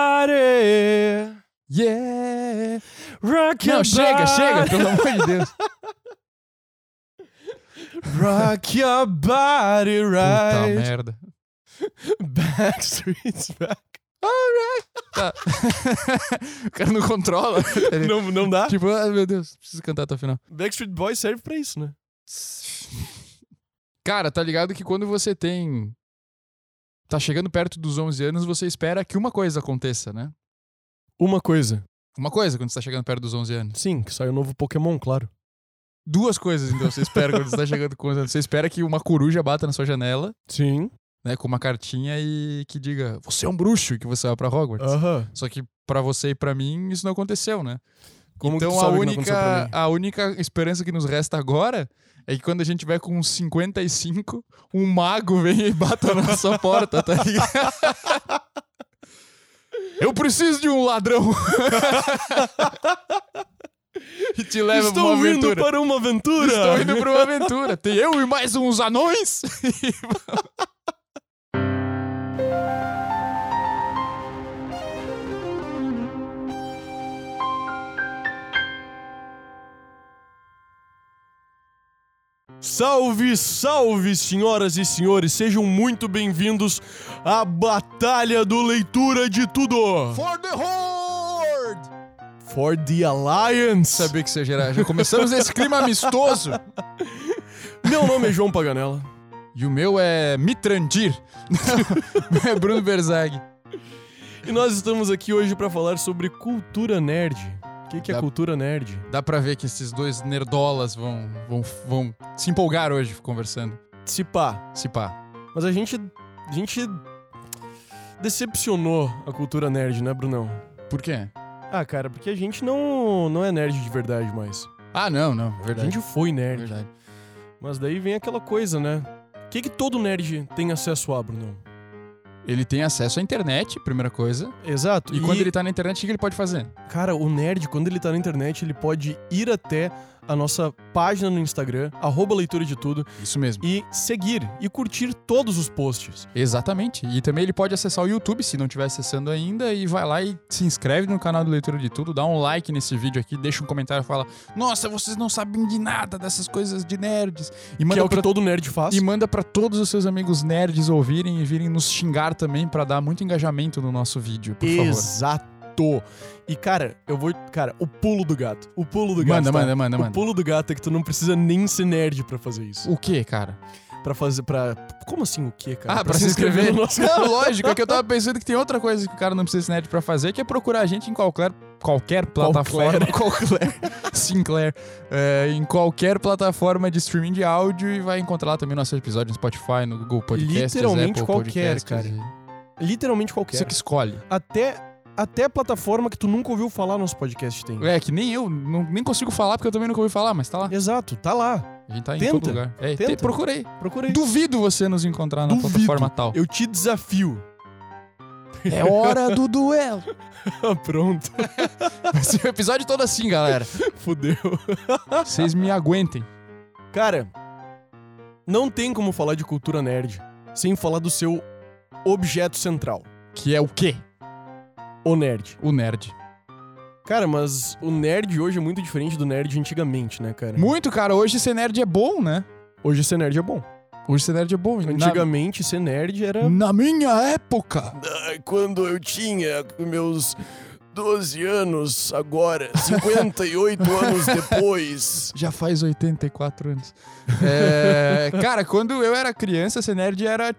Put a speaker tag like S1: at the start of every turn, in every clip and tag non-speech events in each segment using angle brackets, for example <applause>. S1: Everybody! Yeah! Rock your
S2: Não, chega,
S1: body.
S2: chega, pelo amor de <laughs> Deus.
S1: <laughs> Rock your body
S2: Puta
S1: right.
S2: merda.
S1: Backstreet's back.
S2: Tá. <laughs> o cara não controla. Ele-
S1: Não, não dá?
S2: Tipo, ah, meu Deus, preciso cantar até o final.
S1: Backstreet Boys serve pra isso, né?
S2: Cara, tá ligado que quando você tem. Tá chegando perto dos 11 anos, você espera que uma coisa aconteça, né?
S1: Uma coisa.
S2: Uma coisa quando você tá chegando perto dos 11 anos.
S1: Sim, que saiu o novo Pokémon, claro.
S2: Duas coisas, então, você espera quando você tá chegando com 11 anos. Você espera que uma coruja bata na sua janela,
S1: Sim.
S2: né? Com uma cartinha e que diga: Você é um bruxo e que você vai pra Hogwarts.
S1: Aham.
S2: Só que pra você e pra mim isso não aconteceu, né?
S1: Como que
S2: então
S1: tu
S2: a
S1: sabe que não aconteceu pra
S2: única
S1: mim?
S2: a única esperança que nos resta agora é que quando a gente tiver com uns 55, um mago venha e bata na nossa porta, tá ligado? Eu preciso de um ladrão. e te leva pra uma
S1: Estou indo
S2: aventura.
S1: para uma aventura!
S2: Estou indo pra uma aventura. Tem eu e mais uns anões.
S1: Salve, salve, senhoras e senhores! Sejam muito bem-vindos à Batalha do Leitura de Tudo!
S2: For the Horde!
S1: For the Alliance!
S2: Sabia que você ia gerar. Já começamos nesse clima amistoso.
S1: <laughs> Meu nome é João Paganella.
S2: E o meu é Mitrandir. <laughs> Não, o meu é Bruno Berzag.
S1: E nós estamos aqui hoje para falar sobre cultura nerd. O que, que é
S2: Dá-
S1: cultura nerd?
S2: Dá pra ver que esses dois nerdolas vão, vão, vão se empolgar hoje conversando.
S1: Se pá.
S2: Se pá.
S1: Mas a gente. A gente. Decepcionou a cultura nerd, né, Brunão?
S2: Por quê?
S1: Ah, cara, porque a gente não, não é nerd de verdade mais.
S2: Ah, não, não. é
S1: A
S2: Verdade.
S1: gente foi
S2: é
S1: nerd.
S2: verdade.
S1: Mas daí vem aquela coisa, né? O que, que todo nerd tem acesso a, Brunão?
S2: Ele tem acesso à internet, primeira coisa.
S1: Exato.
S2: E, quando ele tá na internet, o que que ele pode fazer?
S1: Cara, o nerd, quando ele tá na internet, ele pode ir até a nossa página no Instagram, arroba leitura de tudo,
S2: Isso mesmo.
S1: e seguir e curtir todos os posts.
S2: Exatamente. E também ele pode acessar o YouTube, se não estiver acessando ainda, e vai lá e se inscreve no canal do Leitura de Tudo, dá um like nesse vídeo aqui, deixa um comentário e fala: Nossa, vocês não sabem de nada dessas coisas de nerds. E
S1: que é
S2: manda
S1: o que
S2: pra
S1: todo nerd faz.
S2: E manda pra todos os seus amigos nerds ouvirem e virem nos xingar também pra dar muito engajamento no nosso vídeo, por favor.
S1: Exato. E, cara, eu vou. Cara, o pulo do gato. O pulo do gato.
S2: Manda,
S1: tá?
S2: manda, manda,
S1: O
S2: manda.
S1: pulo do gato é que tu não precisa nem ser nerd pra fazer isso.
S2: O que, cara?
S1: Pra fazer. Pra... Como assim o quê, cara?
S2: ah, pra, se inscrever?
S1: no <laughs> nosso
S2: Não, lógico, é que eu tava pensando que tem outra coisa que o cara não precisa ser nerd pra fazer, que é procurar a gente em qualquer, qualquer plataforma. Qualquer. <laughs> Sinclair. É, em qualquer plataforma de streaming de áudio e vai encontrar lá também nosso episódio no Spotify, no Google Podcasts,
S1: Literalmente
S2: Apple
S1: qualquer,
S2: Podcasts
S1: cara. <laughs>
S2: e-
S1: Literalmente qualquer.
S2: Você que escolhe.
S1: Até. Até a plataforma que tu nunca ouviu falar nosso podcast tem.
S2: É, que nem eu, não- nem consigo falar porque eu também nunca ouvi falar, mas tá lá.
S1: Exato, tá lá.
S2: A gente tá em
S1: Tenta,
S2: todo lugar. É,
S1: tenta.
S2: te- procurei.
S1: Procura aí.
S2: Duvido você nos encontrar na
S1: Duvido. <laughs>
S2: plataforma tal.
S1: Eu te desafio. <laughs>
S2: É hora do duelo.
S1: Ah, Pronto.
S2: <laughs>
S1: <laughs>
S2: Vai ser o episódio todo assim, galera.
S1: Fudeu.
S2: Vocês me aguentem.
S1: Cara, não tem como falar de cultura nerd sem falar do seu objeto central,
S2: Que é o quê?
S1: o nerd.
S2: O nerd.
S1: Cara, mas o nerd hoje é muito diferente do nerd antigamente, né, cara?
S2: Muito, cara. Hoje ser nerd é bom, né?
S1: Hoje ser nerd é bom.
S2: Hoje ser nerd é bom. Na-
S1: Antigamente ser nerd era.
S2: Na minha época.
S1: Quando eu tinha meus 12 anos, agora, 58
S2: <laughs>
S1: anos depois.
S2: Já faz 84 anos. É, <laughs> cara, quando eu era criança, ser nerd era.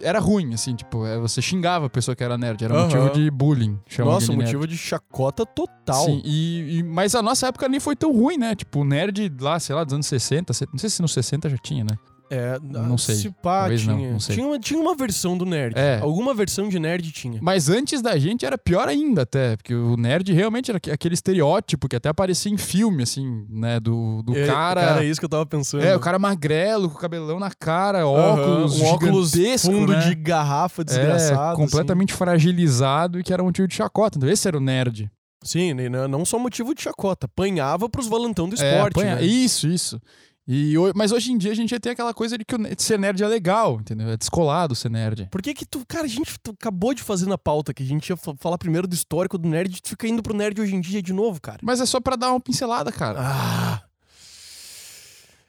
S2: Era ruim, assim, tipo, é, você xingava a pessoa que era nerd, era
S1: Aham.
S2: motivo de bullying. chama
S1: Nossa,
S2: de nerd.
S1: motivo de chacota total.
S2: Sim, e, e- mas a nossa época nem foi tão ruim, né? Tipo, o nerd lá, sei lá, dos anos 60, se- não sei se nos 60 já tinha, né?
S1: É,
S2: Não sei.
S1: Se pá,
S2: Talvez
S1: tinha.
S2: não, não sei.
S1: Tinha, uma, tinha uma versão do nerd.
S2: É.
S1: Alguma versão de nerd tinha.
S2: Mas antes da gente era pior ainda até, porque o nerd realmente era aque- aquele estereótipo que até aparecia em filme, assim, né? Do, do
S1: É,
S2: cara...
S1: é isso que eu tava pensando.
S2: É, o cara magrelo, com o cabelão na cara,
S1: Aham,
S2: óculos,
S1: um óculos
S2: gigantesco,
S1: fundo
S2: né?
S1: de garrafa desgraçado. assim.
S2: é, completamente fragilizado e que era um tio de chacota. Então esse era o nerd.
S1: Assim. Sim, né, não só motivo de chacota. Apanhava pros valentão do
S2: É,
S1: esporte.
S2: apanha-
S1: né?
S2: Isso, isso. E, ho- mas hoje em dia a gente já tem aquela coisa de que o ne- ser nerd é legal, entendeu? É descolado ser nerd.
S1: Por que que tu... Cara, a gente tu acabou de fazer na pauta que a gente ia fa- falar primeiro do histórico do nerd. Tu fica indo pro nerd hoje em dia de novo, cara.
S2: Mas é só pra dar uma pincelada, cara.
S1: Ah.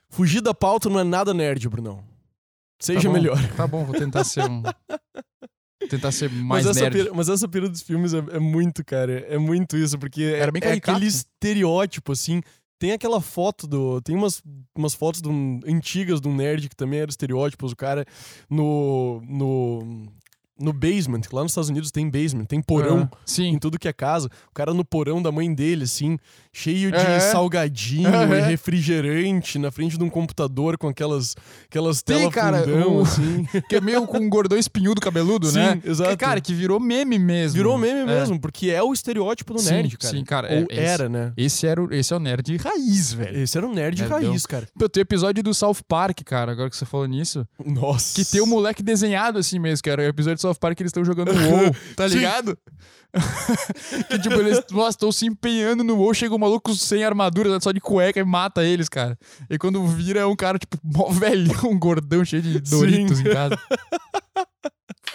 S1: Fugir da pauta não é nada nerd, Brunão. Seja
S2: Tá bom,
S1: melhor.
S2: Tá bom, vou tentar
S1: <laughs>
S2: ser um. tentar ser
S1: mas,
S2: mais
S1: essa
S2: nerd.
S1: pira, mas essa pira dos filmes é, é muito, cara. É muito isso, porque é,
S2: Era bem
S1: é
S2: caricato,
S1: aquele
S2: né?
S1: estereótipo, assim. Tem aquela foto do. Tem umas, umas fotos de um- antigas de um nerd que também era estereótipos. O cara no. no. no basement. que Lá nos Estados Unidos tem basement, tem porão.
S2: Ah, sim.
S1: Em tudo que é casa, o cara no porão da mãe dele, assim, cheio de
S2: É.
S1: salgadinho e
S2: É.
S1: refrigerante na frente de um computador com aquelas, aquelas
S2: Tem,
S1: telas
S2: cara,
S1: fundão,
S2: o-
S1: assim.
S2: Que é meio com um gordão espinhudo cabeludo,
S1: Sim,
S2: né?
S1: exato.
S2: Que, cara, que virou meme mesmo.
S1: Virou meme
S2: É.
S1: mesmo, porque é o estereótipo do
S2: Sim,
S1: nerd, cara.
S2: sim, cara, é-
S1: Ou
S2: é isso.
S1: era, né?
S2: Esse, É. era o, esse é o nerd raiz, velho.
S1: Esse era um nerd
S2: Nerdão.
S1: raiz,
S2: <laughs>
S1: cara.
S2: Pô, Tem episódio do South Park, cara, agora que você falou nisso.
S1: Nossa.
S2: Que tem o moleque desenhado assim mesmo, cara. É o episódio do South Park que eles estão jogando WoW, tá
S1: Sim.
S2: ligado? <laughs> que tipo, eles estão se empenhando no WoW, chega um maluco sem armadura, né, só de cueca e mata eles, cara. E quando vira é um cara, tipo, <laughs> mó velhão, gordão, cheio de Doritos em casa.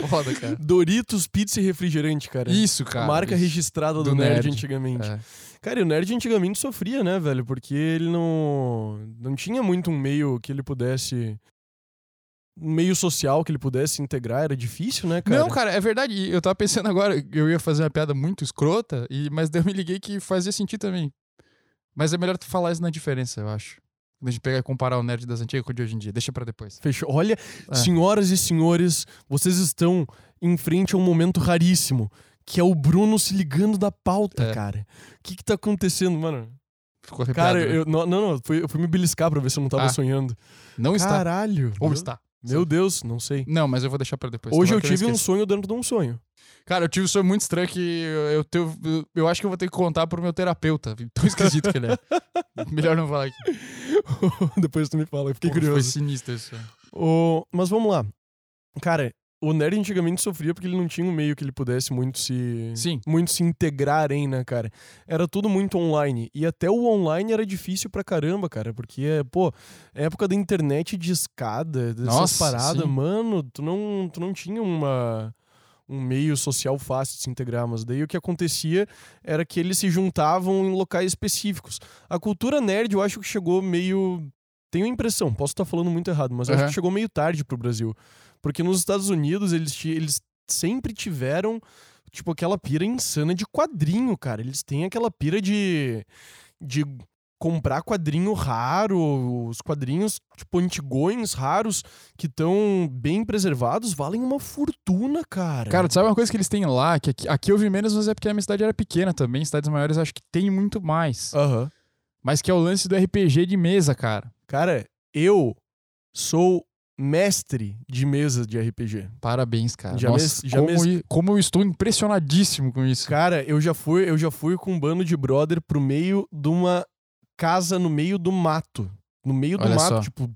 S2: Foda, cara.
S1: Doritos, pizza e refrigerante, cara.
S2: Isso, cara.
S1: Marca
S2: isso.
S1: registrada do,
S2: Do
S1: nerd,
S2: nerd.
S1: antigamente.
S2: É.
S1: Cara, e o nerd antigamente sofria, né, velho? Porque ele não não tinha muito um meio que ele pudesse um meio social que ele pudesse integrar, era difícil, né, cara?
S2: Não, cara, é verdade. E Eu tava pensando agora, eu ia fazer uma piada muito escrota, e, mas daí eu me liguei que fazia sentido também. Mas é melhor tu falar isso na diferença, eu acho. Quando a gente pegar e comparar o nerd das antigas com o de hoje em dia. Deixa pra depois.
S1: Fechou. Olha,
S2: É.
S1: senhoras e senhores, vocês estão em frente a um momento raríssimo, que é o Bruno se ligando da pauta,
S2: É.
S1: cara. O que que tá acontecendo, mano?
S2: Ficou arrepiado.
S1: Cara,
S2: né?
S1: eu não, não, não, eu fui, eu fui me beliscar pra ver se eu não tava
S2: Ah.
S1: sonhando.
S2: Não está.
S1: Caralho.
S2: Ou
S1: meu,
S2: está.
S1: Meu Deus, não sei.
S2: Não, mas eu vou deixar pra depois.
S1: Hoje eu
S2: tomara que não
S1: tive um
S2: esqueça.
S1: sonho dentro de um sonho. <laughs>
S2: Cara, eu tive um sonho muito estranho que eu, eu, tenho- eu, eu acho que eu vou ter que contar pro meu terapeuta. Tão esquisito que ele
S1: <laughs>
S2: é. Melhor não falar aqui.
S1: Depois tu me fala, eu fiquei
S2: Porra, Foi
S1: curioso. É.
S2: sinistro isso.
S1: O- Mas vamos lá. Cara, o nerd antigamente sofria porque ele não tinha um meio que ele pudesse muito se.
S2: Sim.
S1: Muito se integrar em, né, cara? Era tudo muito online. E até o online era difícil pra caramba, cara. Porque, é, pô, época da internet de escada, dessas
S2: Nossa,
S1: paradas,
S2: sim.
S1: mano, tu não, tu não tinha uma. Um meio social fácil de se integrar, mas daí o que acontecia era que eles se juntavam em locais específicos. A cultura nerd, eu acho que chegou meio tenho a impressão, posso estar falando muito errado, mas eu acho
S2: Aham.
S1: que chegou meio tarde pro Brasil. Porque nos Estados Unidos eles, ti- eles sempre tiveram, tipo, aquela pira insana de quadrinho, cara. Eles têm aquela pira de. de comprar quadrinho raro, os quadrinhos, tipo, antigões raros, que estão bem preservados, valem uma fortuna, cara.
S2: Cara, tu sabe uma coisa que eles têm lá? Que aqui, aqui eu vi menos, mas é porque a minha cidade era pequena também. Cidades maiores acho que tem muito mais.
S1: Aham.
S2: Mas que é o lance do RPG de mesa, cara.
S1: Cara, eu sou mestre de mesa de RPG.
S2: Parabéns, cara.
S1: Já
S2: Nossa,
S1: mes- já
S2: como,
S1: mes-
S2: i- como eu estou impressionadíssimo com isso.
S1: Cara, eu já fui, eu já fui com um bando de brother pro meio de uma casa no meio do mato. No meio do
S2: Olha
S1: mato,
S2: só.
S1: tipo,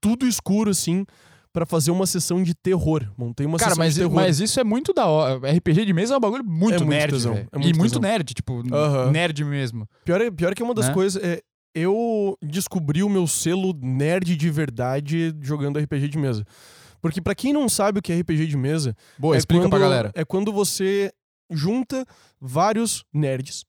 S1: tudo escuro, assim, pra fazer uma sessão de terror. Montei uma
S2: Cara,
S1: sessão
S2: mas,
S1: de terror.
S2: mas isso é muito da hora. RPG de mesa é um bagulho muito
S1: É muito
S2: nerd,
S1: tesão,
S2: velho.
S1: é muito
S2: E muito
S1: tesão.
S2: nerd, tipo, n-
S1: Aham.
S2: nerd mesmo.
S1: Pior, é, pior que uma das
S2: Né?
S1: coisas é. Eu descobri o meu selo nerd de verdade jogando RPG de mesa. Porque pra quem não sabe o que é RPG de mesa,
S2: Boa, explica pra galera.
S1: É quando você junta vários nerds.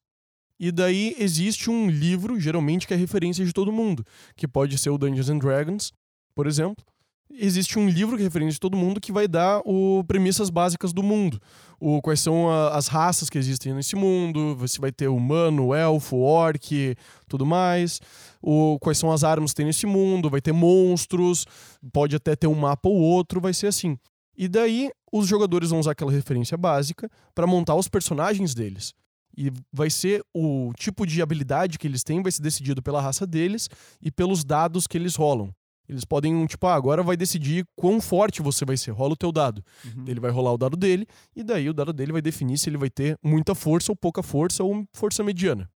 S1: E daí existe um livro, geralmente, que é referência de todo mundo. Que pode ser o Dungeons and Dragons, por exemplo. Existe um livro que é referência de todo mundo que vai dar o premissas básicas do mundo. O, quais são a- as raças que existem nesse mundo, você vai ter humano, elfo, orc, tudo mais. O, quais são as armas que tem nesse mundo, vai ter monstros, pode até ter um mapa ou outro, vai ser assim. E daí os jogadores vão usar aquela referência básica para montar os personagens deles. E vai ser o tipo de habilidade que eles têm vai ser decidido pela raça deles e pelos dados que eles rolam. Eles podem, tipo, ah, agora vai decidir quão forte você vai ser. Rola o teu dado.
S2: Uhum.
S1: Ele vai rolar o dado dele e daí o dado dele vai definir se ele vai ter muita força ou pouca força ou força mediana.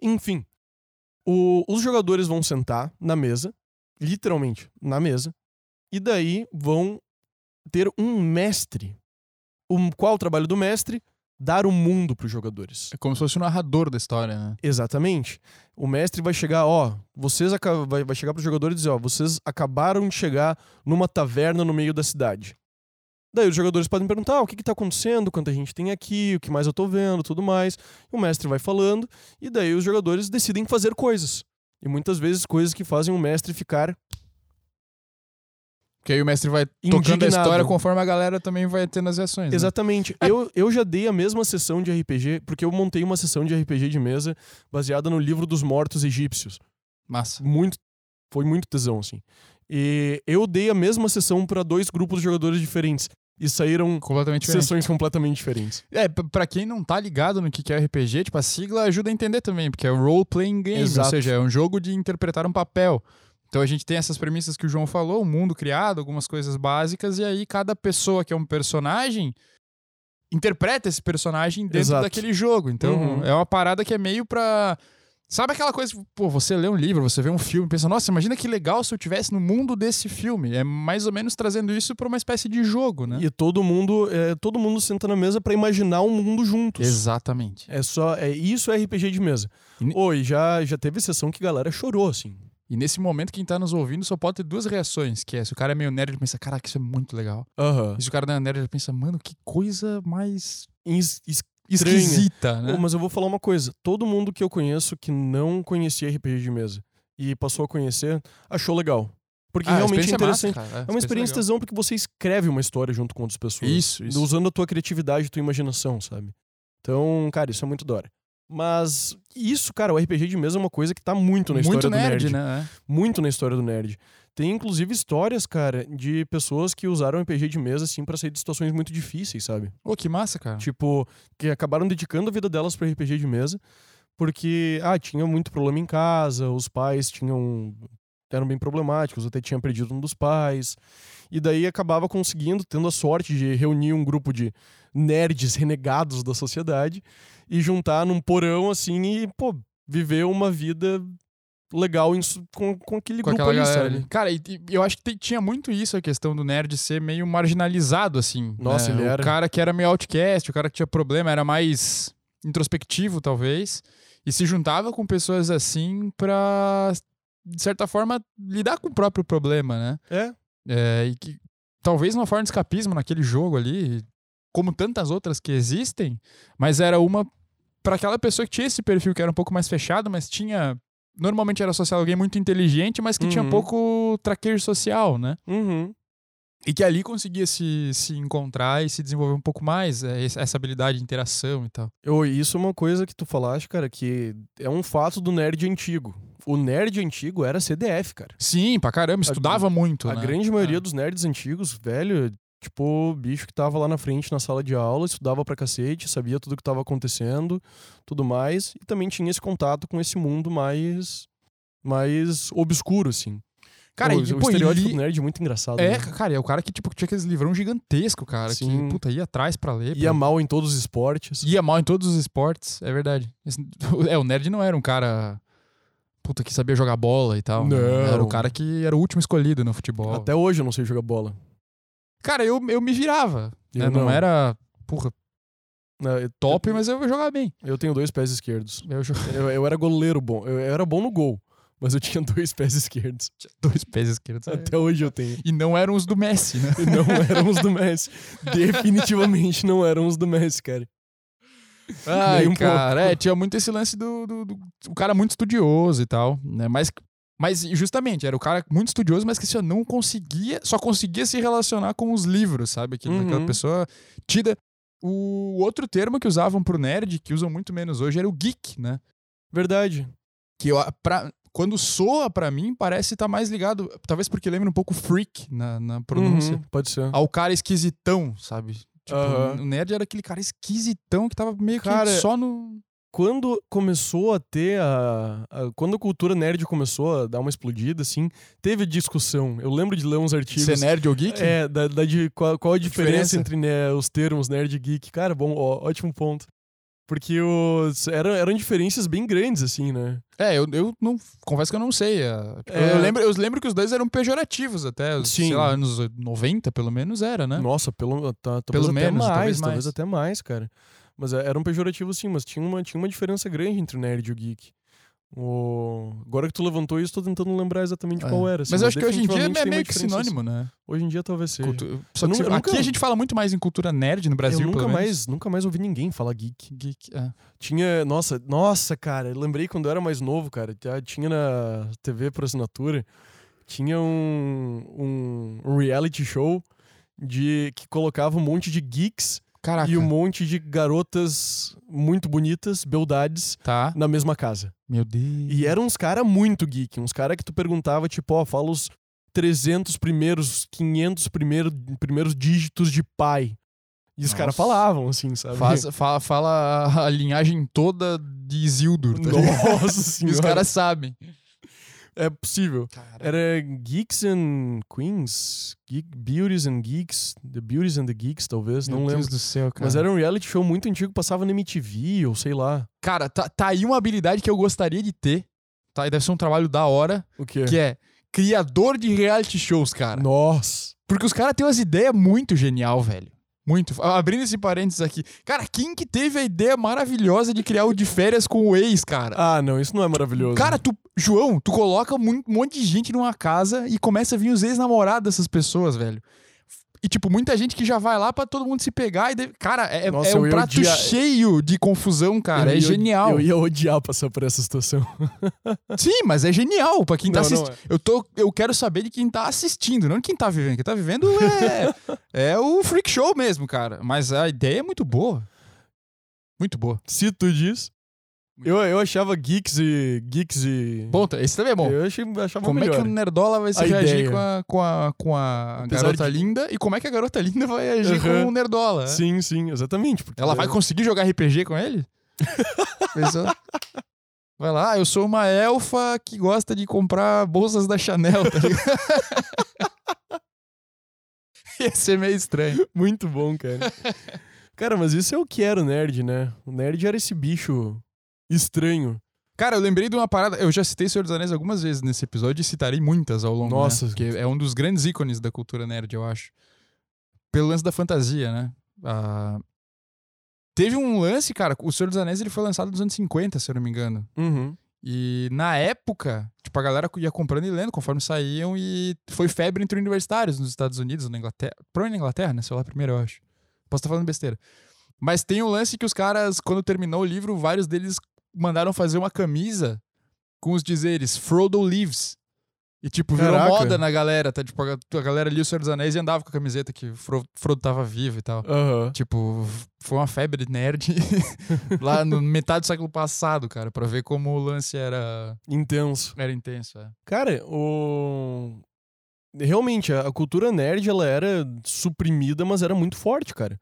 S1: Enfim, o- os jogadores vão sentar na mesa, literalmente na mesa, e daí vão ter um mestre. O qual o um, trabalho do mestre? dar o mundo para os jogadores.
S2: É como se fosse o narrador da história, né?
S1: Exatamente. O mestre vai chegar, ó, vocês aca- vai, vai chegar para os jogadores e dizer, ó, vocês acabaram de chegar numa taverna no meio da cidade. Daí os jogadores podem perguntar ah, o que está acontecendo, quanta gente tem aqui, o que mais eu tô vendo, tudo mais. E o mestre vai falando, e daí os jogadores decidem fazer coisas. E muitas vezes coisas que fazem o mestre ficar
S2: Porque aí o mestre vai tocando a
S1: Indignado.
S2: história conforme a galera também vai tendo as reações. né?
S1: Exatamente. Eu, eu já dei a mesma sessão de RPG, porque eu montei uma sessão de RPG de mesa baseada no livro dos mortos egípcios.
S2: Massa.
S1: Muito. Foi muito tesão, assim. E eu dei a mesma sessão para dois grupos de jogadores diferentes. E saíram
S2: Completamente diferente.
S1: sessões completamente diferentes.
S2: É, p- pra quem não tá ligado no que que é RPG, tipo, a sigla ajuda a entender também, porque é role playing game,
S1: Exato.
S2: ou seja, é um jogo de interpretar um papel. Então a gente tem essas premissas que o João falou, o mundo criado, algumas coisas básicas, e aí cada pessoa que é um personagem interpreta esse personagem dentro
S1: Exato.
S2: daquele jogo. Então
S1: Uhum.
S2: é uma parada que é meio pra. Sabe aquela coisa, pô, você lê um livro, você vê um filme, pensa, nossa, imagina que legal se eu tivesse no mundo desse filme. É mais ou menos trazendo isso pra uma espécie de jogo, né?
S1: E todo mundo, é, todo mundo senta na mesa para imaginar um mundo juntos.
S2: Exatamente.
S1: É só, é isso é RPG de mesa.
S2: E ne-
S1: Oi, já já teve sessão que a galera chorou assim.
S2: E nesse momento, quem tá nos ouvindo só pode ter duas reações, que é se o cara é meio nerd, ele pensa, caraca, isso é muito legal.
S1: Aham.
S2: E se o cara não é nerd, ele pensa, mano, que coisa mais
S1: Es- es- Estranha.
S2: esquisita, né?
S1: Ô, mas eu vou falar uma coisa. Todo mundo que eu conheço que não conhecia RPG de mesa e passou a conhecer, achou legal. Porque
S2: Ah, a
S1: realmente é
S2: experiência massa,
S1: interessante.
S2: cara.
S1: é uma experiência tesão porque você escreve uma história junto com outras pessoas.
S2: legal. Isso, isso.
S1: Usando a tua criatividade, a tua imaginação, sabe? Então, cara, isso é muito da hora. Mas isso, cara, o RPG de mesa é uma coisa que tá muito na história
S2: muito
S1: do
S2: nerd,
S1: nerd.
S2: né? É.
S1: Muito na história do nerd. Tem, inclusive, histórias, cara, de pessoas que usaram RPG de mesa, assim, pra sair de situações muito difíceis, sabe?
S2: Ô, que massa, cara.
S1: Tipo, que acabaram dedicando a vida delas para RPG de mesa, porque, ah, tinha muito problema em casa, os pais tinham. eram bem problemáticos, até tinha perdido um dos pais. E daí acabava conseguindo, tendo a sorte de reunir um grupo de nerds renegados da sociedade e juntar num porão assim e, pô, viver uma vida legal em su- com, com aquele
S2: com
S1: grupo
S2: aquela
S1: ali,
S2: galera
S1: sabe?
S2: ali. Cara, e, e eu acho que te- tinha muito isso, a questão do nerd ser meio marginalizado, assim.
S1: Nossa,
S2: né?
S1: ele era.
S2: O cara que era meio outcast, o cara que tinha problema, era mais introspectivo, talvez. E se juntava com pessoas assim pra, de certa forma, lidar com o próprio problema, né?
S1: É,
S2: É, e que talvez uma forma de escapismo naquele jogo ali, como tantas outras que existem, mas era uma para aquela pessoa que tinha esse perfil que era um pouco mais fechado, mas tinha normalmente era associado a alguém muito inteligente, mas que tinha
S1: Uhum.
S2: pouco traquejo social, né?
S1: uhum.
S2: E que ali conseguia se, se encontrar e se desenvolver um pouco mais é, esse- essa habilidade de interação e tal.
S1: Eu, isso é uma coisa que tu falaste, cara, que é um fato do nerd antigo. O nerd antigo era CDF, cara.
S2: Sim, pra caramba, estudava muito,
S1: A
S2: né?
S1: grande maioria
S2: É.
S1: dos nerds antigos, velho, tipo, o bicho que tava lá na frente na sala de aula, estudava pra cacete, sabia tudo que tava acontecendo, tudo mais, e também tinha esse contato com esse mundo mais mais obscuro, assim.
S2: Cara,
S1: Pô,
S2: e,
S1: o
S2: pô, e
S1: estereótipo
S2: li-
S1: do nerd é muito engraçado.
S2: É,
S1: né?
S2: cara, é o cara que tipo tinha aqueles livrão gigantesco, cara,
S1: Sim.
S2: que puta ia atrás pra ler.
S1: Ia
S2: pra-
S1: é mal em todos os esportes.
S2: Ia mal em todos os esportes, é verdade. Esse- <laughs> é, o Nerd não era um cara. Puta, que sabia jogar bola e tal. né?
S1: Não.
S2: Era o cara que era o último escolhido no futebol.
S1: Até hoje eu não sei jogar bola.
S2: Cara, eu, eu me virava. né?
S1: Eu
S2: Não
S1: É, não.
S2: era, porra,
S1: Não, eu-
S2: top, mas eu jogava bem.
S1: Eu tenho dois pés esquerdos.
S2: Eu jogava
S1: Eu,
S2: <laughs>
S1: eu era goleiro bom. Eu, eu era bom no gol. Mas eu tinha <laughs> dois pés esquerdos.
S2: dois pés esquerdos.
S1: Até hoje eu tenho.
S2: E não eram os do Messi, né?
S1: E não <laughs> eram os do Messi. Definitivamente não eram os do Messi, cara.
S2: Ai,
S1: Nem um
S2: cara,
S1: pouco.
S2: é, tinha muito esse lance do, do, do- O cara muito estudioso e tal, né? Mas, mas justamente, era o cara muito estudioso, mas que só não conseguia, só conseguia se relacionar com os livros, sabe? Aquele, Aquela
S1: Uhum.
S2: pessoa tida. O outro termo que usavam pro nerd, que usam muito menos hoje, era o geek, né?
S1: Verdade.
S2: Que eu, pra, quando soa pra mim, parece estar mais ligado, talvez porque lembra um pouco freak na, na pronúncia,
S1: Uhum, pode ser.
S2: ao cara esquisitão, sabe? Tipo,
S1: Aham.
S2: o nerd era aquele cara esquisitão que tava meio
S1: Cara,
S2: que só no.
S1: Quando começou a ter a, a- Quando a cultura nerd começou a dar uma explodida, assim, teve discussão. Eu lembro de ler uns artigos.
S2: Ser nerd ou geek?
S1: É, da, da de, qual, qual a diferença,
S2: diferença?
S1: entre né, os termos nerd e geek? Cara, bom, ó, ótimo ponto. Porque os, eram, eram diferenças bem grandes, assim, né?
S2: É, eu, eu não confesso que eu não sei. é, tipo,
S1: É.
S2: Eu, lembro, eu lembro que os dois eram pejorativos até, os,
S1: Sim.
S2: sei lá, anos 90 pelo menos era, né?
S1: Nossa, pelo, tá, talvez
S2: Pelo
S1: até
S2: menos,
S1: mais,
S2: talvez
S1: talvez,
S2: mais.
S1: até mais, cara. Mas é, era um pejorativo sim, mas tinha uma, tinha uma diferença grande entre o nerd e o geek. O... Agora que tu levantou isso, tô tentando lembrar exatamente
S2: É.
S1: qual era. assim,
S2: Mas eu acho que hoje em dia
S1: definitivamente
S2: é
S1: tem uma
S2: meio que
S1: diferença, assim.
S2: sinônimo, né?
S1: Hoje em dia talvez seja.
S2: Cultu- Só
S1: Eu
S2: que
S1: nu-
S2: se-
S1: eu
S2: aqui
S1: nunca-
S2: a gente fala muito mais em cultura nerd no Brasil,
S1: eu nunca
S2: pelo menos.
S1: mais, nunca mais ouvi ninguém falar geek.
S2: Geek, é.
S1: Tinha, nossa, nossa, cara, eu lembrei quando eu era mais novo, cara, tá- tinha na TV por assinatura, tinha um, um reality show de que colocava um monte de geeks
S2: Caraca,
S1: e um monte de garotas muito bonitas, beldades,
S2: tá?
S1: na mesma casa.
S2: Meu Deus.
S1: E eram uns cara muito geek, uns cara que tu perguntava, tipo, ó, fala os 300 primeiros, 500 primeiro, primeiros dígitos de pai. E os caras
S2: Nossa.
S1: falavam, assim, sabe? <laughs>
S2: Faz- <laughs> fala, fala a- a linhagem toda de Isildur, tá ligado?
S1: Nossa
S2: <laughs> E
S1: senhora.
S2: os caras sabem.
S1: É possível. Era Geeks and Queens, Geek, Beauties and Geeks, The Beauties and the Geeks, talvez,
S2: Meu
S1: não
S2: Deus
S1: lembro.
S2: do céu, cara.
S1: Mas era um reality show muito antigo, passava na MTV ou sei lá.
S2: Cara, tá, tá aí uma habilidade que eu gostaria de ter, tá? E deve ser um trabalho da hora,
S1: O quê?
S2: que é criador de reality shows, cara.
S1: Nossa.
S2: Porque os caras têm umas ideias muito genial, velho. Muito. Ah, Abrindo esse parênteses aqui. Cara, quem que teve a ideia maravilhosa de criar o de férias com o ex, cara?
S1: Ah, não, isso não é maravilhoso.
S2: Cara, tu, João, tu coloca mu- um monte de gente numa casa e começa a vir os ex-namorados dessas pessoas, velho. E, tipo, muita gente que já vai lá pra todo mundo se pegar e. deve- Cara, é, é-
S1: Nossa,
S2: é um
S1: eu ia
S2: prato
S1: odiar-
S2: cheio de confusão, cara.
S1: Eu
S2: é
S1: ia-
S2: genial.
S1: Eu ia odiar passar por essa situação.
S2: Sim, mas é genial pra quem tá
S1: Não, não é.
S2: assistindo. Eu, tô, eu quero saber de quem tá assistindo, não de quem tá vivendo. Quem tá vivendo
S1: <laughs>
S2: é, é o freak show mesmo, cara. Mas a ideia é muito boa. Muito boa.
S1: Se tu diz. Eu, eu achava geeks e. Geeks e.
S2: Bom, tá- esse também é bom.
S1: eu achei, achava
S2: como
S1: melhor.
S2: é que o Nerdola vai se
S1: A
S2: reagir
S1: ideia.
S2: com a, com a, com a
S1: Apesar
S2: garota
S1: de-
S2: linda e como é que a garota linda vai agir
S1: Aham.
S2: com o Nerdola? né?
S1: Sim, É. sim, exatamente. porque-
S2: Ela vai conseguir jogar RPG
S1: <laughs>
S2: com ele? Pensou? Vai lá, "Ah, eu sou uma elfa que gosta de comprar bolsas da Chanel, tá ligado? <laughs> Ia ser meio estranho.
S1: Muito bom,
S2: <laughs>
S1: cara. cara, mas isso é o que era o nerd, né? O nerd era esse bicho estranho.
S2: Cara, eu lembrei de uma parada. Eu já citei Senhor dos Anéis algumas vezes nesse episódio e citarei muitas ao longo. né?
S1: Nossa.
S2: Porque é um dos grandes ícones da cultura nerd, eu acho. Pelo lance da fantasia, né? Ah, Teve um lance, cara. O Senhor dos Anéis ele foi lançado nos anos 50, se eu não me engano.
S1: Uhum.
S2: E na época, tipo, a galera ia comprando e lendo conforme saíam e foi febre entre universitários nos Estados Unidos ou na Inglaterra. Provavelmente na Inglaterra, né? Sei lá, primeiro, eu acho. Posso estar falando besteira. Mas tem o lance que os caras, quando terminou o livro, vários deles mandaram fazer uma camisa com os dizeres Frodo Lives. E, tipo, virou
S1: Caraca.
S2: moda na galera, tá? Tipo, a a galera lia o Senhor dos Anéis e andava com a camiseta que o Fro- Frodo tava vivo e tal.
S1: Aham.
S2: Tipo, foi uma febre nerd <laughs> lá no metade do século passado, cara, pra ver como o lance era,
S1: Intenso.
S2: era intenso. É.
S1: Cara, o. Realmente, a a cultura nerd ela era suprimida, mas era muito forte, cara.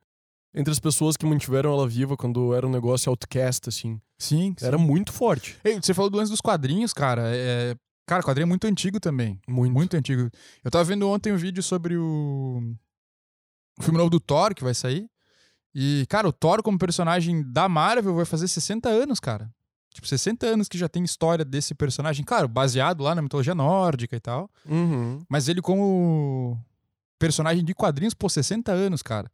S1: Entre as pessoas que mantiveram ela viva quando era um negócio outcast, assim.
S2: Sim,
S1: Era muito forte.
S2: Ei, você falou do lance dos quadrinhos, cara. É... Cara, quadrinho é muito antigo também.
S1: Muito.
S2: Muito antigo. Eu tava vendo ontem um vídeo sobre o... o filme novo do Thor, que vai sair. E, cara, o Thor como personagem da Marvel vai fazer 60 anos, cara. Tipo, 60 anos que já tem história desse personagem. Claro, baseado lá na mitologia nórdica e tal.
S1: Uhum.
S2: Mas ele como personagem de quadrinhos por 60 anos, cara.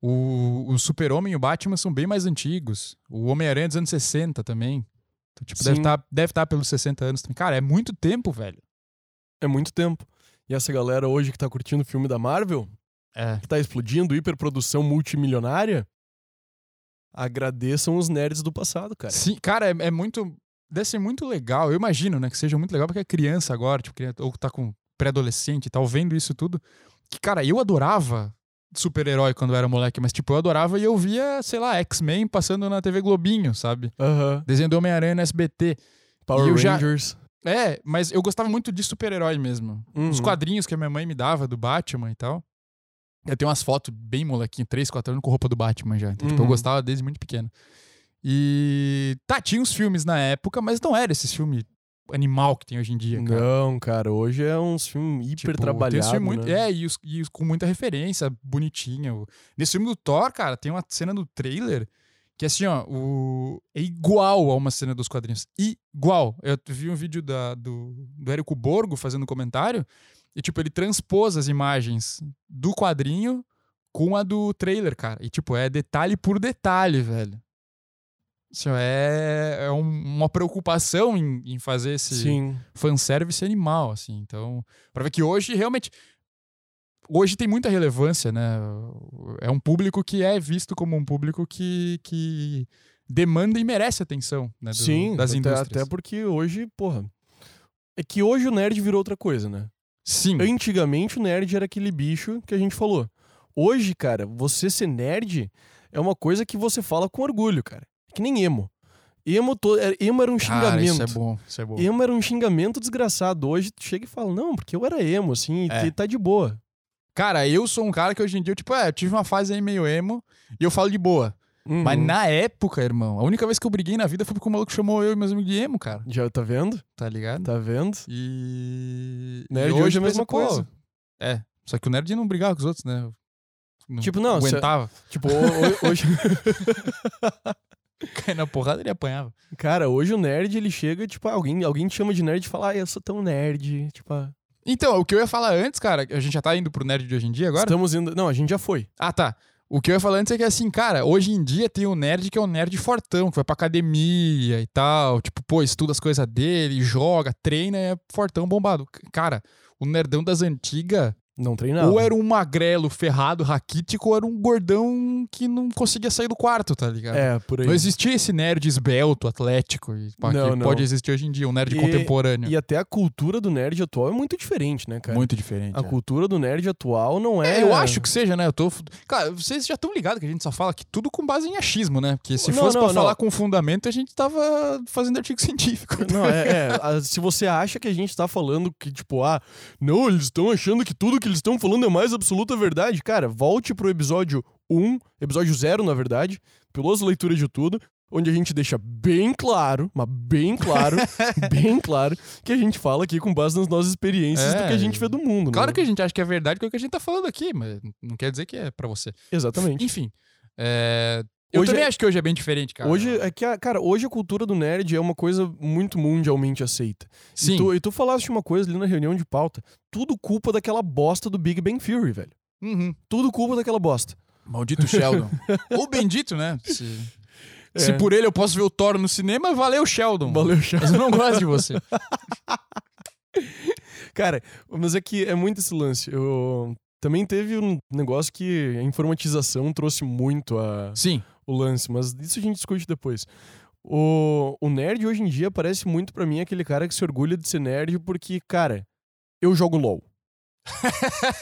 S2: O, o Super-Homem e o Batman são bem mais antigos. O Homem-Aranha é dos anos 60 também. Então, tipo, deve
S1: Sim.
S2: estar deve tá pelos 60 anos também. Cara, é muito tempo, velho.
S1: É muito tempo. E essa galera hoje que tá curtindo o filme da Marvel,
S2: É.
S1: que tá explodindo, hiperprodução multimilionária, agradeçam os nerds do passado, cara.
S2: Sim, cara, é, é muito. Deve ser muito legal. Eu imagino, né? Que seja muito legal porque a criança agora, tipo, criança- ou tá com pré-adolescente e tal, vendo isso tudo. Que, cara, eu adorava super-herói quando eu era moleque, mas, tipo, eu adorava e eu via, sei lá, X-Men passando na TV Globinho, sabe?
S1: Aham.
S2: Desenho do Homem-Aranha no SBT. E
S1: Power
S2: eu já-
S1: Rangers.
S2: É, mas eu gostava muito de super-herói mesmo.
S1: Uhum.
S2: Os quadrinhos que a minha mãe me dava do Batman e tal. Eu tenho umas fotos bem molequinho, 3, 4 anos, com roupa do Batman já. Então, tipo, eu
S1: Uhum.
S2: gostava desde muito pequeno. E. Tá, tinha uns filmes na época, mas não era esses filmes animal que tem hoje em dia, cara.
S1: Não, cara, hoje é uns filmes hiper
S2: Tipo, tem esse
S1: trabalhados.
S2: filme muito-
S1: né?
S2: É, e, os- e os- com muita referência, bonitinha. O- Nesse filme do Thor, cara, tem uma cena do trailer que assim, ó, o... é igual a uma cena dos quadrinhos. Igual. Eu vi um vídeo da- do, do Érico Borgo fazendo um comentário e, tipo, ele transpôs as imagens do quadrinho com a do trailer, cara. E, tipo, é detalhe por detalhe, velho. Isso é, é um- uma preocupação em, em fazer esse
S1: Sim.
S2: fanservice animal, assim. Então, pra ver que hoje, realmente... Hoje tem muita relevância, né? É um público que é visto como um público que, que demanda e merece atenção, né? do-
S1: Sim,
S2: das
S1: até,
S2: indústrias.
S1: até porque hoje, porra. É que hoje o nerd virou outra coisa, né?
S2: Sim.
S1: Antigamente o nerd era aquele bicho que a gente falou. Hoje, cara, você ser nerd é uma coisa que você fala com orgulho, cara. Que nem emo. Emo, to... é- emo era um
S2: Cara,
S1: xingamento.
S2: isso é bom, isso é bom.
S1: Emo era um xingamento desgraçado. Hoje tu chega e fala, não, porque eu era emo, assim, e
S2: É.
S1: te- tá de boa.
S2: Cara, eu sou um cara que hoje em dia, tipo, é, eu tive uma fase aí meio emo e eu falo de boa. Mas
S1: Uhum.
S2: na época, irmão, a única vez que eu briguei na vida foi porque o maluco chamou eu e meus amigos de emo, cara.
S1: Já tá vendo?
S2: Tá ligado?
S1: Tá vendo?
S2: E.
S1: Nerd
S2: e
S1: hoje é a
S2: eu
S1: mesma
S2: penso, pô,
S1: coisa.
S2: É. Só que o nerd não brigava com os outros, né? Eu Não
S1: Tipo, não, cê-
S2: Aguentava. <laughs>
S1: Tipo, ho- ho- hoje.
S2: Caía na porrada ele apanhava.
S1: Cara, hoje o nerd ele chega, tipo, ah, alguém, alguém te chama de nerd e fala, ah, eu sou tão nerd. Tipo, ah,
S2: Então, o que eu ia falar antes, cara, a gente já tá indo pro nerd de hoje em dia agora?
S1: estamos indo. Não, a gente já foi.
S2: Ah, tá. O que eu ia falar antes é que, assim, cara, hoje em dia tem um nerd que é um nerd fortão, que vai pra academia e tal. Tipo, pô, estuda as coisas dele, joga, treina, é fortão bombado. C- Cara, o nerdão das antigas,
S1: Não treinava.
S2: ou era um magrelo ferrado, raquítico, ou era um gordão que não conseguia sair do quarto, tá ligado?
S1: É, por aí.
S2: Não existia esse nerd esbelto, atlético, e, pá,
S1: Não,
S2: que
S1: não.
S2: pode existir hoje em dia, um nerd
S1: E-
S2: contemporâneo.
S1: E até a cultura do nerd atual é muito diferente, né, cara?
S2: Muito diferente.
S1: A
S2: é.
S1: cultura do nerd atual não é.
S2: É, eu acho que seja, né? Eu tô. Cara, vocês já estão ligados que a gente só fala que tudo com base em achismo, né? Porque se
S1: Não,
S2: fosse
S1: não,
S2: pra
S1: não.
S2: falar com fundamento, a gente tava fazendo artigo <laughs> científico.
S1: <laughs> Não, é, é, a- se você acha que a gente tá falando que, tipo, ah, não, eles estão achando que tudo que eles estão falando é mais absoluta verdade, cara, volte pro episódio 1, episódio 0, na verdade, peloso leitura de tudo, onde a gente deixa bem claro, mas bem
S2: <laughs>
S1: claro, bem claro, que a gente fala aqui com base nas nossas experiências
S2: É,
S1: do que a gente vê do mundo, né?
S2: Claro que a gente acha que é verdade com o que a gente tá falando aqui, mas não quer dizer que é pra você.
S1: Exatamente.
S2: Enfim. é, Eu
S1: Hoje
S2: também
S1: é-
S2: acho que hoje é bem diferente, cara.
S1: Hoje, é que a, cara, hoje a cultura do nerd é uma coisa muito mundialmente aceita.
S2: Sim.
S1: E tu, e tu falaste uma coisa ali na reunião de pauta. Tudo culpa daquela bosta do Big Bang Theory, velho.
S2: Uhum.
S1: Tudo culpa daquela bosta. <laughs>
S2: Maldito Sheldon. Ou bendito, né? Se...
S1: É.
S2: se por ele eu posso ver o Thor no cinema, valeu, Sheldon. <laughs>
S1: Valeu, Chá.
S2: Mas eu não gosto de você.
S1: Cara, mas é que é muito esse lance. Eu... Também teve um negócio que a informatização trouxe muito a...
S2: Sim.
S1: o lance, mas isso a gente discute depois. O, o nerd hoje em dia parece muito pra mim aquele cara que se orgulha de ser nerd porque, cara, eu jogo LOL. <laughs>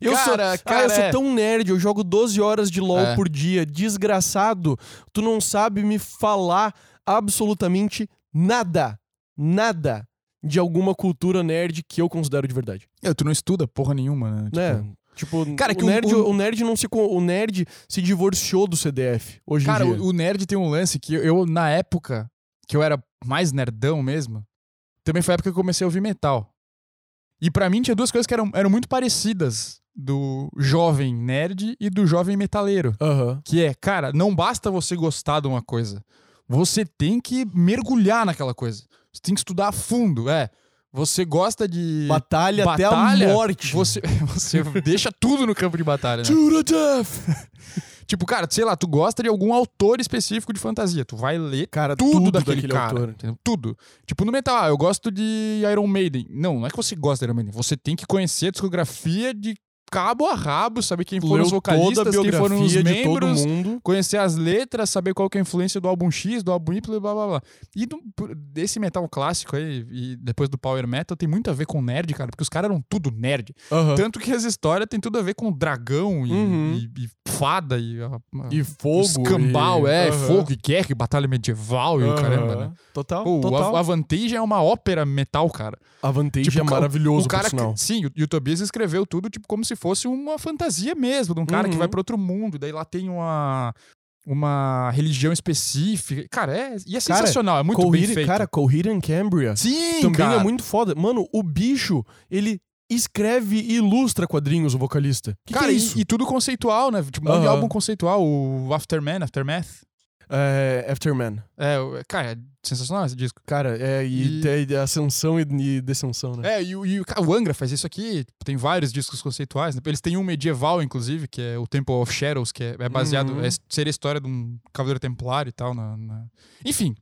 S1: Eu
S2: Cara,
S1: sou, ah,
S2: cara,
S1: eu sou
S2: é.
S1: tão nerd, eu jogo 12 horas de LoL
S2: É.
S1: por dia, desgraçado. Tu não sabe me falar absolutamente nada, nada de alguma cultura nerd que eu considero de verdade.
S2: É, tu não estuda porra nenhuma, né? Tipo,
S1: né? Tipo,
S2: Cara,
S1: o,
S2: que o-
S1: nerd,
S2: o-
S1: o nerd não se co- o nerd se divorciou do CDF hoje
S2: Cara,
S1: em dia.
S2: o o nerd tem um lance que eu, na época que eu era mais nerdão mesmo, também foi a época que eu comecei a ouvir metal. E pra mim tinha duas coisas que eram, eram muito parecidas do jovem nerd e do jovem metaleiro.
S1: Aham.
S2: Que é, cara, não basta você gostar de uma coisa. Você tem que mergulhar naquela coisa. Você tem que estudar a fundo. É. Você gosta de.
S1: Batalha, até
S2: Batalha,
S1: a morte. É.
S2: Você, <laughs> você deixa tudo no campo de batalha. Né?
S1: To the death.
S2: Tipo, cara, sei lá, tu gosta de algum autor específico de fantasia. Tu vai ler
S1: Cara,
S2: tudo, daquele, cara.
S1: autor.
S2: entendeu? Tudo. Tipo, no metal, ah, eu gosto de Iron Maiden. Não, não é que você gosta de Iron Maiden. Você tem que conhecer a discografia de cabo a rabo, saber quem foram
S1: Leu
S2: os
S1: toda a
S2: vocalistas, quem
S1: biografia
S2: foram os
S1: de
S2: membros,
S1: todo mundo.
S2: conhecer as letras, saber qual que é a influência do álbum X, do álbum Y, blá blá blá. E do- por- desse metal clássico aí, e depois do Power Metal, tem muito a ver com nerd, cara, porque os caras eram tudo nerd.
S1: Aham.
S2: Tanto que as histórias têm tudo a ver com dragão e,
S1: Uhum.
S2: e- e fada e, a- a-
S1: E fogo.
S2: escambau,
S1: e...
S2: é,
S1: Aham.
S2: fogo e guerra, e batalha medieval e o
S1: Aham.
S2: caramba, né?
S1: Total,
S2: Pô, o
S1: total.
S2: Av- Avantage é uma ópera metal, cara.
S1: A Vantage
S2: Tipo,
S1: é
S2: o ca-
S1: maravilhoso,
S2: o cara
S1: por sinal.
S2: que- sim, o, e o Tobias escreveu tudo tipo como se fosse uma fantasia mesmo, de um cara que
S1: Uhum.
S2: vai pra outro mundo, daí lá tem uma uma religião específica. Cara, é, e
S1: Cara,
S2: é sensacional, é muito bem
S1: Coheed-
S2: feito.
S1: Cara, Coheed and Cambria
S2: sim,
S1: também
S2: cara.
S1: é muito foda. Mano, o bicho, ele escreve e ilustra quadrinhos, o vocalista. Que
S2: cara,
S1: que é
S2: e-
S1: isso?
S2: E, tudo conceitual, né? Tipo, um monte de
S1: Aham.
S2: álbum conceitual, o Afterman, Aftermath.
S1: é, Afterman.
S2: É, o- cara, é sensacional esse disco.
S1: Cara, é, e,
S2: E-
S1: tem ascensão e, e descensão, né?
S2: É, e, o- e o cara, o Angra faz isso aqui, tipo, tem vários discos conceituais, né? Eles têm um medieval, inclusive, que é o Temple of Shadows, que é, é baseado,
S1: Uhum.
S2: é, seria a história de um cavaleiro templário e tal. na- na- Enfim,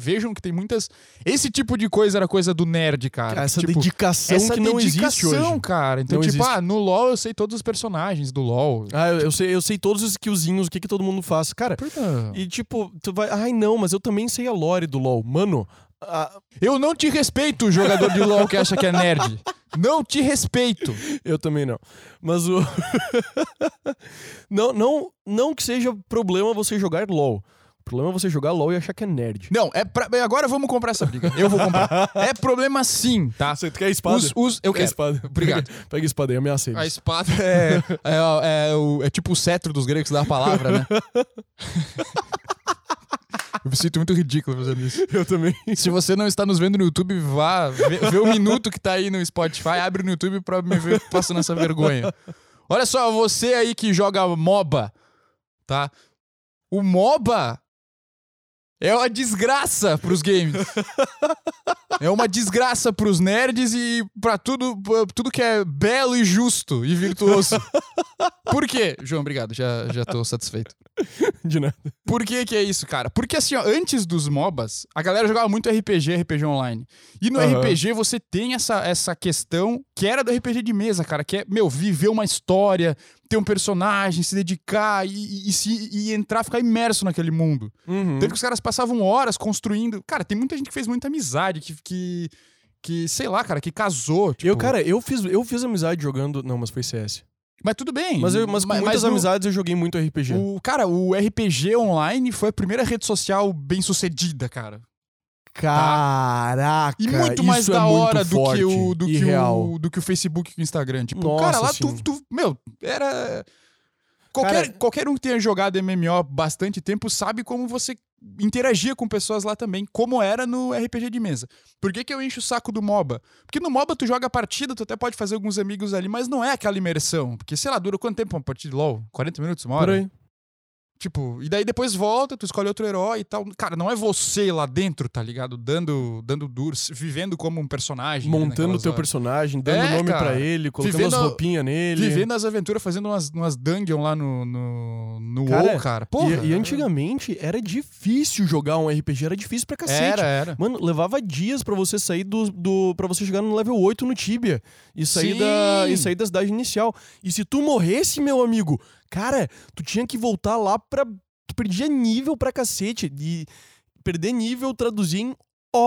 S2: vejam que tem muitas... Esse tipo de coisa era coisa do nerd, cara.
S1: essa
S2: tipo,
S1: dedicação
S2: essa
S1: que não existe
S2: dedicação,
S1: hoje.
S2: cara. Então,
S1: Não
S2: tipo,
S1: existe.
S2: ah, no LoL eu sei todos os personagens do LoL.
S1: Ah, eu, eu sei, eu sei todos os skillzinhos, o que, que todo mundo faz. Cara,
S2: Portanto,
S1: e tipo, tu vai. Ai, não, mas eu também sei a lore do LOL. Mano, a-
S2: Eu não te respeito, jogador de LoL que acha que é nerd. Não te respeito.
S1: eu também não. Mas o. <laughs> não, não, não que seja problema você jogar LOL. O problema é você jogar LOL e achar que é nerd.
S2: Não, é pra... bem, agora vamos comprar essa briga. Eu
S1: <laughs>
S2: vou comprar. É problema sim, tá?
S1: Você quer espada?
S2: Os, os,
S1: Pega a
S2: eu quero.
S1: espada.
S2: Obrigado. <laughs>
S1: Pega, pega a espada, eu ameacei.
S2: É A espada <laughs> é, é, é o- é tipo o cetro dos gregos da palavra,
S1: <laughs>
S2: né? Eu me sinto muito ridículo fazendo isso.
S1: <laughs> Eu também. <laughs>
S2: <laughs> Se você não está nos vendo no YouTube, vá vê, vê o minuto que tá aí no Spotify, abre no YouTube pra me ver passando essa vergonha. Olha só, você aí que joga MOBA, tá? O MOBA é uma desgraça pros games. É uma desgraça pros nerds e pra tudo, pra tudo que é belo e justo e virtuoso. Por quê? João, obrigado, já, já tô satisfeito.
S1: De nada.
S2: Por que que é isso, cara? Porque assim, ó, antes dos MOBAs, a galera jogava muito RPG, RPG online. E no
S1: Aham.
S2: RPG você tem essa, essa questão que era do RPG de mesa, cara, que é, meu, viver uma história, ter um personagem, se dedicar e, e- e se, e entrar, ficar imerso naquele mundo.
S1: Uhum.
S2: Tanto que os caras passavam horas construindo. Cara, tem muita gente que fez muita amizade, que, que, que sei lá, cara, que casou. Tipo,
S1: Eu, cara, eu fiz, eu fiz amizade jogando. Não, mas foi CS.
S2: mas tudo bem.
S1: Mas, eu, mas com muitas
S2: no-
S1: amizades eu joguei muito RPG.
S2: O, cara, o RPG online foi a primeira rede social bem sucedida, cara.
S1: Caraca!
S2: E muito mais
S1: isso é
S2: da
S1: muito
S2: hora do
S1: forte
S2: que, o, do,
S1: e
S2: que
S1: real.
S2: o, do que o Facebook e o Instagram. Tipo,
S1: Nossa,
S2: cara, lá
S1: sim.
S2: tu, tu- Meu, era. Qualquer,
S1: Cara-
S2: qualquer um que tenha jogado MMO bastante tempo sabe como você interagia com pessoas lá também, como era no RPG de mesa. Por que, que eu encho o saco do MOBA? Porque no MOBA tu joga a partida, tu até pode fazer alguns amigos ali, mas não é aquela imersão. Porque, sei lá, dura quanto tempo uma partida de LOL? 40 minutos? Uma
S1: Por
S2: hora?
S1: aí.
S2: Tipo, e daí depois volta, tu escolhe outro herói e tal. Cara, não é você lá dentro, tá ligado? Dando, dando duro, se- vivendo como um personagem. né,
S1: Montando o
S2: naquelas
S1: teu
S2: horas.
S1: personagem, dando
S2: É,
S1: nome
S2: cara.
S1: pra ele, colocando
S2: Vivendo
S1: as
S2: a-
S1: roupinhas nele.
S2: Vivendo as aventuras, fazendo umas, umas dungeon lá no, no, no
S1: Cara,
S2: WoW, cara.
S1: E-
S2: Porra.
S1: e, é antigamente era difícil jogar um RPG, era difícil pra cacete.
S2: Era, era.
S1: Mano, levava dias pra você sair do, do. para você chegar no level 8 no Tibia. E sair, da,
S2: Sim.
S1: e sair da cidade inicial. E se tu morresse, meu amigo, cara, tu tinha que voltar lá pra. Tu perdia nível pra cacete. E perder nível traduzia em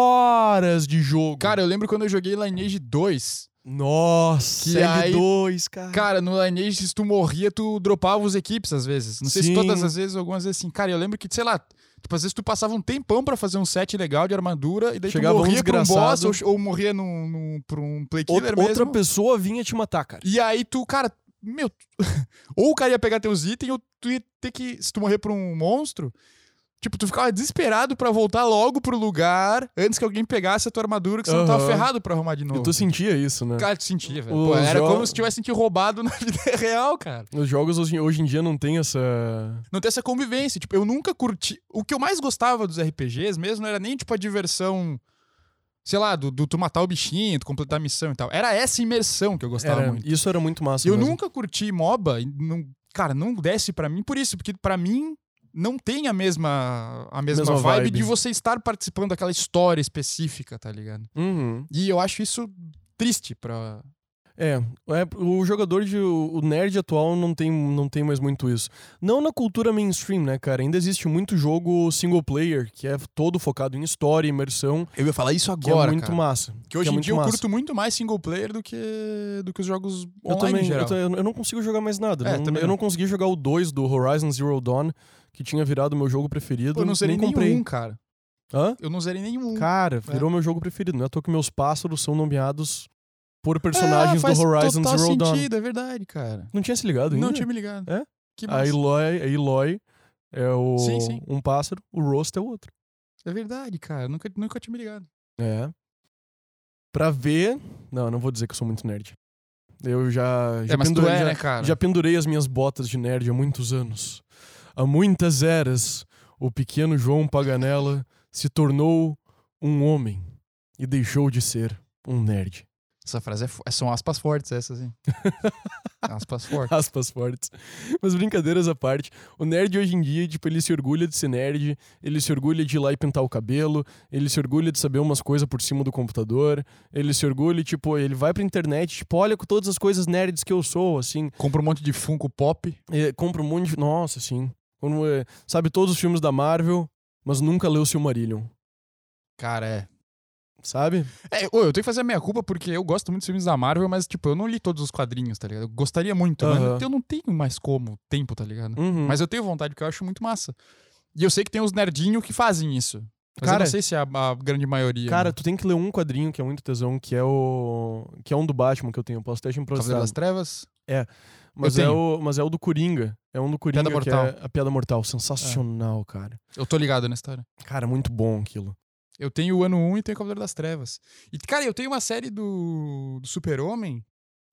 S1: horas de jogo.
S2: Cara, eu lembro quando eu joguei Lineage 2.
S1: Nossa,
S2: Que aí-
S1: L2, cara.
S2: Cara, no Lineage, se tu morria, tu dropava os equipes às vezes. Não sei
S1: Sim.
S2: se todas as vezes, algumas vezes assim. Cara, eu lembro que, sei lá, tipo, às vezes tu passava um tempão pra fazer um set legal de armadura e daí
S1: Chegava um
S2: tu morria pra um boss
S1: desgraçado.
S2: ou, ou morria num, num, pra um play
S1: Out-
S2: killer mesmo.
S1: Outra pessoa vinha te matar, cara.
S2: E aí tu, cara, meu, <laughs> tu- ou o cara ia pegar teus itens, ou tu ia ter que, se tu morrer pra um monstro, tipo, tu ficava desesperado pra voltar logo pro lugar antes que alguém pegasse a tua armadura, que senão tu tava
S1: Aham.
S2: ferrado pra arrumar de novo.
S1: E tu sentia isso, né?
S2: Cara, tu sentia, velho.
S1: O
S2: Pô, era
S1: jo-
S2: como se tivesse te roubado na <laughs> vida real, cara.
S1: Os jogos hoje, hoje em dia não tem essa.
S2: Não tem essa convivência. Tipo, eu nunca curti. O que eu mais gostava dos RPGs mesmo não era nem, tipo, a diversão. Sei lá, do, do tu matar o bichinho, tu completar a missão e tal. Era essa imersão que eu gostava
S1: Era-
S2: muito.
S1: isso era muito massa.
S2: Eu
S1: mesmo.
S2: nunca curti MOBA, e não- cara, não desce pra mim por isso, porque pra mim não tem a mesma a mesma,
S1: Mesma
S2: vibe,
S1: vibe.
S2: de você estar participando daquela história específica, tá ligado?
S1: Uhum.
S2: E eu acho isso triste pra
S1: É, é, o jogador de. O nerd atual não tem, não tem mais muito isso. Não na cultura mainstream, né, cara? Ainda existe muito jogo single player, que é todo focado em história, imersão,
S2: Eu ia falar isso
S1: que é muito massa.
S2: que hoje
S1: é
S2: em
S1: muito
S2: dia
S1: massa.
S2: eu curto muito mais single player do que do que os jogos
S1: Eu
S2: online em
S1: também,
S2: geral.
S1: eu, ta- eu não consigo jogar mais nada.
S2: É,
S1: Não-
S2: também
S1: eu
S2: não.
S1: não consegui jogar o 2 do Horizon Zero Dawn, que tinha virado meu jogo preferido.
S2: Pô, eu não zerei
S1: nem comprei.
S2: nenhum, cara.
S1: Hã?
S2: Eu não zerei nenhum. É,
S1: Cara, virou meu jogo preferido. Não é à toa que meus pássaros são nomeados por personagens
S2: É, faz
S1: do Horizon
S2: total
S1: Zero Dawn.
S2: sentido, é verdade, cara.
S1: Não tinha se ligado ainda?
S2: Não tinha me ligado.
S1: É?
S2: Que
S1: A
S2: massa.
S1: Eloy, a Eloy é o
S2: Sim, sim.
S1: um pássaro, o Roast é o outro.
S2: É verdade, cara. Nunca, nunca tinha me ligado.
S1: É. Pra ver. Não, eu não vou dizer que eu sou muito nerd. Eu já. já
S2: é, mas tu
S1: pendurei-
S2: é,
S1: já-
S2: né, cara?
S1: já pendurei as minhas botas de nerd há muitos anos. Há muitas eras. o pequeno João Paganella se tornou um homem e deixou de ser um nerd.
S2: Essa frase é fo- são aspas fortes, essas, <laughs> hein? aspas fortes.
S1: <laughs> Aspas fortes. Mas brincadeiras à parte, o nerd hoje em dia, tipo, ele se orgulha de ser nerd, ele se orgulha de ir lá e pintar o cabelo, ele se orgulha de saber umas coisas por cima do computador, ele se orgulha, tipo, ele vai pra internet, tipo, olha com todas as coisas nerds que eu sou, assim,
S2: Compra um monte de Funko Pop.
S1: É, compra um monte de. Nossa, sim. Quando, é, sabe todos os filmes da Marvel, mas nunca leu Silmarillion.
S2: Cara, é.
S1: Sabe?
S2: É, ô, eu tenho que fazer a minha culpa porque eu gosto muito dos filmes da Marvel, mas, tipo, eu não li todos os quadrinhos, tá ligado? Eu gostaria muito,
S1: Aham.
S2: mas eu não tenho mais como, tempo, tá ligado?
S1: Uhum.
S2: Mas eu tenho vontade, porque eu acho muito massa. E eu sei que tem uns nerdinhos que fazem isso. Mas eu
S1: Cara-
S2: não sei se é a, a grande maioria.
S1: Cara,
S2: né?
S1: tu tem que ler um quadrinho que é muito tesão, que é o. que é um do Batman que eu tenho. Eu posso até te
S2: Cavaleiro
S1: improvisar.
S2: das Trevas.
S1: Mas
S2: Eu
S1: é,
S2: tenho.
S1: o, mas é o do Coringa. É um do Coringa
S2: Piada
S1: que é
S2: Mortal.
S1: a Piada Mortal. Sensacional, cara.
S2: Eu tô ligado na história.
S1: Cara, muito bom aquilo.
S2: Eu tenho o ano 1 e tenho o Cavaleiro das Trevas. E, cara, eu tenho uma série do, do Super-Homem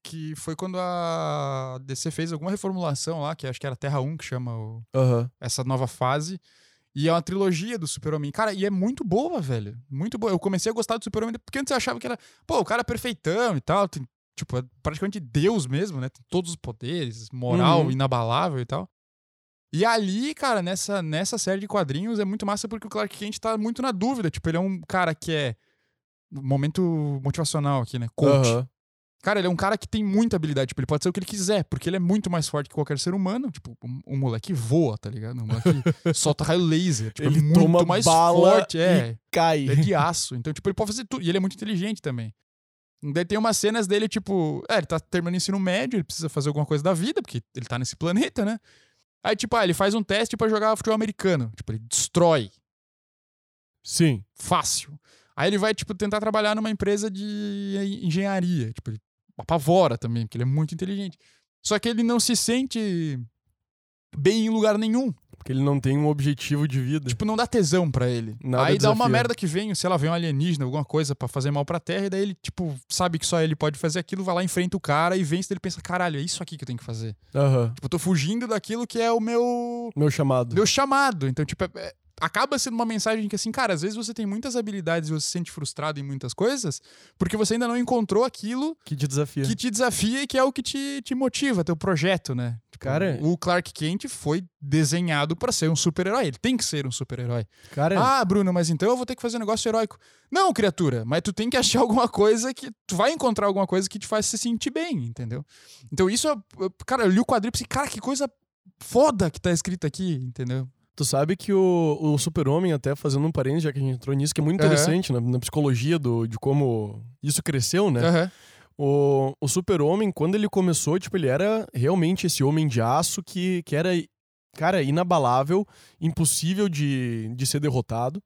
S2: que foi quando a DC fez alguma reformulação lá, que acho que era Terra 1 que chama o-
S1: Aham.
S2: essa nova fase. E é uma trilogia do Super-Homem. Cara, e é muito boa, velho. Muito boa. Eu comecei a gostar do Super-Homem porque antes eu achava que era, pô, o cara é perfeitão e tal. tem- tipo, é praticamente Deus mesmo, né? Tem todos os poderes, moral,
S1: Uhum.
S2: inabalável e tal. E ali, cara, nessa, nessa série de quadrinhos é muito massa porque o Clark Kent tá muito na dúvida. Tipo, ele é um cara que é. Momento motivacional aqui, né? Coach.
S1: Aham.
S2: Cara, ele é um cara que tem muita habilidade. Tipo, ele pode ser o que ele quiser, porque ele é muito mais forte que qualquer ser humano. Tipo, um, um moleque voa, tá ligado? Um moleque
S1: <laughs>
S2: solta raio laser. Tipo,
S1: Ele
S2: é muito
S1: toma
S2: mais
S1: bala
S2: forte. É,
S1: Cai.
S2: é de aço. Então, tipo, ele pode fazer tudo. E ele é muito inteligente também. Daí tem umas cenas dele, tipo, é, ele tá terminando o ensino médio, ele precisa fazer alguma coisa da vida, porque ele tá nesse planeta, né? Aí, tipo, ah, ele faz um teste pra jogar futebol americano. Tipo, ele destrói
S1: Sim.
S2: fácil. Aí ele vai, tipo, tentar trabalhar numa empresa de engenharia. Tipo, ele apavora também, porque ele é muito inteligente. Só que ele não se sente bem em lugar nenhum.
S1: Porque ele não tem um objetivo de vida.
S2: Tipo, não dá tesão pra ele.
S1: Nada
S2: Aí dá uma
S1: desafia.
S2: merda que vem, sei lá, vem um alienígena, alguma coisa pra fazer mal pra Terra. E daí ele, tipo, sabe que só ele pode fazer aquilo, vai lá, enfrenta o cara e vence. Daí ele pensa, caralho, é isso aqui que eu tenho que fazer.
S1: Aham.
S2: Tipo, eu tô fugindo daquilo que é o meu
S1: Meu chamado.
S2: meu chamado. Então, tipo, é- é- acaba sendo uma mensagem que, assim, cara, às vezes você tem muitas habilidades e você se sente frustrado em muitas coisas porque você ainda não encontrou aquilo
S1: Que te desafia.
S2: que te desafia e que é o que te, te motiva, teu projeto, né? Tipo,
S1: Cara-
S2: O Clark Kent foi desenhado pra ser um super-herói. Ele tem que ser um super-herói.
S1: Cara,
S2: Ah, Bruno, mas então eu vou ter que fazer um negócio heróico. Não, criatura, mas tu tem que achar <laughs> alguma coisa que. Tu vai encontrar alguma coisa que te faz se sentir bem, entendeu? Então isso é. eu- Cara, eu li o quadrinho e pensei, cara, que coisa foda que tá escrito aqui, entendeu?
S1: Tu sabe que o, o super-homem, até fazendo um parênteses, já que a gente entrou nisso, que é muito
S2: Aham.
S1: interessante na, na psicologia do, de como isso cresceu, né?
S2: Aham.
S1: O, o super-homem, quando ele começou, tipo, ele era realmente esse homem de aço que, que era, cara, inabalável, impossível de, de ser derrotado.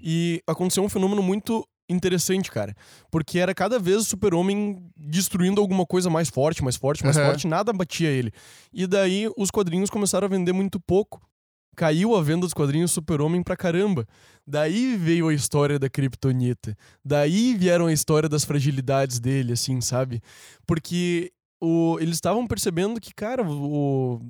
S1: E aconteceu um fenômeno muito interessante, cara. Porque era cada vez o super-homem destruindo alguma coisa mais forte, mais forte, mais
S2: Aham.
S1: forte, nada batia ele. E daí os quadrinhos começaram a vender muito pouco. Caiu a venda dos quadrinhos Super-Homem pra caramba. Daí veio a história da Kryptonita. Daí vieram a história das fragilidades dele, assim, sabe? Porque o, eles estavam percebendo que, cara, o,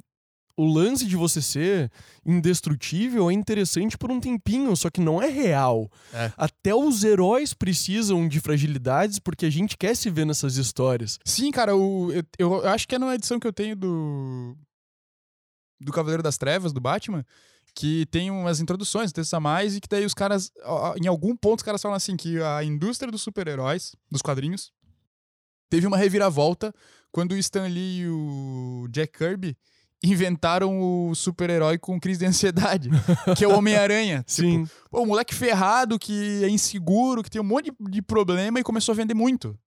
S1: o lance de você ser indestrutível é interessante por um tempinho, só que não é real.
S2: É.
S1: Até os heróis precisam de fragilidades porque a gente quer se ver nessas histórias.
S2: Sim, cara, o, eu, eu acho que é numa edição que eu tenho do. Do Cavaleiro das Trevas, do Batman, que tem umas introduções, textos a mais, e que daí os caras. ó, ó, Em algum ponto, os caras falam assim: que a indústria dos super-heróis, dos quadrinhos, teve uma reviravolta quando o Stan Lee e o Jack Kirby inventaram o super-herói com crise de ansiedade, que é o Homem-Aranha. Tipo,
S1: Sim.
S2: Pô, o moleque ferrado, que é inseguro, que tem um monte de, de problema e começou a vender muito.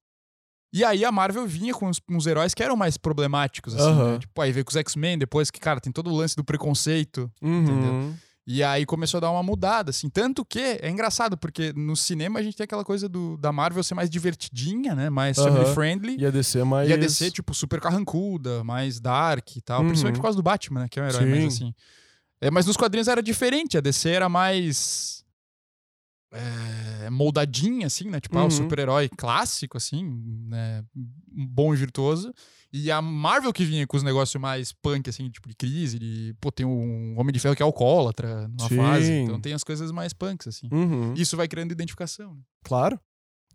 S2: E aí a Marvel vinha com uns, uns heróis que eram mais problemáticos, assim,
S1: Aham.
S2: né? Tipo, aí veio com os X-Men depois, que, cara, tem todo o lance do preconceito.
S1: Uhum.
S2: E aí começou a dar uma mudada, assim. Tanto que é engraçado, porque no cinema a gente tem aquela coisa do, da Marvel ser mais divertidinha, né? Mais
S1: Aham.
S2: family-friendly.
S1: Ia descer é mais.
S2: Ia descer, tipo, super carrancuda, mais dark e tal.
S1: Uhum.
S2: Principalmente por causa do Batman, né? Que é um herói mais
S1: Sim.
S2: assim. É, mas nos quadrinhos era diferente. A DC era mais. é, moldadinha, assim, né? Tipo, ah,
S1: Uhum.
S2: o super-herói clássico, assim, né? Um Bom e virtuoso. E a Marvel que vinha com os negócios mais punk, assim, tipo, de crise, de, pô, tem um Homem de Ferro que é alcoólatra numa
S1: Sim.
S2: fase. Então tem as coisas mais punks, assim.
S1: Uhum.
S2: Isso vai criando identificação. né?
S1: Claro.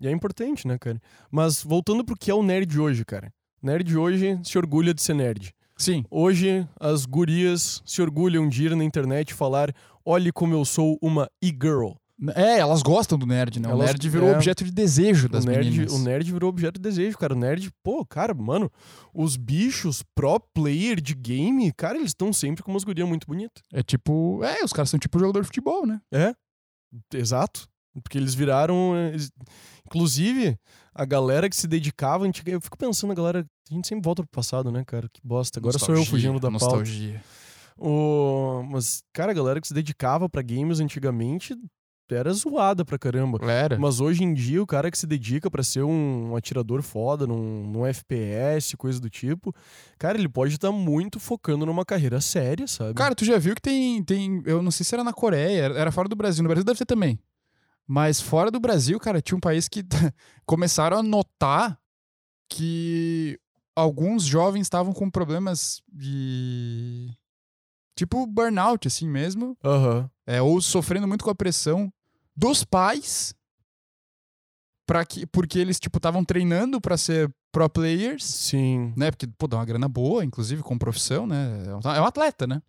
S1: E é importante, né, cara? Mas voltando pro que é o nerd hoje, cara. Nerd hoje se orgulha de ser nerd.
S2: Sim.
S1: Hoje as gurias se orgulham de ir na internet e falar: olhe como eu sou uma e-girl.
S2: É, elas gostam do nerd, né? o
S1: Elas-
S2: nerd virou
S1: é.
S2: objeto de desejo das
S1: o nerd,
S2: meninas.
S1: O nerd virou objeto de desejo, cara. O nerd, pô, cara, mano, os bichos pro player de game, cara, eles estão sempre com umas gurias muito bonitas.
S2: É tipo. É, os caras são tipo jogador de futebol, né?
S1: Exato. Porque eles viraram. eh, eles- Inclusive, a galera que se dedicava. antiga- Eu fico pensando, a galera. A gente sempre volta pro passado, né, cara? Que bosta. Agora sou eu
S2: Nostalgia,
S1: fugindo da pauta.
S2: Nostalgia.
S1: O... Mas, cara, a galera que se dedicava pra games antigamente era zoada pra caramba.
S2: Galera.
S1: Mas hoje em dia, o cara que se dedica pra ser um, um atirador foda, num, num FPS, coisa do tipo, cara, ele pode estar muito focando numa carreira séria, sabe?
S2: Cara, tu já viu que tem, tem. Eu não sei se era na Coreia, era- era fora do Brasil. No Brasil deve ter também. Mas fora do Brasil, cara, tinha um país que <laughs> começaram a notar que alguns jovens estavam com problemas de. Tipo burnout, assim mesmo.
S1: Aham.
S2: é, ou sofrendo muito com a pressão dos pais para que porque eles tipo estavam treinando para ser pro players
S1: Sim.
S2: né porque pô dá uma grana boa inclusive com profissão né é um- é um atleta né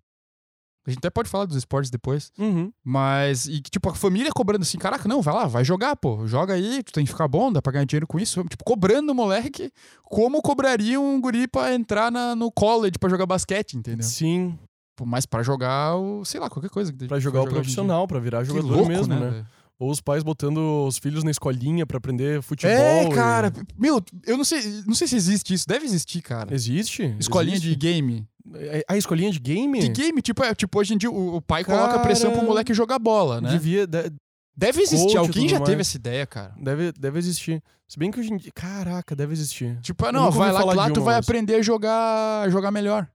S2: a gente até pode falar dos esportes depois
S1: Uhum.
S2: mas e que tipo a família cobrando assim caraca não vai lá vai jogar pô joga aí tu tem que ficar bom dá pra ganhar dinheiro com isso tipo cobrando o moleque como cobraria um guri pra entrar na, no college pra jogar basquete entendeu
S1: Sim.
S2: Pô, mas pra jogar o sei lá qualquer coisa que
S1: Pra jogar o profissional, pra virar jogador mesmo, né? Ou os pais botando os filhos na escolinha pra aprender futebol.
S2: É,
S1: e-
S2: cara. Meu, eu não sei, não sei se existe isso. Deve existir, cara.
S1: Existe?
S2: Escolinha
S1: Existe?
S2: de game.
S1: É- A escolinha de game?
S2: De game, tipo, é, tipo hoje em dia o, o pai coloca
S1: Cara,
S2: pressão pro moleque jogar bola, né?
S1: Devia, de-
S2: Deve existir.
S1: coach e
S2: Alguém
S1: tudo
S2: já teve
S1: mais.
S2: essa ideia, cara.
S1: deve, deve existir. Se bem que hoje em dia. Caraca, deve existir.
S2: Tipo, ah,
S1: Eu
S2: não,
S1: nunca
S2: vai
S1: ouvi
S2: lá,
S1: falar
S2: que lá
S1: de
S2: tu
S1: uma,
S2: vai
S1: mas-
S2: aprender a jogar, jogar melhor.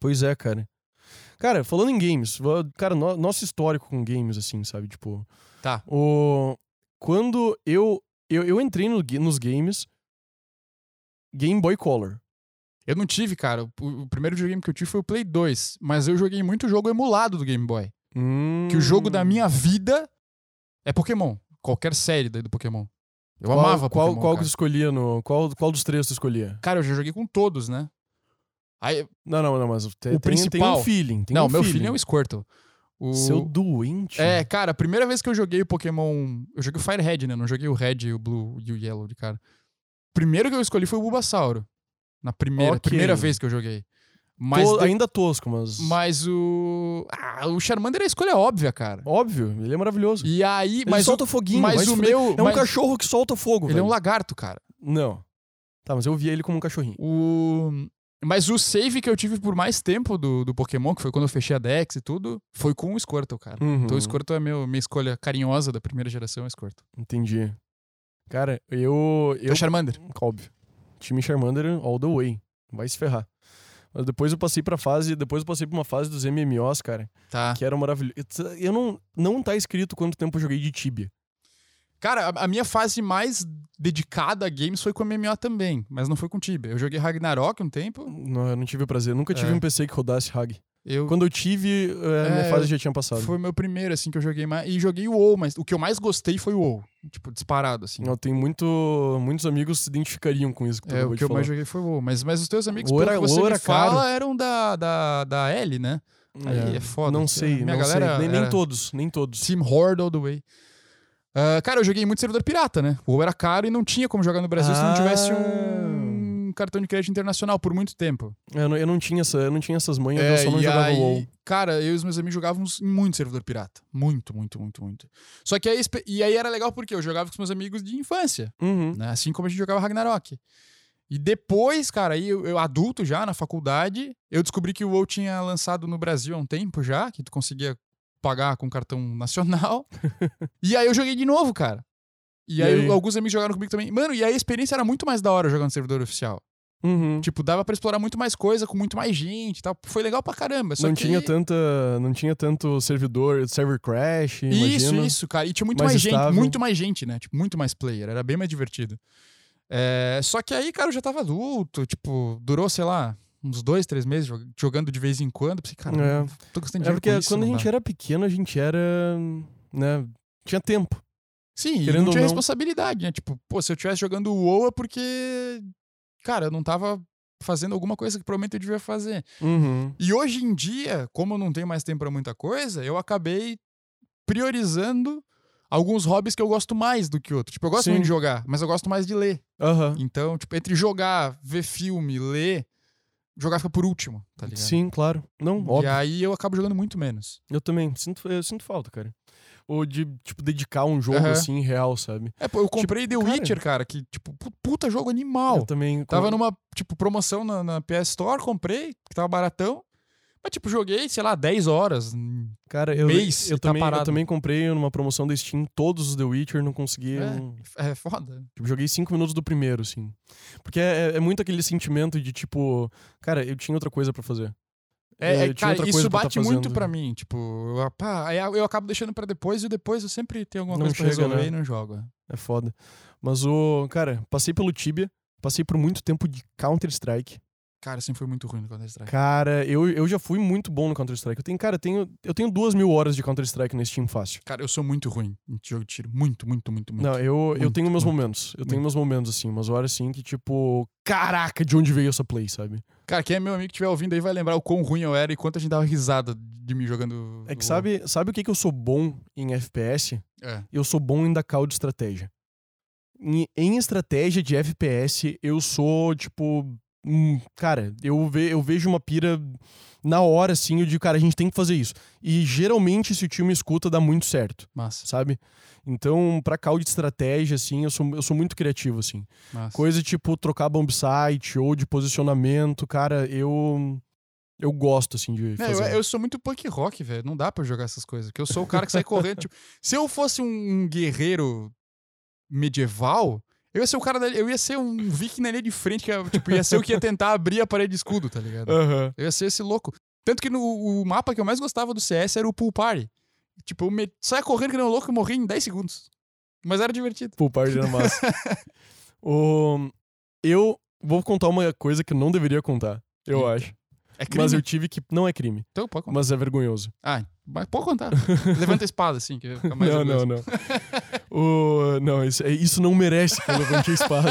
S1: Pois é, cara. Cara, falando em games, va- cara, no- nosso histórico com games, assim, sabe? Tipo.
S2: Tá.
S1: O... Quando eu, eu. Eu entrei no ga- nos games. Game Boy Color.
S2: Eu não tive, cara. O, o primeiro videogame que eu tive foi o Play 2. Mas eu joguei muito jogo emulado do Game Boy. Que o jogo da
S1: Hum.
S2: minha vida é Pokémon. Qualquer série daí do Pokémon. Eu
S1: Qual-
S2: amava
S1: qual,
S2: Pokémon.
S1: Qual
S2: cara.
S1: que tu escolhia no. Qual, qual dos três tu escolhia?
S2: Cara, eu já joguei com todos, né? Aí,
S1: Não, não, não, mas te- tem, tem
S2: principal.
S1: um feeling. Tem
S2: não,
S1: um
S2: meu
S1: feeling.
S2: filho é um Squirtle. O...
S1: Seu doente.
S2: É, cara, a primeira vez que eu joguei o Pokémon. Eu joguei o Fire Red, né? Não joguei o Red, o Blue e o Yellow de cara. Primeiro que eu escolhi foi o Bulbasauro. Na primeira,
S1: Ok.
S2: primeira vez que eu joguei. Mas,
S1: To-
S2: de-
S1: Ainda tosco, mas.
S2: mas o. Ah, o Charmander é a escolha óbvia, cara.
S1: Óbvio, ele é maravilhoso.
S2: E aí.
S1: Ele
S2: mas
S1: solta
S2: o...
S1: foguinho, vai
S2: mas
S1: se
S2: o
S1: fuder.
S2: meu.
S1: É um
S2: mas-
S1: cachorro que solta fogo.
S2: Ele é
S1: velho.
S2: um lagarto, cara.
S1: Não. Tá, mas eu via ele como um cachorrinho.
S2: O... Mas o save que eu tive por mais tempo do, do Pokémon, que foi quando eu fechei a Dex e tudo, foi com o Squirtle, cara.
S1: Uhum.
S2: Então o Squirtle é meu, minha escolha carinhosa da primeira geração, é o Squirtle.
S1: Entendi. Cara, eu.
S2: Eu...
S1: eu
S2: O Charmander.
S1: Óbvio. Time Charmander all the way. Vai se ferrar. Mas depois eu passei pra fase. Depois eu passei pra uma fase dos MMOs, cara.
S2: Tá.
S1: Que era maravilhoso. Eu não. Não tá escrito quanto tempo eu joguei de Tibia.
S2: Cara, a, a minha fase mais dedicada a games foi com MMO também, mas não foi com Tibia. Eu joguei Ragnarok um tempo.
S1: Não, eu não tive o prazer. Nunca tive
S2: É.
S1: um PC que rodasse Hag.
S2: Eu...
S1: Quando eu tive, eh, a minha
S2: É,
S1: fase já tinha passado.
S2: Foi o meu primeiro, assim, que eu joguei mais. E joguei o WoW, mas o que eu mais gostei foi o WoW. Tipo, disparado, assim.
S1: Eu tenho muito, muitos amigos que se identificariam com isso que tu
S2: É,
S1: acabou
S2: o
S1: de
S2: que eu
S1: falar.
S2: mais joguei foi o WoW. Mas, mas os teus amigos,
S1: WoW
S2: pelo
S1: era-
S2: que você
S1: WoW
S2: me
S1: era caro.
S2: fala, eram da, da, da L, né? Aí é foda.
S1: Não
S2: Sei lá,
S1: sei,
S2: minha
S1: não sei.
S2: galera
S1: Nem, nem
S2: era-
S1: todos, nem todos.
S2: Team Horde all the way. Ah, cara, eu joguei muito servidor pirata, né? O WoW era caro e não tinha como jogar no Brasil se não
S1: Ah.
S2: tivesse um cartão de crédito internacional por muito tempo.
S1: Eu não, eu não tinha essa, eu não tinha essas manhas, eu
S2: É,
S1: só não
S2: e
S1: jogava
S2: aí,
S1: WoW.
S2: Cara, eu e os meus amigos jogávamos muito servidor pirata. Muito, muito, muito, muito. Só que aí, espe- e aí era legal porque eu jogava com os meus amigos de infância,
S1: Uhum.
S2: né? Assim como a gente jogava Ragnarok. E depois, cara, aí eu, eu adulto já, na faculdade, eu descobri que o WoW tinha lançado no Brasil há um tempo já, que tu conseguia pagar com cartão
S1: <laughs>
S2: <laughs> nacional. e aí eu joguei de novo, cara. E,
S1: E
S2: aí,
S1: aí?
S2: alguns amigos jogaram comigo também. Mano, e aí a experiência era muito mais da hora jogando no servidor oficial.
S1: Uhum.
S2: Tipo, dava pra explorar muito mais coisa com muito mais gente e tal. Foi legal pra caramba. Só
S1: não
S2: que...
S1: tinha tanta. Não tinha tanto servidor, server crash.
S2: Isso,
S1: imagino.
S2: isso, cara. E tinha muito
S1: Mais
S2: mais, gente,
S1: estável.
S2: muito mais gente, né? Tipo, muito mais player. Era bem mais divertido. É, só que aí, cara, eu já tava adulto, tipo, durou, sei lá, uns dois, três meses jog- jogando de vez em quando. Pensei, cara,
S1: É.
S2: não tô gastando
S1: É
S2: dinheiro
S1: porque
S2: com isso,
S1: quando a
S2: não
S1: gente
S2: dá.
S1: era pequeno, a gente era. né? Tinha tempo.
S2: Sim, e
S1: querendo
S2: não
S1: ou
S2: tinha
S1: não-
S2: responsabilidade, né? Tipo, pô, se eu estivesse jogando WoW é porque, cara, eu não tava fazendo alguma coisa que provavelmente eu devia fazer.
S1: Uhum.
S2: E hoje em dia, como eu não tenho mais tempo pra muita coisa, eu acabei priorizando alguns hobbies que eu gosto mais do que outros. Tipo, eu gosto
S1: Sim. Hum.
S2: muito de jogar, mas eu gosto mais de ler.
S1: Aham.
S2: Então, tipo, entre jogar, ver filme, ler, jogar fica por último, tá ligado?
S1: Sim, claro. Não,
S2: E
S1: óbvio.
S2: aí eu acabo jogando muito menos.
S1: Eu também. Sinto, eu sinto falta, cara. Ou de, tipo, dedicar um jogo
S2: Aham.
S1: assim, real, sabe?
S2: É, pô, eu comprei The
S1: Tipo, cara-
S2: Witcher, cara, que, tipo, pu- puta jogo
S1: Eu
S2: animal.
S1: também.
S2: Tava numa, tipo, promoção na, na PS Store, comprei, que tava baratão. Mas, tipo, joguei, sei lá, 10 horas. hum,
S1: Cara, eu,
S2: mês
S1: eu,
S2: e tá
S1: também, eu
S2: parado.
S1: também comprei numa promoção da Steam todos os The Witcher, não consegui.
S2: É.
S1: não-
S2: É foda.
S1: Tipo, joguei cinco minutos do primeiro, assim. Porque é, é muito aquele sentimento de tipo, cara, eu tinha outra coisa pra fazer.
S2: É,
S1: Eu
S2: é
S1: tinha
S2: cara,
S1: outra coisa
S2: isso
S1: pra tá
S2: bate muito
S1: fazendo.
S2: pra mim. Tipo, eu, pá, aí eu acabo deixando pra depois e depois eu sempre tenho alguma
S1: Não
S2: coisa pra
S1: chega,
S2: resolver
S1: né?
S2: e não jogo.
S1: É foda. Mas o. Cara, passei pelo Tibia, passei por muito tempo de Counter-Strike.
S2: Cara, sempre foi muito ruim no Counter-Strike.
S1: Cara, eu, eu já fui muito bom no Counter-Strike. Eu tenho, cara, eu tenho, eu tenho duas mil horas de Counter-Strike nesse time fácil.
S2: Cara, eu sou muito ruim em jogo de tiro. Muito, muito, muito, muito.
S1: Não, eu, eu
S2: muito,
S1: tenho meus
S2: muito,
S1: momentos. Eu tenho meus momentos, assim, umas horas assim que, tipo, caraca, de onde veio essa play, sabe?
S2: Cara, quem é meu amigo que estiver ouvindo aí vai lembrar o quão ruim eu era e quanto a gente dava risada de mim jogando.
S1: É que
S2: o-
S1: sabe, sabe o que, que eu sou bom em FPS?
S2: É.
S1: Eu sou bom em dar call de estratégia. Em, em estratégia de FPS, eu sou, tipo. hum, cara, eu, ve, eu vejo uma pira na hora, assim, eu digo, cara, a gente tem que fazer isso. E geralmente, se o time escuta, dá muito certo,
S2: Massa,
S1: sabe? Então, pra call de estratégia, assim, eu sou, eu sou muito criativo, assim.
S2: massa.
S1: Coisa tipo trocar bomb site ou de posicionamento, cara, eu. Eu gosto, assim, de
S2: É, eu,
S1: fazer.
S2: eu sou muito punk rock, velho. Não dá pra eu jogar essas coisas. Porque eu sou o cara que sai correndo. tipo, se eu fosse um, um guerreiro medieval, eu ia ser o cara da, Eu ia ser um viking na linha de frente, que ia, tipo, ia ser o que ia tentar abrir a parede de escudo, tá ligado?
S1: Aham.
S2: Eu ia ser esse louco. Tanto que no, o mapa que eu mais gostava do CS era o Pool Party. Tipo, eu me, saia correndo que nem um louco e morri em 10 segundos. Mas era divertido.
S1: Pool party era
S2: <laughs>
S1: massa. O- eu vou contar uma coisa que eu não deveria contar, eu
S2: Eita.
S1: acho.
S2: É crime.
S1: Mas eu tive que. Não é crime,
S2: Então pode contar.
S1: mas é vergonhoso.
S2: Ah, mas pode contar. Levanta a espada, assim, que fica mais
S1: não,
S2: orgulhoso.
S1: não, não.
S2: <laughs>
S1: O- não, isso, é- isso não merece que eu levante a espada.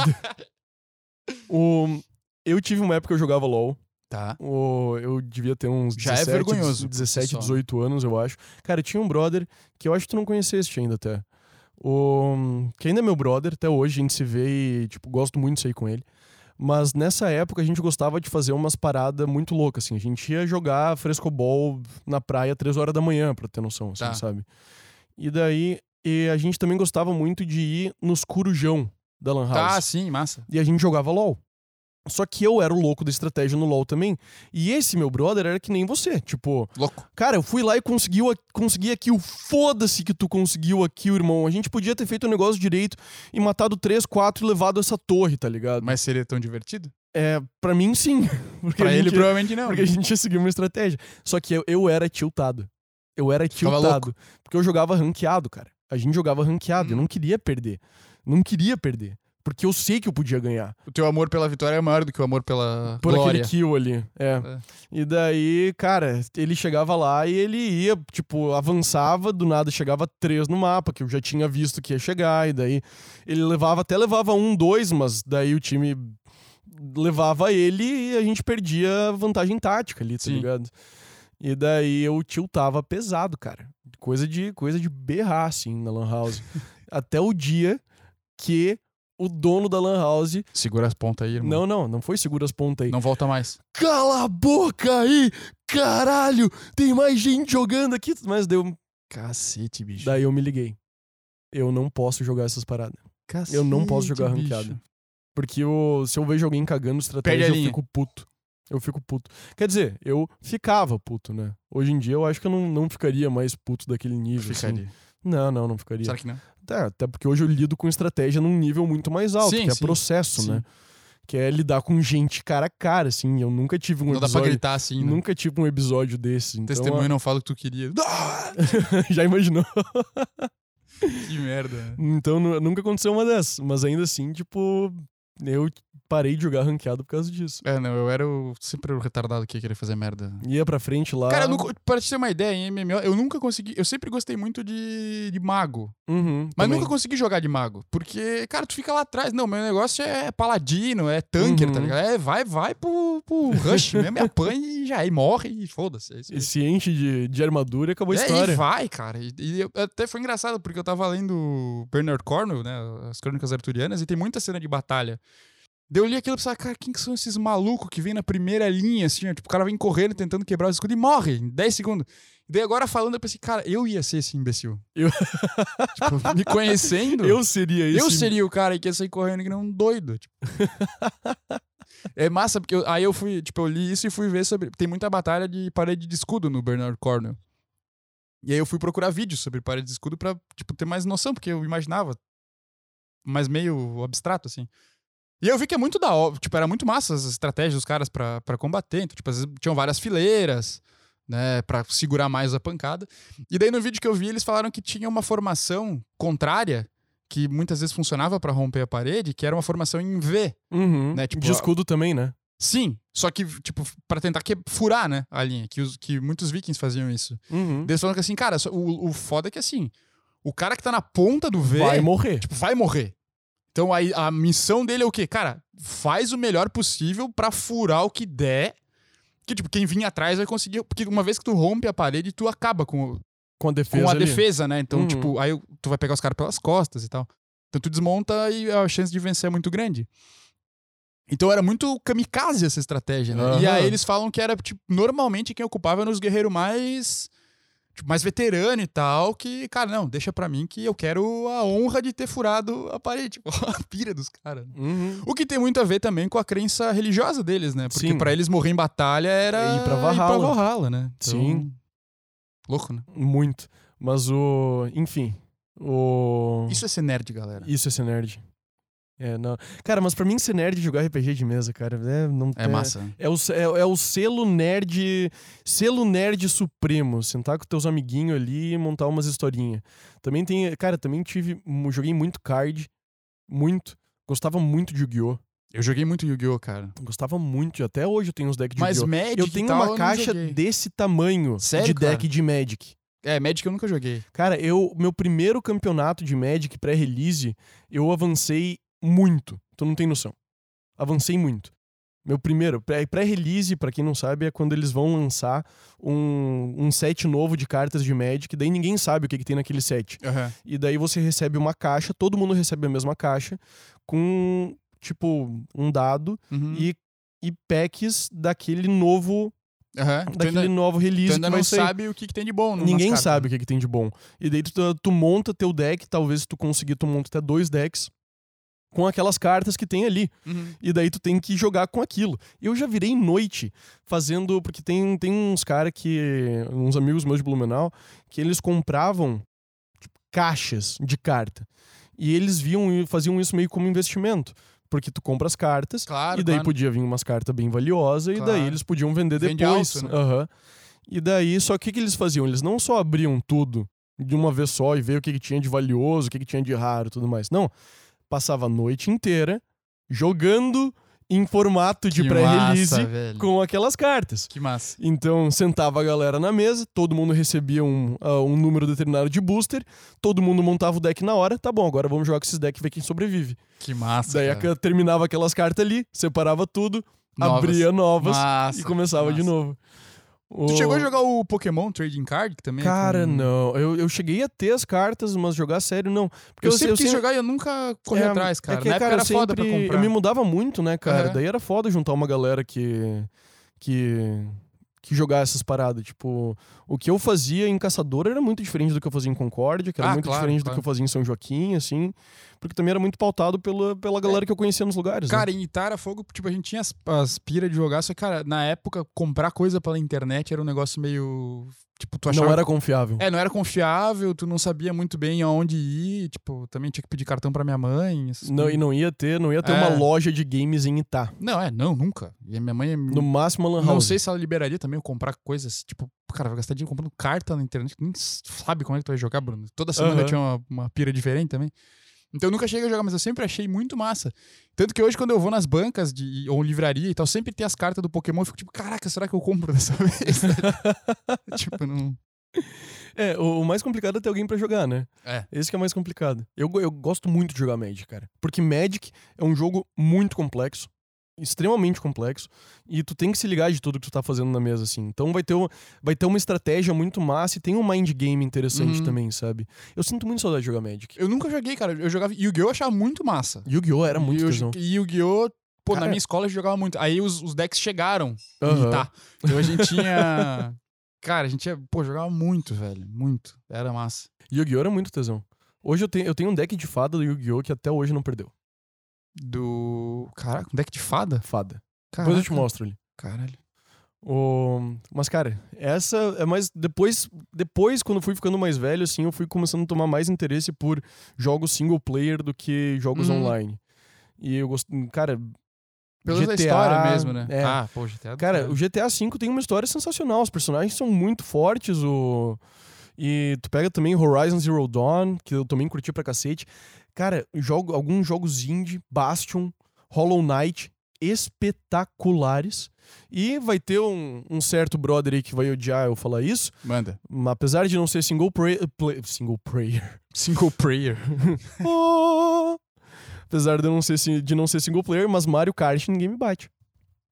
S2: <laughs>
S1: O- eu tive uma época que eu jogava LOL.
S2: Tá.
S1: O- eu devia ter uns
S2: Já é
S1: 17,
S2: vergonhoso,
S1: 17,
S2: pessoal.
S1: 18 anos, eu acho. Cara, tinha um brother que eu acho que tu não conheceste ainda até. O, que ainda é meu brother, até hoje a gente se vê e, tipo, gosto muito de sair com ele. Mas nessa época a gente gostava de fazer umas paradas muito loucas, assim. A gente ia jogar frescobol na praia três horas da manhã, pra ter noção, assim,
S2: Tá.
S1: sabe? E daí e a gente também gostava muito de ir nos Corujão da Lan House
S2: Tá, sim, massa.
S1: e a gente jogava LOL. Só que eu era o louco da estratégia no LoL também. E esse meu brother era que nem você. Tipo,
S2: Louco.
S1: cara, eu fui lá e conseguiu, a- consegui aqui o foda-se que tu conseguiu aqui, irmão. A gente podia ter feito o negócio direito e matado 3, 4 e levado essa torre, tá ligado?
S2: Mas seria tão divertido?
S1: É, pra mim sim. <laughs> Porque
S2: Pra
S1: a
S2: ele,
S1: gente-
S2: provavelmente não.
S1: porque a gente ia seguir uma estratégia. Só que eu, eu era tiltado. Eu era
S2: Ficava
S1: tiltado. Porque eu jogava ranqueado, cara. A gente jogava ranqueado. Eu
S2: Hum.
S1: não queria perder. Não queria perder. Porque eu sei que eu podia ganhar.
S2: O teu amor pela vitória é maior do que o amor pela
S1: Por
S2: glória.
S1: aquele kill ali. É.
S2: É.
S1: E daí, cara, ele chegava lá e ele ia, tipo, avançava, do nada chegava três no mapa, que eu já tinha visto que ia chegar, e daí ele levava, até levava um, dois, mas daí o time levava ele e a gente perdia a vantagem tática ali, tá
S2: Sim.
S1: ligado? E daí eu tiltava pesado, cara. Coisa de, coisa de berrar, assim, na Lan
S2: <laughs>
S1: House. Até o dia que o dono da Lan House.
S2: Segura as pontas aí, irmão.
S1: Não, não, não foi segura as pontas aí.
S2: Não volta mais.
S1: Cala a boca aí! Caralho! Tem mais gente jogando aqui! Mas deu.
S2: Cacete, bicho.
S1: Daí eu me liguei. Eu não posso jogar essas paradas.
S2: Cacete,
S1: eu não posso jogar
S2: bicho.
S1: ranqueado. Porque eu- se eu vejo alguém cagando
S2: Perde a
S1: estratégia, eu
S2: linha.
S1: fico puto. Eu fico puto. Quer dizer, eu ficava puto, né? Hoje em dia eu acho que eu não, não ficaria mais puto daquele nível. assim.
S2: Ficaria.
S1: Não, não, não ficaria.
S2: Será que não?
S1: Até, até porque hoje eu lido com estratégia num nível muito mais alto,
S2: Sim,
S1: que é
S2: sim.
S1: processo,
S2: Sim.
S1: né? que é lidar com gente cara a cara, assim. Eu nunca tive um
S2: Não dá pra
S1: episódio.
S2: gritar assim, né?
S1: Nunca tive um episódio desse. Então,
S2: Testemunho não fala o que tu queria. <laughs>
S1: ó, <laughs> já imaginou?
S2: que merda. né?
S1: Então nu- nunca aconteceu uma dessas. Mas ainda assim, tipo, eu parei de jogar ranqueado por causa disso.
S2: É, não, eu era o, sempre o retardado que ia querer fazer merda.
S1: Ia pra frente lá.
S2: Cara, eu nunca, pra te ter uma ideia, em MMO, eu nunca consegui. Eu sempre gostei muito de, de mago.
S1: Uhum,
S2: Mas
S1: também.
S2: nunca consegui jogar de mago. Porque, cara, tu fica lá atrás. Não, meu negócio é paladino, é tanker,
S1: Uhum.
S2: tá ligado? É, vai, vai pro, pro
S1: <laughs>
S2: rush mesmo, e apanha e já é, e morre e foda-se. É isso aí.
S1: E se enche de, de armadura e acabou a
S2: É,
S1: história.
S2: E vai, cara. E, e eu- até foi engraçado, porque eu tava lendo Bernard Cornwell, né? As Crônicas Arturianas, e tem muita cena de batalha. Daí eu li aquilo e pensava, cara, quem que são esses malucos que vem na primeira linha, assim, ó, tipo, o cara vem correndo, tentando quebrar o escudo e morre em 10 segundos. Daí agora falando, eu pensei, cara, eu ia ser esse imbecil.
S1: Eu-
S2: tipo, me
S1: <laughs>
S2: conhecendo.
S1: Eu seria esse.
S2: Eu seria o cara que ia sair correndo que nem um doido.
S1: <laughs>
S2: Tipo. é massa, porque eu- aí eu fui, tipo, eu li isso e fui ver sobre. Tem muita batalha de parede de escudo no Bernard Cornwell. E aí eu fui procurar vídeos sobre parede de escudo pra, tipo, ter mais noção, porque eu imaginava. Mas meio abstrato, assim. E eu vi que é muito da hora. Tipo, era muito massa as estratégias dos caras pra, pra combater. Então, tipo, às vezes tinham várias fileiras, né? Pra segurar mais a pancada. E daí no vídeo que eu vi, eles falaram que tinha uma formação contrária que muitas vezes funcionava pra romper a parede, que era uma formação em V.
S1: Uhum.
S2: né, tipo,
S1: de escudo também, né?
S2: Sim, só que, tipo, pra tentar que furar, né, a linha, que, os, que muitos vikings faziam isso.
S1: Uhum.
S2: Eles falam que assim, cara, só- o, o foda é que assim, o cara que tá na ponta do V
S1: Vai morrer.
S2: tipo, vai morrer. Então aí a missão dele é o quê? Cara, faz o melhor possível pra furar o que der. Que, tipo, quem vinha atrás vai conseguir. Porque uma vez que tu rompe a parede, tu acaba com, o-
S1: Com a defesa.
S2: com a
S1: ali.
S2: defesa, né? Então,
S1: Uhum.
S2: tipo, aí tu vai pegar os caras pelas costas e tal. Então tu desmonta e a chance de vencer é muito grande. Então era muito kamikaze essa estratégia, né? E
S1: Aham.
S2: aí eles falam que era, tipo, normalmente quem ocupava era os guerreiros mais. Tipo, mais veterano e tal, que, cara, não, deixa pra mim que eu quero a honra de ter furado a parede. <laughs> Tipo, a pira dos caras. né?
S1: Uhum.
S2: O que tem muito a ver também com a crença religiosa deles, né? Porque
S1: Sim.
S2: pra eles morrer em batalha era.
S1: É ir pra Valhalla.
S2: Valhalla, né?
S1: Sim.
S2: Louco, né?
S1: Muito. Mas o. Enfim. O.
S2: Isso é ser nerd, galera.
S1: Isso é ser nerd. É, não. Cara, mas pra mim ser nerd é jogar RPG de mesa, cara. É, não
S2: É massa. né?
S1: É o, se- é, é o selo nerd. Selo nerd supremo. Sentar com teus amiguinhos ali e montar umas historinhas. Também tem. Cara, também tive. mu- Joguei muito card. Muito. Gostava muito de Yu-Gi-Oh!
S2: Eu joguei muito Yu-Gi-Oh, cara.
S1: Gostava muito. Até hoje eu tenho uns decks de
S2: Mas
S1: Yu-Gi-Oh!
S2: Magic
S1: Eu tenho
S2: e tal,
S1: uma
S2: não
S1: caixa
S2: joguei.
S1: desse tamanho
S2: Sério,
S1: de
S2: cara?
S1: deck de Magic.
S2: É, Magic eu nunca joguei.
S1: Cara, eu meu primeiro campeonato de Magic pré-release, eu avancei muito. Tu não tem noção. Avancei muito. Meu primeiro, pré- pré-release, pra quem não sabe, é quando eles vão lançar um, um set novo de cartas de Magic, daí ninguém sabe o que, que tem naquele set. E daí você recebe uma caixa, todo mundo recebe a mesma caixa, com, tipo, um dado
S2: Uhum.
S1: e, e packs daquele novo,
S2: Aham. Tu
S1: daquele
S2: ainda,
S1: novo
S2: tu
S1: release
S2: ainda
S1: que vai
S2: não
S1: sair.
S2: sabe o que, que tem de bom. né? nas
S1: Ninguém
S2: cartas.
S1: sabe o que, que tem de bom. E daí tu, tu monta teu deck, talvez se tu conseguir, tu monta até dois decks com aquelas cartas que tem ali.
S2: Uhum.
S1: E daí tu tem que jogar com aquilo. Eu já virei noite fazendo. Porque tem, tem uns caras que. uns amigos meus de Blumenau, que eles compravam tipo, caixas de carta. E eles viam e faziam isso meio como investimento. Porque tu compra as cartas,
S2: Claro,
S1: e daí
S2: claro.
S1: podia vir umas cartas bem valiosas, e
S2: Claro.
S1: daí eles podiam vender
S2: Vende
S1: depois.
S2: alto, né?
S1: Aham. E daí, só que o que eles faziam? Eles não só abriam tudo de uma vez só e ver o que, que tinha de valioso, o que, que tinha de raro e tudo mais. Não. Passava a noite inteira jogando em formato de
S2: Que massa,
S1: pré-release
S2: velho.
S1: com aquelas cartas.
S2: Que massa.
S1: Então, sentava a galera na mesa, todo mundo recebia um, ah, um número determinado de booster, todo mundo montava o deck na hora, tá bom, agora vamos jogar com esses decks e ver quem sobrevive.
S2: Que massa.
S1: Daí
S2: cara.
S1: a- terminava aquelas cartas ali, separava tudo,
S2: Novas.
S1: abria novas
S2: Massa,
S1: e começava de
S2: massa.
S1: novo.
S2: Tu
S1: O-
S2: chegou a jogar o Pokémon Trading Card, que também é
S1: Cara,
S2: com-
S1: não. Eu, eu cheguei a ter as cartas, mas jogar sério, não. Porque
S2: Eu, sempre
S1: eu
S2: quis jogar e eu nunca corri
S1: É,
S2: atrás, cara.
S1: É que,
S2: Na época
S1: cara,
S2: era
S1: eu
S2: foda pra
S1: sempre-
S2: comprar.
S1: Eu me mudava muito, né, cara?
S2: Aham.
S1: Daí era foda juntar uma galera que. que. que jogar essas paradas. Tipo, o que eu fazia em Caçador era muito diferente do que eu fazia em Concórdia, que era
S2: Ah,
S1: muito
S2: claro,
S1: diferente do
S2: claro.
S1: que eu fazia em São Joaquim, assim. Porque também era muito pautado pela,
S2: É.
S1: pela galera que eu conhecia nos lugares. né?
S2: Cara, em Itarafogo, tipo, a gente tinha as, as pira de jogar, só que, cara, na época, comprar coisa pela internet era um negócio meio Tipo, tu achava.
S1: Não era confiável.
S2: É, não era confiável, tu não sabia muito bem aonde ir, tipo, também tinha que pedir cartão pra minha mãe. essas
S1: Não,
S2: coisas.
S1: e não ia ter, não ia ter
S2: É.
S1: uma loja de games em Itá.
S2: não, é, não, nunca. E a minha mãe é
S1: No máximo uma lan house.
S2: Não sei se ela liberaria também eu comprar coisas, tipo, cara, vai gastar dinheiro comprando carta na internet, que nem s- sabe como é que tu vai jogar, Bruno. Toda semana
S1: Aham.
S2: tinha uma, uma pira diferente também. Então eu nunca cheguei a jogar, mas eu sempre achei muito massa. Tanto que hoje, quando eu vou nas bancas de, ou livraria e tal, sempre tem as cartas do Pokémon, eu fico tipo, caraca, será que eu compro dessa <laughs>
S1: <laughs>
S2: vez? tipo, não.
S1: É, o, o mais complicado é ter alguém pra jogar, né?
S2: É.
S1: Esse que é o mais complicado. Eu, go- eu gosto muito de jogar Magic, cara. Porque Magic é um jogo muito complexo. Extremamente complexo. E tu tem que se ligar de tudo que tu tá fazendo na mesa, assim. Então vai ter, um- vai ter uma estratégia muito massa e tem um mind game interessante
S2: Uhum.
S1: também, sabe? Eu sinto muito saudade de jogar Magic.
S2: Eu nunca joguei, cara. Eu jogava. Yu-Gi-Oh! eu achava muito massa.
S1: Yu-Gi-Oh! era muito
S2: E
S1: tesão.
S2: o- E Yu-Gi-Oh! Pô, na
S1: Cara-
S2: minha escola eu jogava muito. Aí os, os decks chegaram
S1: Aham.
S2: E tá. Então a gente <laughs> tinha. Cara, a gente ia. Pô, jogava muito, velho. Muito. Era massa.
S1: Yu-Gi-Oh! era muito tesão. Hoje eu tenho, eu tenho um deck de fada do Yu-Gi-Oh! que até hoje não perdeu.
S2: Do. Caraca, um deck de fada?
S1: Fada.
S2: Caraca.
S1: Depois eu te mostro ali.
S2: Caralho.
S1: O... Mas, cara, essa é mais. Depois, depois, quando eu fui ficando mais velho, assim, eu fui começando a tomar mais interesse por jogos single player do que jogos
S2: Hum.
S1: online. E eu gosto. Cara.
S2: Pelo menos da
S1: GTA,
S2: história mesmo, né?
S1: é.
S2: Ah, pô, GTA. do
S1: Cara,
S2: caralho.
S1: o GTA V tem uma história sensacional. Os personagens são muito fortes. O... E tu pega também Horizon Zero Dawn, que eu também curti pra cacete. Cara, jogo, alguns jogos indie, Bastion, Hollow Knight, espetaculares. E vai ter um, um certo brother aí que vai odiar eu falar isso.
S2: Manda.
S1: Mas apesar de não ser single player. single player.
S2: Single player.
S1: Oh! <laughs> Apesar de não, ser, si- de não ser single player, mas Mario Kart ninguém me bate.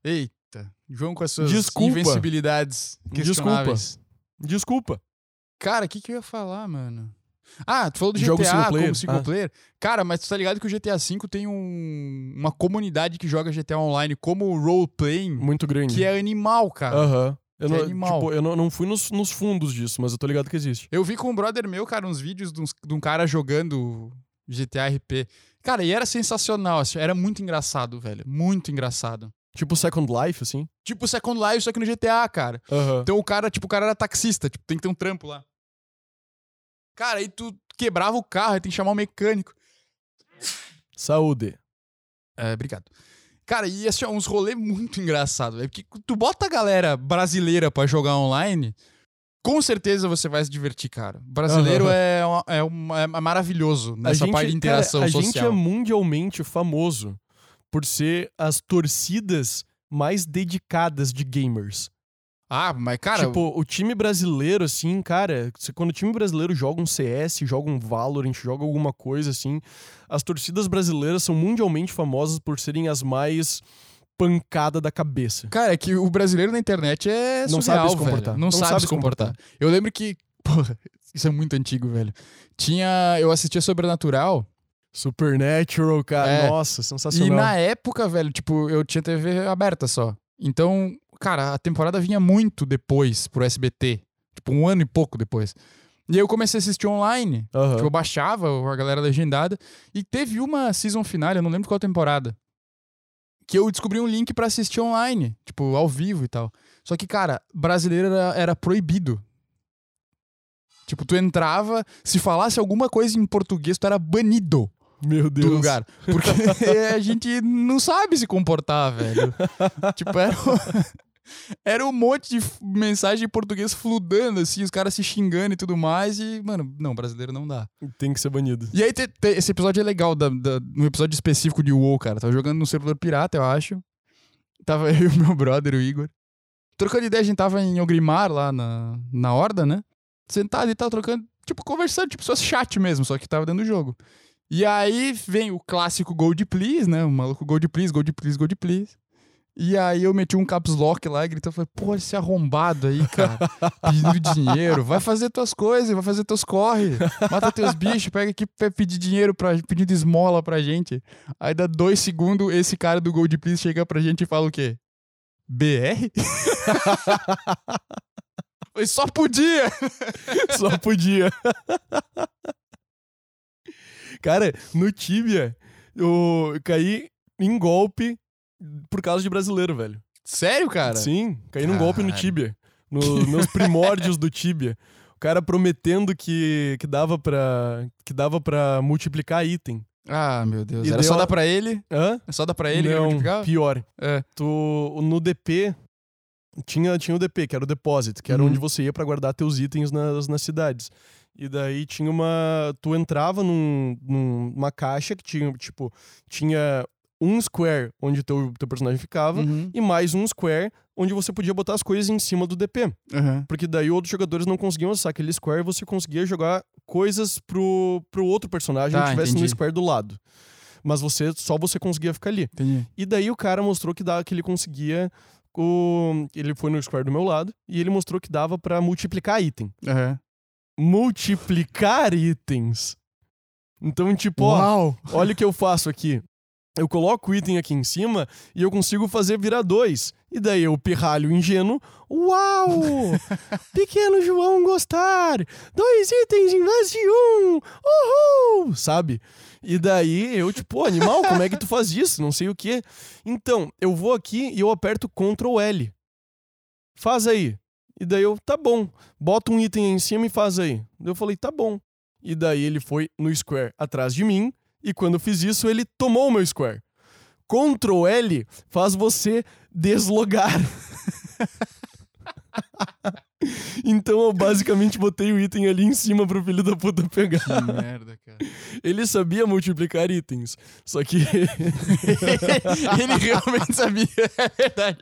S2: Eita. João com as suas
S1: Desculpa.
S2: invencibilidades questionáveis.
S1: Desculpa.
S2: Cara, o que, que eu ia falar, mano? Ah, tu falou do GTA
S1: Jogo single player?
S2: como single
S1: Ah.
S2: player. Cara, mas tu tá ligado que o GTA V tem um- uma comunidade que joga GTA Online como role-playing,
S1: Muito grande.
S2: que é animal, cara.
S1: Hum. Aham. Eu,
S2: Que
S1: não,
S2: animal.
S1: tipo, eu não, não fui nos, nos fundos disso, mas eu tô ligado que existe.
S2: Eu vi com um brother meu, cara, uns vídeos de, uns- de um cara jogando GTA RP. Cara, e era sensacional, assim, era muito engraçado, velho. Muito engraçado.
S1: Tipo Second Life, assim.
S2: Tipo Second Life, só que no GTA, cara.
S1: Aham.
S2: Então o cara, tipo, o cara era taxista, tipo, tem que ter um trampo lá. Cara, aí tu quebrava o carro, aí tem que chamar o mecânico.
S1: Saúde.
S2: É, obrigado. Cara, e assim, ó, uns rolês muito <laughs> engraçados, velho. Porque tu bota a galera brasileira pra jogar online, com certeza você vai se divertir, cara. Brasileiro
S1: Aham.
S2: é, uma- é, uma- é maravilhoso
S1: A
S2: nessa
S1: gente-
S2: parte de
S1: cara,
S2: interação
S1: a gente é
S2: social.
S1: mundialmente famoso por ser as torcidas mais dedicadas de gamers.
S2: Ah, mas cara,
S1: tipo, o time brasileiro, assim, cara, se- quando o time brasileiro joga um CS, joga um Valorant, joga alguma coisa, assim, as torcidas brasileiras são mundialmente famosas por serem as mais pancada da cabeça.
S2: cara, é que o brasileiro na internet é
S1: Não sabe
S2: surreal,
S1: se comportar.
S2: velho. Não,
S1: Não
S2: sabe,
S1: sabe
S2: se
S1: se
S2: comportar. Eu lembro que, <laughs> porra, isso é muito antigo, velho. Tinha, eu assistia Sobrenatural
S1: Supernatural, cara.
S2: É.
S1: Nossa,
S2: E
S1: sensacional.
S2: na época, velho, tipo, eu tinha TV aberta só. Então, cara, a temporada vinha muito depois pro SBT. Tipo, um ano e pouco depois. E aí eu comecei a assistir online.
S1: Aham.
S2: Tipo, eu baixava a galera legendada. E teve uma season final, eu não lembro qual temporada. Que eu descobri um link pra assistir online. Tipo, ao vivo e tal. Só que, cara, brasileiro era, era proibido. Tipo, tu entrava, se falasse alguma coisa em português, tu era banido
S1: Meu Deus.
S2: do lugar. Porque <laughs> a gente não sabe se comportar, velho. tipo, era, um- <laughs> era um monte de f- mensagem em português fludando, assim, os caras se xingando e tudo mais. E, mano, não, brasileiro não dá.
S1: Tem que ser banido. <laughs>
S2: E aí, te- te- esse episódio é legal, da, da- um episódio específico de WoW, cara. Tava jogando no servidor pirata, eu acho. Tava <laughs> eu e o meu brother, o Igor. Trocando ideia, a gente tava em Ogrimar, lá na, na Horda, né? Sentado e tal, trocando, tipo, conversando, tipo, só chat mesmo, só que tava dentro do jogo. E aí vem o clássico Gold Please, né? O maluco Gold Please, Gold Please, Gold Please. E aí eu meti um caps lock lá e gritando, falei, pô, esse arrombado aí, cara, pedindo dinheiro, vai fazer tuas coisas, vai fazer teus corre, mata teus bichos, pega aqui pra pedir dinheiro, pra, pedindo esmola pra gente. Aí dá dois segundos, esse cara do Gold Please chega pra gente e fala o quê? <laughs> BR? Falei, só podia!
S1: Só podia. <laughs> Cara, no Tibia, eu caí em golpe por causa de brasileiro, velho.
S2: Sério, cara?
S1: Sim, caí num golpe no
S2: Caralho.
S1: Tibia. nos meus primórdios do Tibia. O cara prometendo que, que dava para que dava para multiplicar item.
S2: Ah, meu
S1: E
S2: Deus. Era
S1: deu
S2: só
S1: a-
S2: dar pra ele?
S1: Hã?
S2: É só dar pra ele que
S1: Não,
S2: multiplicava?
S1: pior.
S2: É.
S1: Tu no DP tinha tinha o DP, que era o depósito, que era
S2: Uhum.
S1: onde você ia pra guardar teus itens nas, nas cidades. E daí tinha uma, tu entrava num, num- numa caixa que tinha, tipo, tinha um square onde teu teu personagem ficava
S2: Uhum.
S1: e mais um square onde você podia botar as coisas em cima do DP.
S2: Aham.
S1: Porque daí outros jogadores não conseguiam acessar aquele square e você conseguia jogar coisas pro, pro outro personagem
S2: Tá,
S1: que estivesse no
S2: entendi.
S1: square do lado. Mas você só você conseguia ficar ali.
S2: Entendi.
S1: E daí o cara mostrou que, dá, que ele conseguia. O, ele foi no square do meu lado e ele mostrou que dava pra multiplicar item.
S2: Aham.
S1: Multiplicar itens. Então, tipo, ó,
S2: Uau!
S1: Olha o que eu faço aqui. Eu coloco o item aqui em cima e eu consigo fazer virar dois. E daí eu pirralho ingênuo. Uau! Pequeno João gostar! Dois itens em vez de um! Uhul! Sabe? E daí eu, tipo, "Ô, animal, como é que tu faz isso? Não sei o quê. Então, eu vou aqui e eu aperto Ctrl L. Faz aí. E daí eu, tá bom. Bota um item aí em cima e faz aí. Daí Eu falei, tá bom. E daí ele foi no square atrás de mim. E quando eu fiz isso, ele tomou o meu square. Ctrl L faz você deslogar. <laughs> então eu basicamente botei o item ali em cima pro filho da puta pegar.
S2: Que merda, cara.
S1: Ele sabia multiplicar itens. Só que.
S2: <laughs> ele realmente sabia, <laughs> é verdade.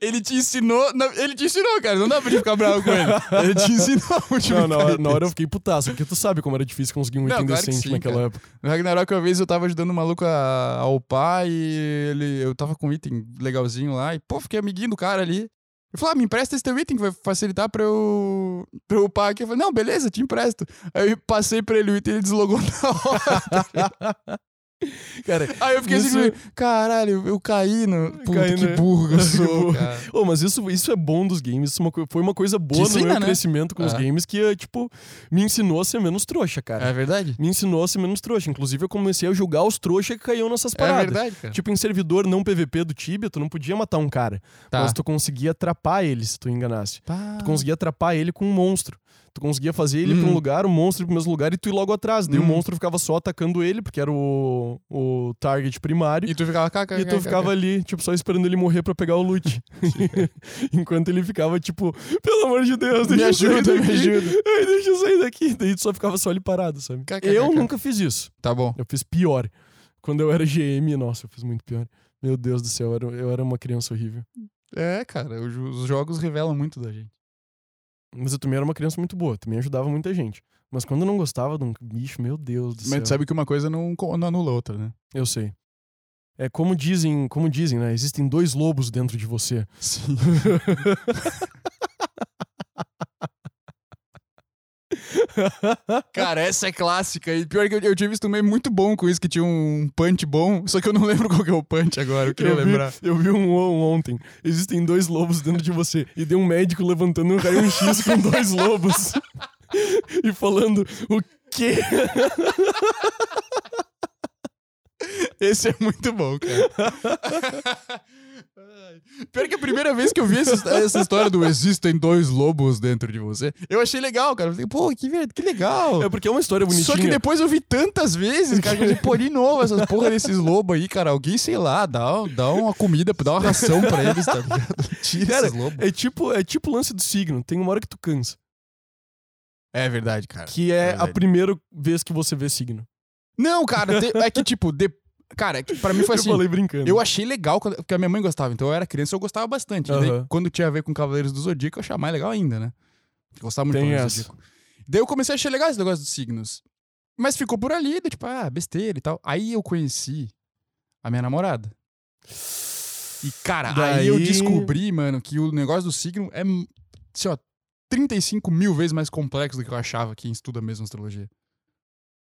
S2: ele te ensinou. não, ele te ensinou, cara. Não dá pra te ficar bravo com ele. Ele te ensinou a
S1: Não,
S2: multiplicar
S1: na hora, na hora eu
S2: itens.
S1: fiquei putaço, porque tu sabe como era difícil conseguir um
S2: Não,
S1: item
S2: claro que
S1: decente
S2: sim,
S1: naquela
S2: cara.
S1: época.
S2: No Ragnarok, uma vez eu tava ajudando o maluco a, a upar e ele, eu tava com um item legalzinho lá. E, pô, fiquei amiguinho do cara ali. Eu falei, ah, me empresta esse teu item que vai facilitar pra eu, pra eu upar aqui. Eu falei, não, beleza, te empresto. Aí eu passei pra ele o item e ele deslogou <laughs> na hora.
S1: Cara,
S2: Aí eu fiquei assim,
S1: Isso-
S2: caralho, eu caí no. Puta,
S1: Caí
S2: que
S1: no-
S2: burro que eu
S1: Que <laughs>
S2: sou,
S1: burro.
S2: cara.
S1: Ô, mas isso, isso é bom dos games. Isso é uma co- foi uma coisa boa
S2: ensina,
S1: no meu
S2: né?
S1: crescimento com os
S2: É.
S1: games que, eh, tipo, me ensinou a ser menos trouxa, cara.
S2: É verdade?
S1: Me ensinou a ser menos trouxa. Inclusive, eu comecei a julgar os trouxas que caíam nessas paradas.
S2: É verdade, cara.
S1: Tipo, em servidor não PVP do Tibia, tu não podia matar um cara.
S2: Tá.
S1: Mas tu conseguia atrapar ele se tu enganasse.
S2: Pá.
S1: Tu conseguia atrapar ele com um monstro. Tu conseguia fazer ele pra um
S2: Hum.
S1: lugar, o monstro ir pro mesmo lugar e tu ir logo atrás. Daí o
S2: Hum.
S1: monstro ficava só atacando ele, porque era o, o target primário.
S2: E tu ficava caca.
S1: E tu <laughs> ficava ali, tipo, só esperando ele morrer pra pegar o loot.
S2: <laughs>
S1: <laughs> Enquanto ele ficava, tipo, pelo amor de Deus,
S2: Me
S1: deixa eu sair <laughs>
S2: ajuda,
S1: daqui.
S2: me ajuda.
S1: Ai, deixa eu sair daqui. Daí tu só ficava só ali parado, sabe?
S2: Cá, cá,
S1: Eu
S2: cá, cá.
S1: nunca fiz isso.
S2: Tá bom.
S1: Eu fiz pior. Quando eu era GM, nossa, eu fiz muito pior. Meu Deus do céu, eu era, eu era uma criança horrível.
S2: É, cara, os- os jogos revelam muito da gente.
S1: Mas eu também era uma criança muito boa, também ajudava muita gente. Mas quando eu não gostava de um bicho, meu Deus do céu.
S2: Mas tu sabe que uma coisa não, co- não anula a outra, né?
S1: Eu sei. É como dizem, como dizem, né? Existem dois lobos dentro de você.
S2: Sim. Cara, essa é clássica. E pior que eu, eu tinha visto um meme muito bom com isso, que tinha um punch bom, só que eu não <laughs> lembro qual que é o punch agora, eu queria
S1: Eu vi-
S2: lembrar.
S1: Eu vi um on- ontem. Existem dois lobos dentro de você. E deu um médico levantando um raio
S2: <laughs>
S1: X com dois lobos. e falando, o quê?
S2: Esse é muito bom, cara. Ai. <laughs> Pior que a primeira vez que eu vi essa, histó- essa história do existem dois lobos dentro de você, eu achei legal, cara. Eu falei, pô, que, ver- que legal.
S1: É porque é uma história bonitinha.
S2: Só que depois eu vi tantas vezes, cara, que eu disse, pô, de novo, essas porra desses lobos aí, cara. Alguém, sei lá, dá, dá uma comida, dá uma ração pra eles, tá ligado? <laughs> Tira
S1: Cara,
S2: esses lobos.
S1: É tipo, é tipo o lance do signo. Tem uma hora que tu cansa.
S2: É verdade, cara.
S1: Que é a
S2: Verdade.
S1: primeira vez que você vê signo.
S2: Não, cara, te- é que tipo, de... cara, é que pra mim foi assim.
S1: eu falei brincando.
S2: Eu achei legal, quando- porque a minha mãe gostava, então eu era criança eu gostava bastante. E daí,
S1: Aham.
S2: quando tinha a ver com Cavaleiros do Zodíaco, eu achava mais legal ainda, né? Eu Gostava muito
S1: Tem
S2: de Cavaleiros
S1: essa.
S2: do Zodíaco. Daí eu comecei a achar legal esse negócio dos signos. Mas ficou por ali, daí, tipo, ah, besteira e tal. Aí eu conheci a minha namorada. E, cara, aí eu
S1: Daí-
S2: descobri, mano, que o negócio do signo é, assim, ó, 35 mil vezes mais complexo do que eu achava quem estuda mesmo astrologia.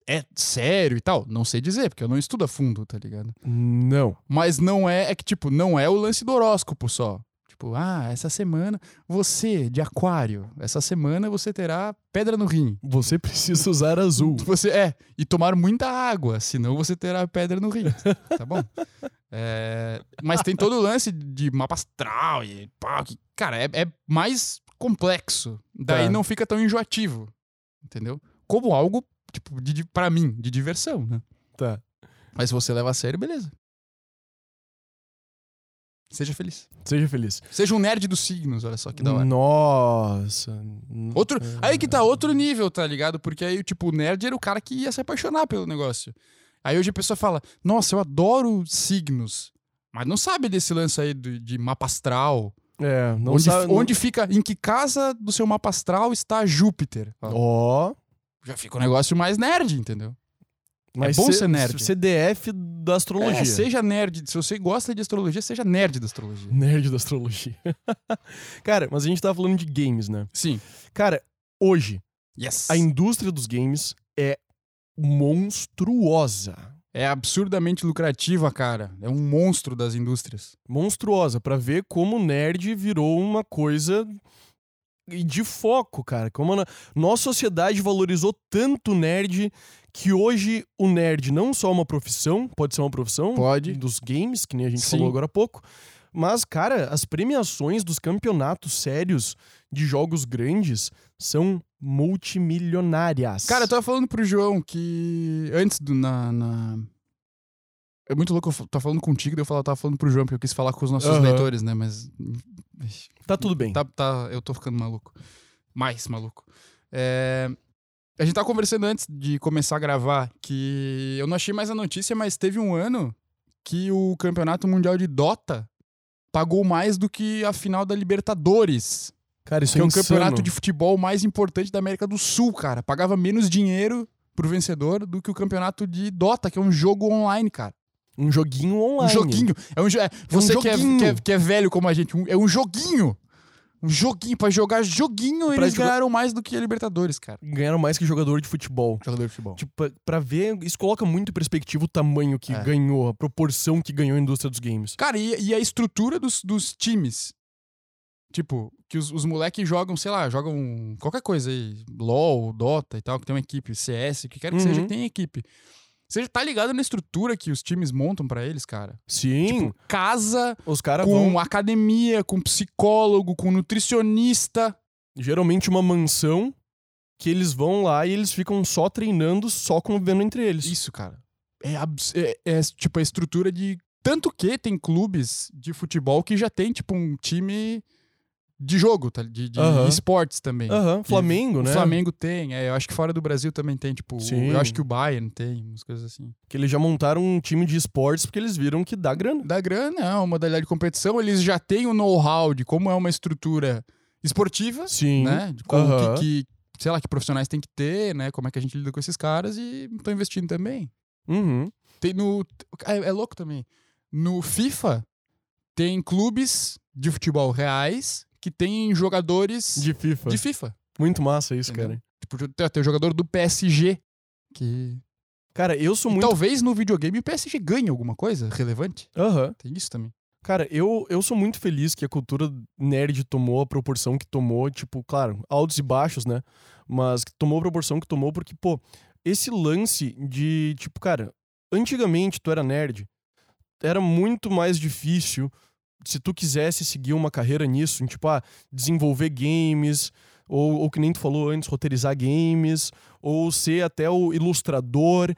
S2: É sério e tal? Não sei dizer, porque eu não estudo a fundo, tá ligado?
S1: Não.
S2: Mas não é, é que, tipo, não é o lance do horóscopo só. Tipo, ah, essa semana você, de aquário, essa semana você terá pedra no rim.
S1: Você <laughs> precisa usar azul.
S2: Você é, e tomar muita água, senão você terá pedra no rim. Tá bom? <laughs> É, mas tem todo o lance de mapa astral e pá, que, cara, é, é mais complexo. Daí
S1: Tá.
S2: não fica tão enjoativo. Entendeu? Como algo, tipo, de, de, pra mim, de diversão, né?
S1: Tá.
S2: Mas se você leva a sério, beleza. Seja feliz.
S1: Seja feliz.
S2: Seja um nerd dos signos, olha só que
S1: Hum.
S2: da hora.
S1: Nossa.
S2: Outro, aí que tá outro nível, tá ligado? Porque aí, tipo, o nerd era o cara que ia se apaixonar pelo negócio. Aí hoje a pessoa fala: Nossa, eu adoro signos. Mas não sabe desse lance aí do- de mapa astral.
S1: É, não
S2: onde,
S1: sabe.
S2: onde fica. Em que casa do seu mapa astral está Júpiter?
S1: Ó.
S2: Já fica um negócio mais nerd, entendeu?
S1: mas
S2: É bom
S1: C-
S2: ser nerd.
S1: CDF da astrologia.
S2: É, seja nerd. Se você gosta de astrologia, seja nerd da astrologia.
S1: Nerd da astrologia. <laughs> Cara, mas a gente tava falando de games, né?
S2: Sim.
S1: Cara, hoje,
S2: Yes.
S1: a indústria dos games é monstruosa.
S2: É absurdamente lucrativa, cara. É um monstro das indústrias.
S1: Monstruosa, pra ver como o nerd virou uma coisa de foco, cara. Como a nossa sociedade valorizou tanto o nerd que hoje o nerd não só é uma profissão, pode ser uma profissão,
S2: Pode.
S1: dos games, que nem a gente
S2: Sim.
S1: falou agora há pouco. Mas, cara, as premiações dos campeonatos sérios de jogos grandes são multimilionárias.
S2: Cara, eu tava falando pro João que antes do. Na, na- É muito louco, eu fa- tava falando contigo, daí eu falava, tava falando pro João, porque eu quis falar com os nossos
S1: Aham.
S2: leitores, né? Mas.
S1: tá tudo bem.
S2: Tá, tá, eu tô ficando maluco. Mais maluco. É, A gente tava conversando antes de começar a gravar que eu não achei mais a notícia, mas teve um ano que o Campeonato Mundial de Dota pagou mais do que a final da Libertadores
S1: Cara, isso
S2: que é o
S1: insano.
S2: campeonato de futebol mais importante da América do Sul, cara. Pagava menos dinheiro pro vencedor do que o campeonato de Dota, que é um jogo online, cara.
S1: Um joguinho
S2: Um
S1: online.
S2: joguinho. É um, jo- é, você que, é,
S1: joguinho.
S2: que é- que é velho como a gente, um- é um joguinho. Um joguinho. Pra jogar joguinho,
S1: Pra
S2: eles
S1: jogar-
S2: ganharam mais do que a Libertadores, cara.
S1: Ganharam mais que jogador de futebol.
S2: Jogador de futebol.
S1: Tipo, pra- pra ver, isso coloca muito em perspectiva o tamanho que
S2: É.
S1: ganhou, a proporção que ganhou a indústria dos games.
S2: Cara, e, e a estrutura dos, dos times? Tipo, que os, os moleques jogam, sei lá, jogam qualquer coisa aí, LOL, Dota e tal, que tem uma equipe, CS, o que quer que seja,
S1: Uhum.
S2: que tem equipe. Você já tá ligado na estrutura que os times montam pra eles, cara?
S1: Sim, Tá
S2: Tipo, casa
S1: os caras
S2: com
S1: vão.
S2: academia, com psicólogo, com nutricionista.
S1: Geralmente uma mansão que eles vão lá e eles ficam só treinando, só convivendo entre eles.
S2: Isso, cara. É, abs- é- é, tipo a estrutura de. Tanto que tem clubes de futebol que já tem, tipo, um time de jogo, tá? de, de
S1: Aham.
S2: esportes também.
S1: Aham, Flamengo,
S2: o
S1: né?
S2: Flamengo tem, é, eu acho que fora do Brasil também tem, tipo, o-
S1: Sim.
S2: eu acho que o Bayern tem, umas coisas assim.
S1: Que eles já montaram um time de esportes porque eles viram que dá grana.
S2: Da grana, é uma modalidade de competição, eles já têm o know-how de como é uma estrutura esportiva,
S1: Sim.
S2: né? De como
S1: Aham.
S2: que, que, sei lá, que profissionais tem que ter, né? Como é que a gente lida com esses caras e estão investindo também.
S1: Uhum.
S2: Tem no. É, é louco também. No FIFA tem clubes de futebol reais que tem jogadores
S1: De FIFA.
S2: de FIFA.
S1: Muito massa isso,
S2: Entendeu?
S1: cara.
S2: Tipo, tem, tem o jogador do PSG que
S1: Cara, eu sou
S2: E
S1: muito.
S2: talvez no videogame o PSG ganhe alguma coisa relevante.
S1: Aham.
S2: Tem isso também.
S1: Cara, eu, eu sou muito feliz que a cultura nerd tomou a proporção que tomou, tipo, claro, altos e baixos, né? Mas que tomou a proporção que tomou, porque, pô, esse lance de, tipo, cara, antigamente tu era nerd, era muito mais difícil se tu quisesse seguir uma carreira nisso, em, tipo, ah, desenvolver games, ou, ou que nem tu falou antes, roteirizar games, ou ser até o ilustrador,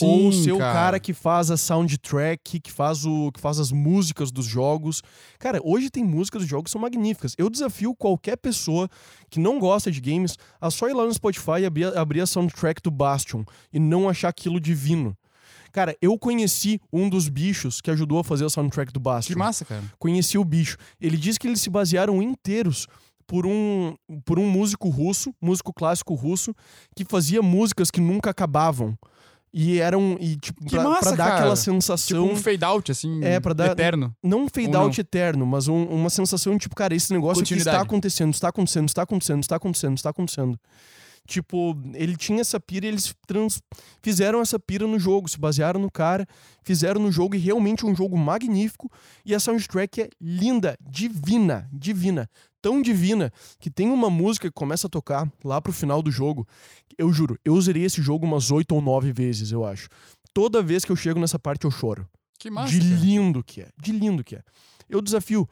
S1: ou ser o cara que faz a soundtrack, que faz, o, que faz as músicas dos jogos. Cara, hoje tem músicas dos jogos que são magníficas. Eu desafio qualquer pessoa que não gosta de games a É só ir lá no Spotify e abrir, a- abrir a soundtrack do Bastion e não achar aquilo divino. Cara, eu conheci um dos bichos que ajudou a fazer a soundtrack do
S2: Que
S1: Bastion.
S2: massa, cara.
S1: Conheci o bicho. Ele diz que eles se basearam inteiros por um, por um músico russo, músico clássico russo, que fazia músicas que nunca acabavam. E eram. E, tipo,
S2: Que
S1: pra,
S2: massa,
S1: pra dar
S2: cara.
S1: aquela
S2: Tipo
S1: sensação.
S2: um fade out, assim,
S1: É, pra dar-
S2: eterno.
S1: Não um fade
S2: Ou
S1: out eterno, mas um- uma sensação de, tipo, cara, esse negócio aqui está
S2: Continuidade.
S1: acontecendo, está acontecendo, está acontecendo, está acontecendo, está acontecendo. Tipo, ele tinha essa pira e eles trans... fizeram essa pira no jogo, se basearam no cara, fizeram no jogo e realmente é um jogo magnífico. E a soundtrack é linda, divina, divina. Tão divina que tem uma música que começa a tocar lá pro final do jogo. Eu juro, eu zerei esse jogo umas oito ou nove vezes, eu acho. Toda vez que eu chego nessa parte, eu choro.
S2: Que massa.
S1: De
S2: cara.
S1: lindo que é, de lindo que é. Eu desafio.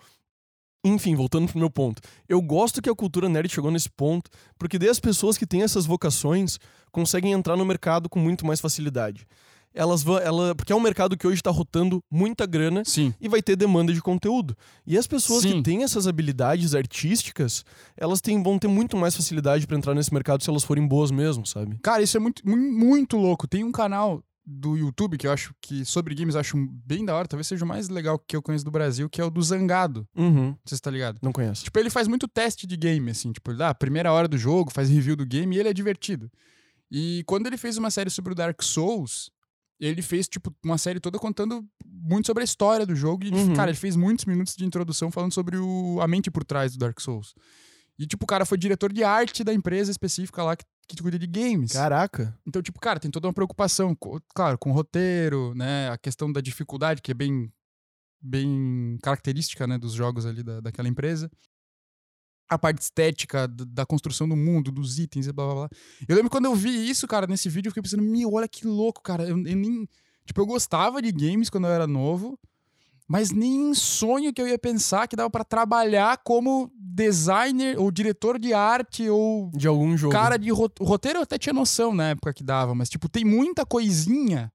S1: Enfim, voltando pro meu ponto. Eu gosto que a cultura nerd chegou nesse ponto, porque daí as pessoas que têm essas vocações conseguem entrar no mercado com muito mais facilidade. Elas vão, ela, porque é um mercado que hoje tá rotando muita grana
S2: Sim.
S1: e vai ter demanda de conteúdo. E as pessoas
S2: Sim.
S1: que têm essas habilidades artísticas, elas têm, vão ter muito mais facilidade pra entrar nesse mercado se elas forem boas mesmo, sabe?
S2: Cara, isso é muito, mu- muito louco. Tem um canal do YouTube que eu acho que sobre games eu acho bem da hora, talvez seja o mais legal que eu conheço do Brasil, que é o do Zangado.
S1: Uhum,
S2: Você tá ligado?
S1: não conheço.
S2: Tipo, ele faz muito teste de game, assim. Tipo, ele dá a primeira hora do jogo, faz review do game e ele é divertido. E quando ele fez uma série sobre o Dark Souls, ele fez, tipo, uma série toda contando muito sobre a história do jogo. E, ele-
S1: Uhum.
S2: cara, ele fez muitos minutos de introdução falando sobre o- a mente por trás do Dark Souls. E, tipo, o cara foi diretor de arte da empresa específica lá que, que cuida de games.
S1: Caraca.
S2: Então, tipo, cara, tem toda uma preocupação, co- claro, com o roteiro, né? A questão da dificuldade, que é bem, bem característica, né, dos jogos ali da, daquela empresa. A parte estética d- da construção do mundo, dos itens e blá blá blá. Eu lembro quando eu vi isso, cara, nesse vídeo, eu fiquei pensando, meu, olha que louco, cara. Eu, eu nem. Tipo, eu gostava de games quando eu era novo, mas nem em sonho que eu ia pensar que dava pra trabalhar como designer ou diretor de arte ou
S1: De algum jogo.
S2: cara de ro- o roteiro eu até tinha noção na época que dava, mas tipo, tem muita coisinha.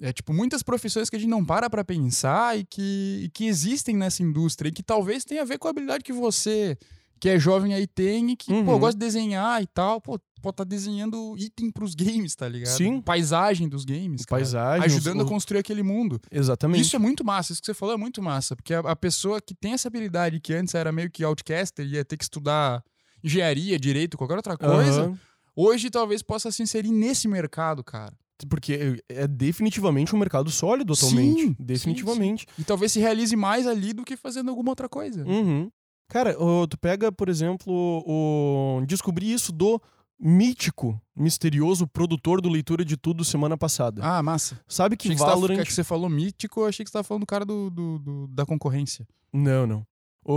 S2: É tipo, muitas profissões que a gente não para pra pensar e que, e que existem nessa indústria e que talvez tenha a ver com a habilidade que você, que é jovem aí, tem e que, pô,
S1: Uhum.
S2: gosta de desenhar e tal, pô, pô, tá desenhando item pros games, tá ligado?
S1: Sim.
S2: Paisagem dos games, cara.
S1: paisagem.
S2: Ajudando
S1: os-
S2: a construir aquele mundo.
S1: Exatamente.
S2: Isso é muito massa, isso que você falou é muito massa, porque a, a pessoa que tem essa habilidade, que antes era meio que outcaster, ia ter que estudar engenharia, direito, qualquer outra coisa,
S1: Aham.
S2: hoje talvez possa se inserir nesse mercado, cara.
S1: Porque é definitivamente um mercado sólido atualmente.
S2: Sim,
S1: definitivamente.
S2: E talvez se realize mais ali do que fazendo alguma outra coisa.
S1: Uhum. Cara, ô, tu pega, por exemplo, o. Descobri isso do mítico, misterioso produtor do Leitura de Tudo semana passada.
S2: Ah, massa.
S1: Sabe que
S2: achei que, você tava- tipo
S1: Valorant.
S2: que você falou mítico, eu achei que você tava falando do cara do, do- do- da concorrência.
S1: Não, não.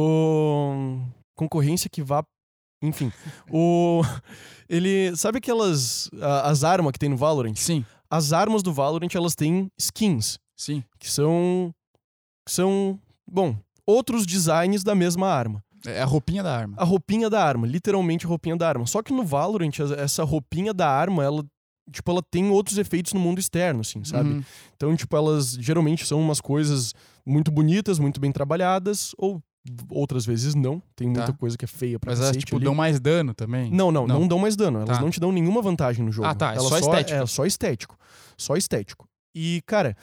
S1: O. Concorrência que vá.
S2: <laughs>
S1: Enfim. o. Ele. Sabe aquelas. a- As armas que tem no Valorant?
S2: Sim,
S1: As armas do Valorant, elas têm skins.
S2: sim.
S1: que são que são, bom, outros designs da mesma arma.
S2: É a roupinha da arma.
S1: A roupinha da arma, literalmente a roupinha da arma. Só que no Valorant essa- essa roupinha da arma, ela tipo ela tem outros efeitos no mundo externo, assim, sabe?
S2: Uhum.
S1: Então, tipo, elas geralmente são umas coisas muito bonitas, muito bem trabalhadas ou outras vezes não. Tem muita
S2: Tá.
S1: coisa que é feia pra
S2: Mas elas,
S1: cacete
S2: tipo,
S1: ali.
S2: dão mais dano também.
S1: Não, não,
S2: Não.
S1: não, dão mais dano. Elas
S2: Tá.
S1: não te dão nenhuma vantagem no jogo.
S2: Ah, tá, é
S1: Elas
S2: só estético.
S1: É só estético. Só estético. E, cara,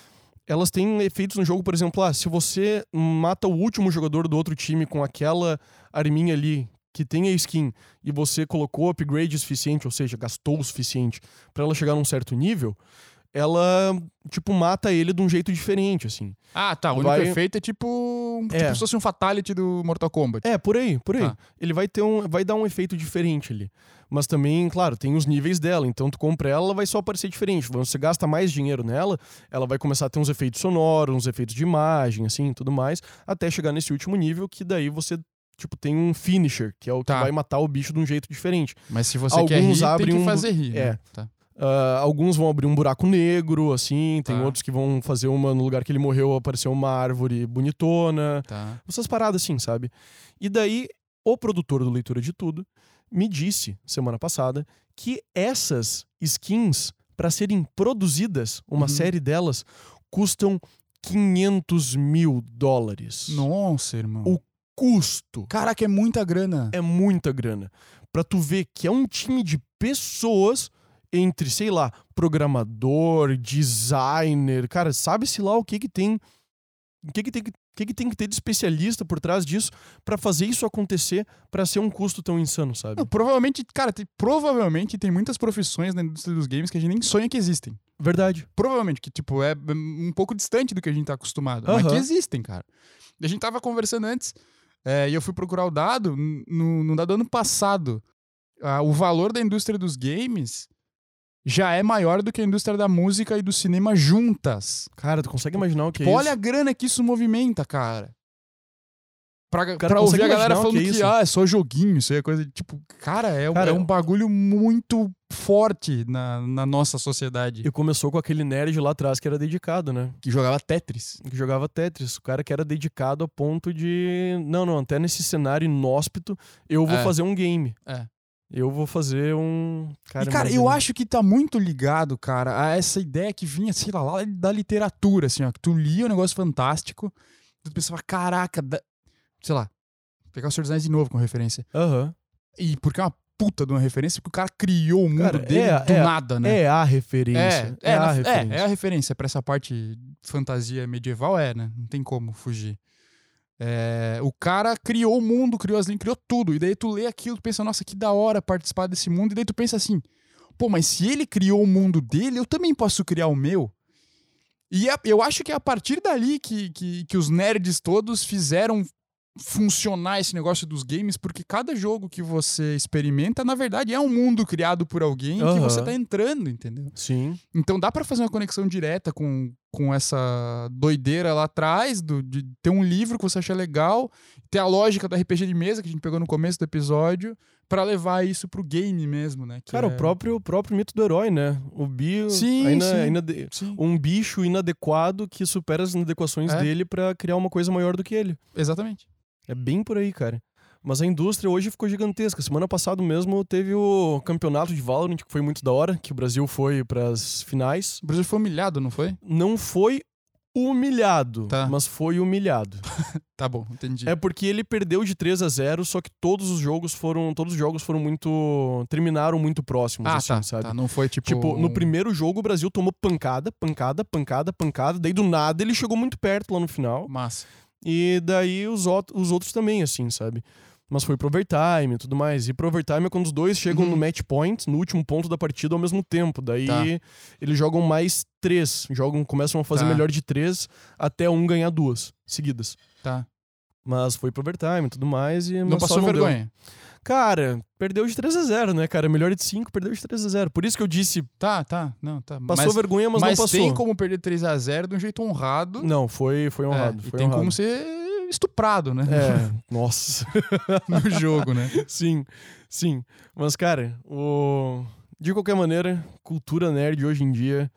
S1: elas têm efeitos no jogo, por exemplo, ah, se você mata o último jogador do outro time com aquela arminha ali que tem a skin e você colocou upgrade suficiente, ou seja, gastou o suficiente pra ela chegar num certo nível, ela, tipo, mata ele de um jeito diferente, assim.
S2: Ah, tá. O único
S1: Vai-
S2: efeito é tipo. um-
S1: É.
S2: Tipo se fosse um fatality do Mortal Kombat.
S1: É, por aí, por aí.
S2: Tá.
S1: Ele vai ter um, vai dar um efeito diferente ali. Mas também, claro, tem os níveis dela. Então tu compra ela, ela vai só aparecer diferente. Você gasta mais dinheiro nela, ela vai começar a ter uns efeitos sonoros, uns efeitos de imagem, assim, tudo mais, até chegar nesse último nível que daí você tipo tem um finisher, que é o que
S2: Tá.
S1: vai matar o bicho de um jeito diferente.
S2: Mas se você quer rir,
S1: Alguns
S2: tem
S1: abrem
S2: que
S1: um-
S2: fazer rir. né?
S1: é.
S2: Tá.
S1: Ah, alguns vão abrir um buraco negro, assim, tem
S2: Tá.
S1: outros que vão fazer uma no lugar que ele morreu, apareceu uma árvore bonitona.
S2: Tá.
S1: Essas paradas assim, sabe? E daí, o produtor do Leitura de Tudo me disse, semana passada, que essas skins, para serem produzidas, uma
S2: Uhum.
S1: série delas, custam 500 mil dólares.
S2: Nossa, irmão.
S1: O- Custo.
S2: Caraca, é muita grana.
S1: É muita grana. Pra tu ver que é um time de pessoas entre, sei lá, programador, designer, cara, sabe-se lá o que que tem o que que tem que, o que que tem que ter de especialista por trás disso pra fazer isso acontecer, pra ser um custo tão insano, sabe?
S2: Não, provavelmente, cara, tem, provavelmente tem muitas profissões na indústria dos games que a gente nem sonha que existem.
S1: Verdade.
S2: Provavelmente, que, tipo, é um pouco distante do que a gente tá acostumado. Mas
S1: Aham.
S2: que existem, cara. A gente tava conversando antes, é, e eu fui procurar o dado, n- no, no dado ano passado, ah, o valor da indústria dos games já é maior do que a indústria da música e do cinema juntas.
S1: Cara, tu consegue imaginar o que é
S2: Olha
S1: isso?
S2: a grana que isso movimenta, cara. Pra,
S1: Cara,
S2: pra ouvir
S1: consegue
S2: a galera
S1: imaginar o
S2: falando
S1: que é
S2: que,
S1: isso?
S2: ah, é só joguinho, isso aí é coisa de. Tipo, cara, é, um-
S1: Cara,
S2: é um
S1: eu-
S2: bagulho muito forte na, na nossa sociedade.
S1: E começou com aquele nerd lá atrás que era dedicado, né?
S2: Que jogava Tetris.
S1: Que jogava Tetris. O cara que era dedicado a ponto de. Não, não, até nesse cenário inóspito, eu vou
S2: É.
S1: fazer um game.
S2: É.
S1: Eu vou fazer um. Cara,
S2: e, cara,
S1: mas
S2: eu
S1: é-
S2: acho que tá muito ligado, cara, a essa ideia que vinha, sei lá, lá da literatura, assim, ó. Que tu lia um negócio fantástico, tu pensava, caraca, da... sei lá, vou pegar o Senhor dos Anéis de novo com referência.
S1: Aham.
S2: E porque é uma puta de uma referência, porque o cara criou o mundo
S1: Cara,
S2: dele
S1: é-
S2: do
S1: é-
S2: nada, né?
S1: É a
S2: É,
S1: referência.
S2: é,
S1: a
S2: na- é,
S1: referência.
S2: é a referência pra essa parte fantasia medieval, é, né? Não tem como fugir. É, o cara criou o mundo, criou as linhas, criou tudo. E daí tu lê aquilo, tu pensa, nossa, que da hora participar desse mundo. E daí tu pensa assim, pô, mas se ele criou o mundo dele, eu também posso criar o meu. E é- eu acho que é a partir dali que, que, que os nerds todos fizeram funcionar esse negócio dos games, porque cada jogo que você experimenta, na verdade, é um mundo criado por alguém que
S1: Aham.
S2: você tá entrando, entendeu?
S1: Sim.
S2: Então dá pra fazer uma conexão direta com, com essa doideira lá atrás, do, de ter um livro que você acha legal, ter a lógica do RPG de mesa que a gente pegou no começo do episódio, pra levar isso pro game mesmo, né? que
S1: Cara,
S2: é-
S1: o próprio, o próprio mito do herói, né? O Bi
S2: Sim,
S1: ainda,
S2: sim.
S1: ainda de-
S2: Sim,
S1: um bicho inadequado que supera as inadequações
S2: É.
S1: dele pra criar uma coisa maior do que ele.
S2: exatamente.
S1: É bem por aí, cara. Mas a indústria hoje ficou gigantesca. Semana passada mesmo teve o campeonato de Valorant, que foi muito da hora, que o Brasil foi pras finais.
S2: O Brasil foi humilhado, não foi?
S1: Não foi humilhado,
S2: Tá.
S1: mas foi humilhado.
S2: <laughs> Tá bom, entendi.
S1: É porque ele perdeu de 3 a 0, só que todos os jogos foram, todos os jogos foram muito terminaram muito próximos,
S2: ah,
S1: assim,
S2: tá,
S1: sabe?
S2: tá. Não foi tipo.
S1: Tipo,
S2: um-
S1: no primeiro jogo o Brasil tomou pancada, pancada, pancada, pancada. Daí do nada ele chegou muito perto lá no final.
S2: Massa.
S1: E daí os, ot- os outros também, assim, sabe? Mas foi pro overtime e tudo mais. E pro overtime é quando os dois chegam
S2: Uhum.
S1: no match point, no último ponto da partida ao mesmo tempo. Daí
S2: Tá.
S1: eles jogam mais três. Jogam, começam a fazer
S2: Tá.
S1: melhor de três até um ganhar duas seguidas.
S2: Tá.
S1: Mas foi pro overtime e tudo mais. E,
S2: Não
S1: mas só
S2: passou
S1: deu.
S2: vergonha.
S1: Cara, perdeu de 3 a 0 né, cara? Melhor de 5, perdeu de 3 a 0 Por isso que eu disse,
S2: Tá, tá. Não, tá.
S1: passou
S2: mas,
S1: vergonha, mas,
S2: mas
S1: não passou.
S2: tem como perder 3x0 de um jeito honrado.
S1: Não, foi, foi honrado.
S2: É, e
S1: foi
S2: tem
S1: honrado.
S2: como ser estuprado, né?
S1: É, nossa.
S2: <laughs> no jogo, né?
S1: Sim, sim. Mas, cara, o... de qualquer maneira, cultura nerd hoje em dia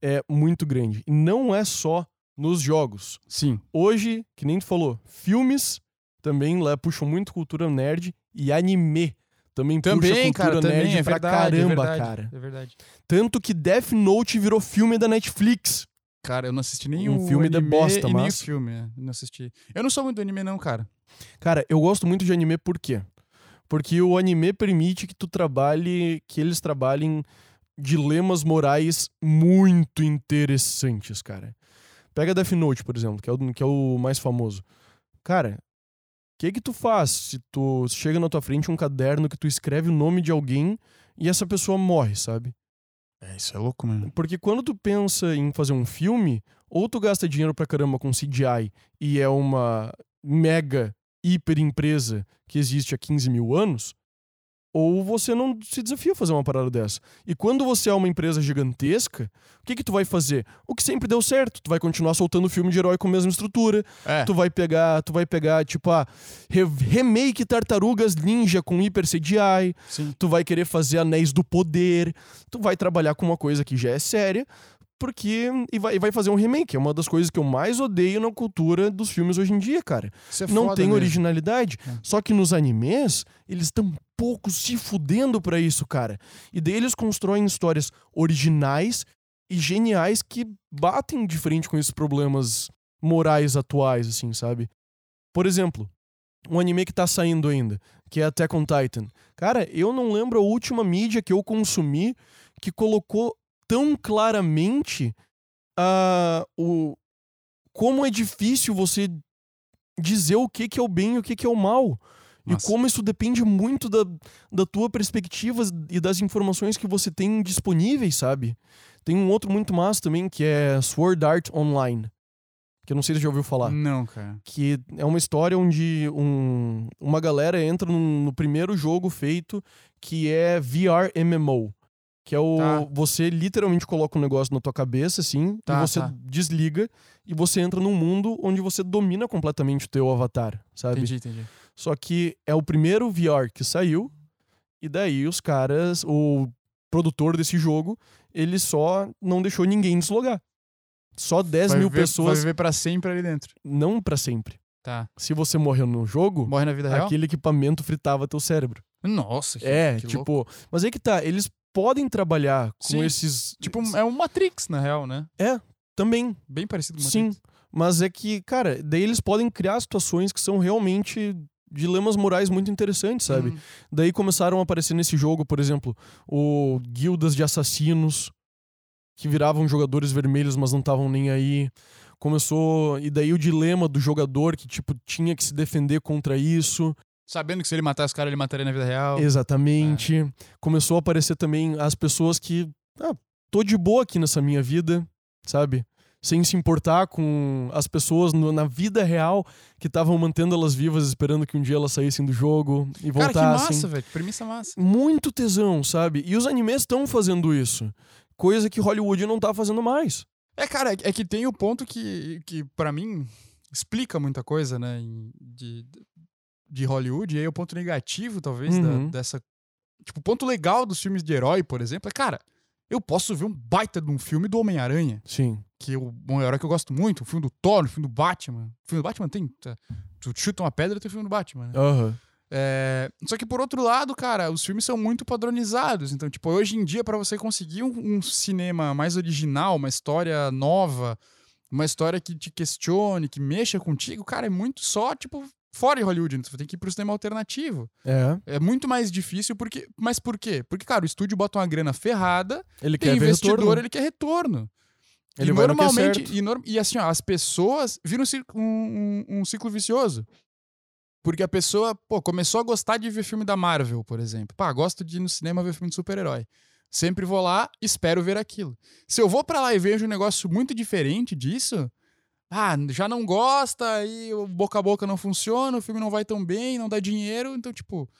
S1: é muito grande. E não é só nos jogos.
S2: Sim.
S1: Hoje, que nem tu falou, filmes também lá puxam muito cultura nerd e anime também, puxa cultura
S2: Também, cara,
S1: nerd
S2: também é
S1: pra
S2: verdade, é
S1: caramba,
S2: verdade,
S1: cara.
S2: É verdade.
S1: Tanto que Death Note virou filme da Netflix.
S2: Cara, eu não assisti nenhum
S1: Um filme de
S2: anime
S1: bosta,
S2: e nem
S1: mas-
S2: filme, é. não assisti. Eu não sou muito do anime não, cara.
S1: Cara, eu gosto muito de anime por quê? Porque o anime permite que tu trabalhe, que eles trabalhem dilemas morais muito interessantes, cara. Pega Death Note, por exemplo, que é o, que é o mais famoso. Cara, o que que tu faz se tu chega na tua frente um caderno que tu escreve o nome de alguém e essa pessoa morre, sabe?
S2: É, isso é louco, mano.
S1: Porque quando tu pensa em fazer um filme, ou tu gasta dinheiro pra caramba com CGI e é uma mega hiper empresa que existe há 15 mil anos, ou você não se desafia a fazer uma parada dessa. E quando você é uma empresa gigantesca, o que que tu vai fazer? O que sempre deu certo, tu vai continuar soltando filme de herói com a mesma estrutura,
S2: É.
S1: tu vai pegar, tu vai pegar tipo a remake Tartarugas Ninja com hiper CGI,
S2: Sim.
S1: tu vai querer fazer anéis do poder, tu vai trabalhar com uma coisa que já é séria, porque. E vai, e vai fazer um remake. É uma das coisas que eu mais odeio na cultura dos filmes hoje em dia, cara.
S2: Isso é
S1: Não
S2: foda
S1: tem
S2: mesmo.
S1: originalidade.
S2: É.
S1: Só que nos animes, eles estão pouco se fudendo pra isso, cara. E daí eles constroem histórias originais e geniais que batem de frente com esses problemas morais atuais, assim, sabe? Por exemplo, um anime que tá saindo ainda, que é Attack on Titan. Cara, eu não lembro a última mídia que eu consumi que colocou tão claramente ah, o como é difícil você dizer o que, que é o bem e o que, que é o mal.
S2: Massa.
S1: E como isso depende muito da, da tua perspectiva e das informações que você tem disponíveis, sabe? Tem um outro muito massa também que é Sword Art Online. que eu não sei se você já ouviu falar.
S2: Não, cara.
S1: Que é uma história onde um, uma galera entra num- no primeiro jogo feito que é VR MMO. Que é o.
S2: Tá.
S1: Você literalmente coloca um negócio na tua cabeça, assim,
S2: Tá,
S1: e você
S2: tá.
S1: desliga e você entra num mundo onde você domina completamente o teu avatar, sabe?
S2: Entendi, entendi.
S1: Só que é o primeiro VR que saiu, e daí os caras, o produtor desse jogo, ele só não deixou ninguém deslogar. Só 10
S2: Vai
S1: mil
S2: viver- Vai
S1: pessoas,
S2: viver pra sempre ali dentro.
S1: não pra sempre.
S2: Tá.
S1: Se você morreu no jogo,
S2: Morre na vida é real?
S1: aquele equipamento fritava teu cérebro.
S2: Nossa, que,
S1: é,
S2: que
S1: tipo.
S2: louco.
S1: Mas aí que tá, eles podem trabalhar com
S2: Sim.
S1: esses.
S2: Tipo, é um Matrix, na real, né?
S1: Também,
S2: Bem parecido com
S1: sim.
S2: Matrix.
S1: Mas é que, cara, daí eles podem criar situações que são realmente dilemas morais muito interessantes, sabe?
S2: Hum.
S1: Daí começaram a aparecer nesse jogo, por exemplo, o guildas de assassinos que viravam jogadores vermelhos, mas não estavam nem aí. Começou e daí o dilema do jogador que tipo tinha que se defender contra isso.
S2: Sabendo que se ele matar os caras, ele mataria na vida real.
S1: Exatamente.
S2: É.
S1: Começou a aparecer também as pessoas que, ah, tô de boa aqui nessa minha vida, sabe? Sem se importar com as pessoas no- na vida real que estavam mantendo elas vivas, esperando que um dia elas saíssem do jogo e
S2: Cara, que
S1: voltassem
S2: massa, velho. Que Premissa massa.
S1: muito tesão, sabe? E os animes estão fazendo isso. Coisa que Hollywood não tá fazendo mais.
S2: É, cara, é é que tem o ponto que, que para mim, explica muita coisa, né, em- de, de Hollywood. E aí o ponto negativo, talvez, da-
S1: Uhum.
S2: dessa... Tipo, o ponto legal dos filmes de herói, por exemplo, é, cara, eu posso ver um baita de um filme do Homem-Aranha,
S1: Sim.
S2: que é o um herói que eu gosto muito, o filme do Thor, o filme do Batman. O filme do Batman tem... tá, tu chuta uma pedra, tem o filme do Batman, né?
S1: Aham.
S2: É, só que por outro lado, cara, os filmes são muito padronizados. Então, tipo, hoje em dia, pra você conseguir um, um cinema mais original, uma história nova, uma história que te questione, que mexa contigo, cara, é muito só, tipo, fora de Hollywood. Né? Você tem que ir pro cinema alternativo.
S1: É.
S2: É muito mais difícil, porque. Mas por quê? Porque, cara, o estúdio bota uma grana ferrada,
S1: Ele
S2: tem
S1: quer ver
S2: investidor,
S1: retorno.
S2: ele quer retorno.
S1: Ele
S2: e
S1: vai no que é
S2: normalmente,
S1: certo.
S2: e, norm- e assim, ó, as pessoas viram um cir- um, um- um ciclo vicioso. Porque a pessoa, pô, começou a gostar de ver filme da Marvel, por exemplo. Pá, gosto de ir no cinema ver filme de super-herói. Sempre vou lá, espero ver aquilo. Se eu vou pra lá e vejo um negócio muito diferente disso, ah, já não gosta, aí o boca a boca não funciona, o filme não vai tão bem, não dá dinheiro, então tipo,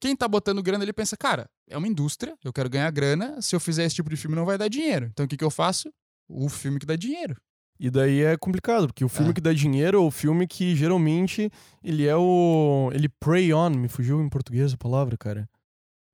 S2: quem tá botando grana, ele pensa, cara, é uma indústria, eu quero ganhar grana, se eu fizer esse tipo de filme não vai dar dinheiro. Então o que que eu faço? O filme que dá dinheiro.
S1: E daí é complicado, porque o filme
S2: É.
S1: que dá dinheiro é o filme que geralmente ele é o. Ele prey on, me fugiu em português a palavra, cara.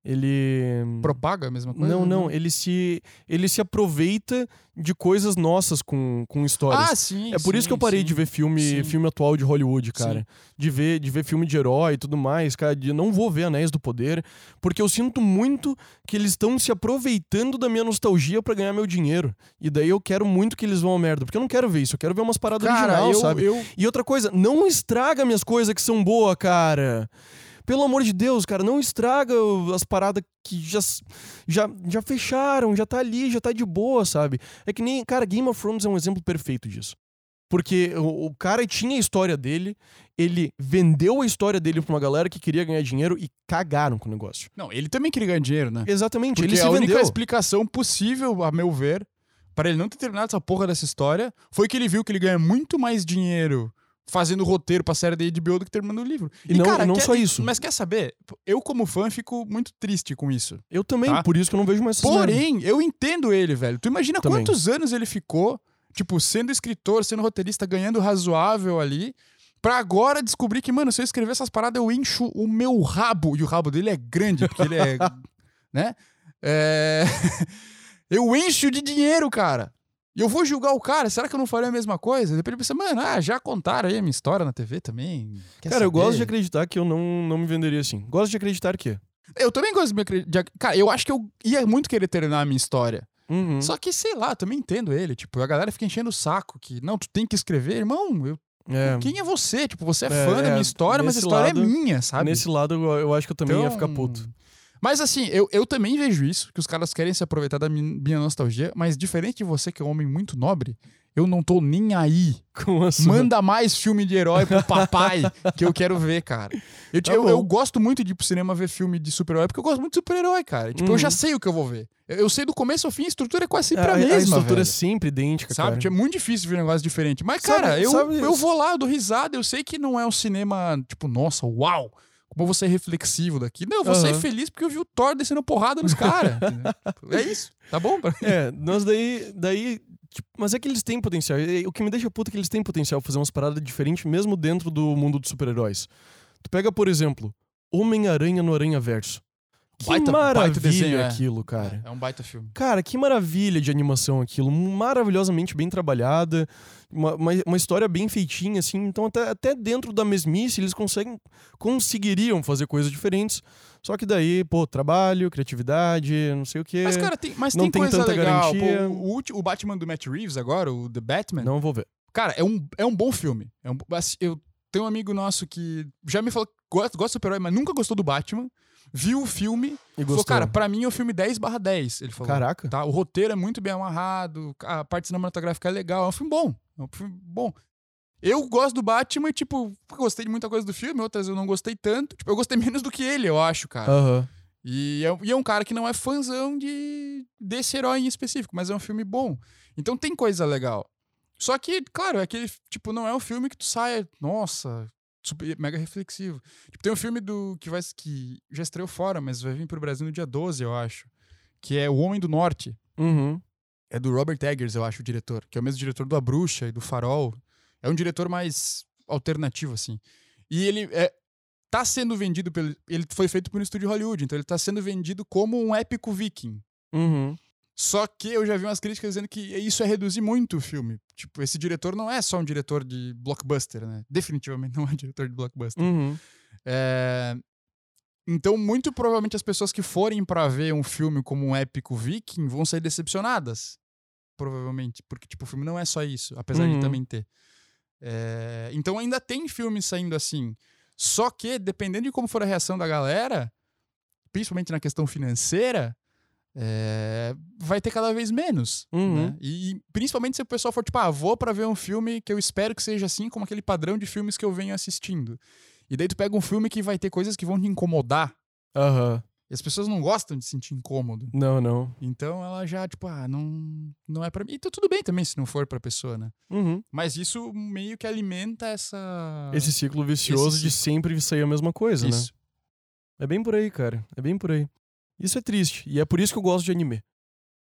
S1: Ele.
S2: Propaga a mesma coisa?
S1: Hum. Não, não,
S2: né?
S1: ele se. Ele se aproveita de coisas nossas com, com histórias.
S2: Ah, sim.
S1: É por isso que eu
S2: sim,
S1: parei
S2: sim.
S1: de ver filme,
S2: Sim.
S1: filme atual de Hollywood, cara.
S2: Sim.
S1: De ver, de ver filme de herói e tudo mais, cara. De não vou ver Anéis do Poder, porque eu sinto muito que eles estão se aproveitando da minha nostalgia pra ganhar meu dinheiro. E daí eu quero muito que eles vão a merda, porque eu não quero ver isso, eu quero ver umas paradas
S2: Cara,
S1: original,
S2: eu,
S1: sabe?
S2: eu-
S1: E outra coisa, não estraga minhas coisas que são boas, cara. Pelo amor de Deus, cara, não estraga as paradas que já, já, já fecharam, já tá ali, já tá de boa, sabe? É que nem, cara, Game of Thrones é um exemplo perfeito disso. Porque o, o cara tinha a história dele, ele vendeu a história dele pra uma galera que queria ganhar dinheiro e cagaram com o negócio.
S2: Não, ele também queria ganhar dinheiro, né?
S1: Exatamente,
S2: Porque
S1: ele se
S2: a
S1: vendeu.
S2: única explicação possível, a meu ver, para ele não ter terminado essa porra dessa história, foi que ele viu que ele ganha muito mais dinheiro fazendo roteiro pra série da HBO do que terminando o livro.
S1: E não- e não
S2: quer-
S1: só isso.
S2: Mas quer saber? Eu, como fã, fico muito triste com isso.
S1: Eu também,
S2: Tá?
S1: por isso que eu não vejo mais essas merda.
S2: Porém, eu entendo ele, velho. Tu imagina
S1: né? Também.
S2: quantos anos ele ficou, tipo, sendo escritor, sendo roteirista, ganhando razoável ali, pra agora descobrir que, mano, se eu escrever essas paradas, eu encho o meu rabo. E o rabo dele é grande, porque
S1: <laughs>
S2: ele é. né? É... <laughs> eu encho de dinheiro, cara. E eu vou julgar o cara, será que eu não faria a mesma coisa? Depois ele pensa, mano, ah, já contaram aí a minha história na TV também. Quer
S1: Cara, eu gosto de
S2: saber?"
S1: acreditar que eu não, não me venderia assim. Gosto de acreditar que.
S2: Eu também gosto de me acreditar. Cara, eu acho que eu ia muito querer terminar a minha história.
S1: Uhum.
S2: Só que, sei lá, também entendo ele. Tipo, a galera fica enchendo o saco que, não, tu tem que escrever, irmão. Eu,
S1: É.
S2: Quem é você? Tipo, você é,
S1: É,
S2: fã da
S1: é,
S2: minha história, mas a
S1: nesse
S2: história
S1: lado-
S2: é minha, sabe?
S1: Nesse lado, eu, eu acho que eu também ia ficar
S2: Então,
S1: puto.
S2: Mas assim, eu, eu também vejo isso, que os caras querem se aproveitar da min- minha nostalgia, mas diferente de você, que é um homem muito nobre, eu não tô nem aí.
S1: <laughs> Com a sua-
S2: Então, Manda mais filme de
S1: <laughs>
S2: herói pro papai que eu quero ver, cara. Eu, te-
S1: Tá
S2: eu-
S1: bom.
S2: eu gosto muito de ir pro cinema ver filme de super-herói, porque eu gosto muito de super-herói, cara. Tipo,
S1: Uhum.
S2: eu já sei o que eu vou ver. Eu, eu sei do começo ao fim, a estrutura é quase
S1: a,
S2: sempre a,
S1: a- a
S2: mesma.
S1: estrutura é
S2: velho.
S1: sempre idêntica,
S2: Sabe?
S1: cara.
S2: É muito difícil ver um negócio diferente. Mas,
S1: Sabe-
S2: cara, eu,
S1: sabe-
S2: eu vou lá, eu dou risada. Eu sei que não é um cinema, tipo, nossa, uau! Como eu vou ser reflexivo daqui. Não, eu vou ser
S1: Aham.
S2: feliz porque eu vi o Thor descendo porrada
S1: <laughs>
S2: nos caras. é isso. Tá bom? pra- <laughs>
S1: É, nós daí. daí tipo, mas é que eles têm potencial. E- e O que me deixa puto é que eles têm potencial pra fazer umas paradas diferentes, mesmo dentro do mundo dos super-heróis. Tu pega, por exemplo, Homem-Aranha no Aranha Verso. Que
S2: Baita- baita
S1: maravilha
S2: desenho, é.
S1: aquilo, cara.
S2: <laughs> É um baita filme.
S1: Cara, que maravilha de animação aquilo. Maravilhosamente bem trabalhada. Uma, uma, uma história bem feitinha, assim. Então, até, até dentro da mesmice, eles conseguem. Conseguiriam fazer coisas diferentes. Só que daí, pô, trabalho, criatividade, não sei o quê.
S2: Mas, cara, tem, mas
S1: não
S2: tem,
S1: tem
S2: coisa
S1: tanta
S2: legal. Pô,
S1: garantia.
S2: o, ulti- o Batman do Matt Reeves agora, o The Batman.
S1: não vou ver.
S2: Cara, é um, é um bom filme. É um, assim, eu tenho um amigo nosso que já me falou que gosta, gosta do super-herói, mas nunca gostou do Batman. Viu o filme
S1: E
S2: e falou,
S1: gostou.
S2: cara, pra mim é o filme 10 barra 10. Ele falou.
S1: Caraca.
S2: Tá? O roteiro é muito bem amarrado, a parte cinematográfica é legal, é um filme bom. É um filme bom. Eu gosto do Batman e, tipo, gostei de muita coisa do filme, outras eu não gostei tanto. Tipo, eu gostei <laughs> menos do que ele, eu acho, cara.
S1: Aham.
S2: E é, e é um cara que não é fãzão de, desse herói em específico, mas é um filme bom. Então tem coisa legal. Só que, claro, é aquele, tipo, não é um filme que tu saia, nossa, super- mega reflexivo. Tipo, tem um filme do que vai que já estreou fora, mas vai vir pro Brasil no dia 12, eu acho, que é O Homem do Norte.
S1: Uhum.
S2: É do Robert Eggers, eu acho, o diretor, que é o mesmo diretor do A Bruxa e do Farol. É um diretor mais alternativo, assim. E ele é, tá sendo vendido pelo. Ele foi feito por um estúdio de Hollywood, então ele tá sendo vendido como um épico viking.
S1: Uhum.
S2: Só que eu já vi umas críticas dizendo que isso é reduzir muito o filme. Tipo, esse diretor não é só um diretor de blockbuster, né? Definitivamente não é um diretor de blockbuster.
S1: Uhum.
S2: É, Então, muito provavelmente as pessoas que forem pra ver um filme como um épico viking vão sair decepcionadas. Provavelmente. Porque, tipo, o filme não é só isso, apesar
S1: Uhum.
S2: de também ter. É, Então ainda tem filmes saindo assim. Só que, dependendo de como for a reação da galera, principalmente na questão financeira, é, vai ter cada vez menos.
S1: Uhum.
S2: né? E, e principalmente se o pessoal for tipo, ah, vou pra ver um filme que eu espero que seja assim, como aquele padrão de filmes que eu venho assistindo. E daí tu pega um filme que vai ter coisas que vão te incomodar.
S1: Aham.
S2: E as pessoas não gostam de se sentir incômodo.
S1: Não, não.
S2: Então ela já, tipo, ah, não, não é pra mim. E tá tudo bem também se não for pra pessoa, né?
S1: Uhum.
S2: Mas isso meio que alimenta essa.
S1: Esse ciclo vicioso de sempre sair a mesma coisa, né?
S2: Ah. Isso.
S1: É bem por aí, cara. É bem por aí. Isso é triste. E é por isso que eu gosto de anime.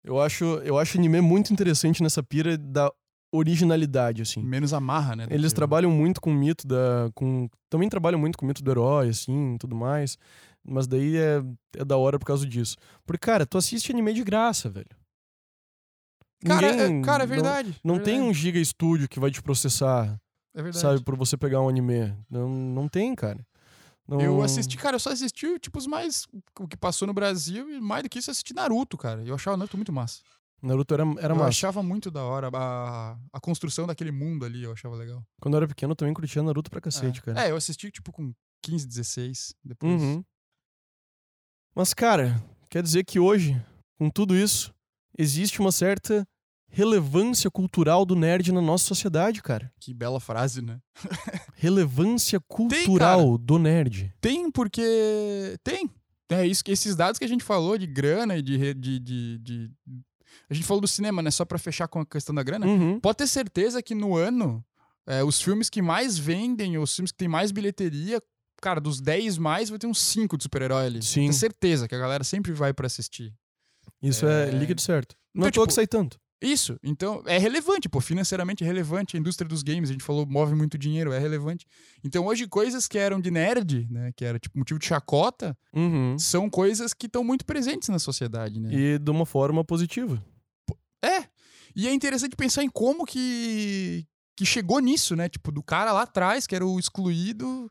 S1: Eu acho, eu acho anime muito interessante nessa pira da originalidade, assim.
S2: Menos amarra, né? do
S1: Eles
S2: que-
S1: trabalham muito com o mito da. Com, também trabalham muito com o mito do herói, assim, e tudo mais. Mas daí é, é da hora por causa disso. Porque, cara, tu assiste anime de graça, velho.
S2: Cara,
S1: Ninguém-
S2: é, cara, é
S1: não-
S2: verdade.
S1: Não,
S2: verdade,
S1: tem um giga estúdio que vai te processar,
S2: É verdade.
S1: sabe, por você pegar um anime. Não, não tem, cara. Não-
S2: Eu assisti, cara, eu só assisti, tipo, os mais. O que passou no Brasil e mais do que isso, eu assisti Naruto, cara. Eu achava Naruto muito massa.
S1: Naruto era, era
S2: eu
S1: massa.
S2: achava muito da hora a, a construção daquele mundo ali, eu achava legal.
S1: Quando eu era pequeno, eu também curtia Naruto pra cacete,
S2: é.
S1: cara.
S2: É, eu assisti, tipo, com 15, 16. Depois.
S1: Uhum. Mas, cara, quer dizer que hoje, com tudo isso, existe uma certa relevância cultural do nerd na nossa sociedade, cara.
S2: Que bela frase, né?
S1: Relevância cultural do nerd.
S2: Tem, porque. Tem. É isso, que- esses dados que a gente falou de grana e de. re- de, de, de- A gente falou do cinema, né? Só pra fechar com a questão da grana.
S1: Uhum.
S2: Pode ter certeza que no ano, é, os filmes que mais vendem, os filmes que tem mais bilheteria, cara, dos 10 mais, vai ter uns 5 de super-herói ali.
S1: Sim.
S2: Tem certeza que a galera sempre vai pra assistir.
S1: Isso é...
S2: É.
S1: líquido certo. Não
S2: Então,
S1: é à toa
S2: tipo,
S1: que sai tanto.
S2: Isso, então é relevante, pô, financeiramente é relevante. A indústria dos games, a gente falou, move muito dinheiro, é relevante. Então hoje, coisas que eram de nerd, né, que era tipo motivo de chacota,
S1: Uhum.
S2: são coisas que estão muito presentes na sociedade, né?
S1: E de uma forma positiva.
S2: É. E é interessante pensar em como que que chegou nisso, né? Tipo, do cara lá atrás, que era o excluído,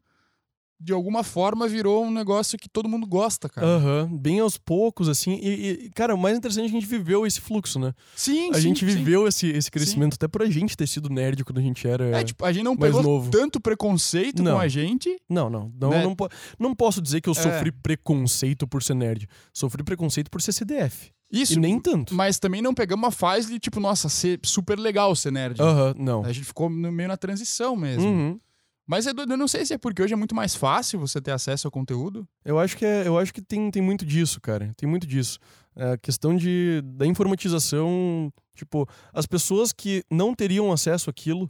S2: de alguma forma virou um negócio que todo mundo gosta, cara.
S1: Aham. Bem aos poucos, assim. E, e, cara, o mais interessante é que a gente viveu esse fluxo, né?
S2: Sim,
S1: A
S2: sim,
S1: gente
S2: sim.
S1: viveu esse, esse crescimento, até pra gente ter sido nerd quando a gente era.
S2: É, tipo, a gente não
S1: mais
S2: pegou
S1: novo.
S2: tanto preconceito
S1: Não.
S2: com a gente.
S1: Não, não. Não,
S2: Né?
S1: não, po- não posso dizer que eu
S2: É.
S1: sofri preconceito por ser nerd. Sofri preconceito por ser CDF.
S2: Isso.
S1: E nem tanto.
S2: Mas também não pegamos uma fase de, tipo, nossa, ser super legal ser nerd.
S1: Aham, Ah, não.
S2: A gente ficou no- meio na transição é mesmo.
S1: Uhum.
S2: Mas é doido, eu não sei se é porque hoje é muito mais fácil você ter acesso ao conteúdo.
S1: Eu acho que, é- eu acho que tem, tem muito disso, cara. Tem muito disso. É, A questão de, da informatização, tipo, as pessoas que não teriam acesso àquilo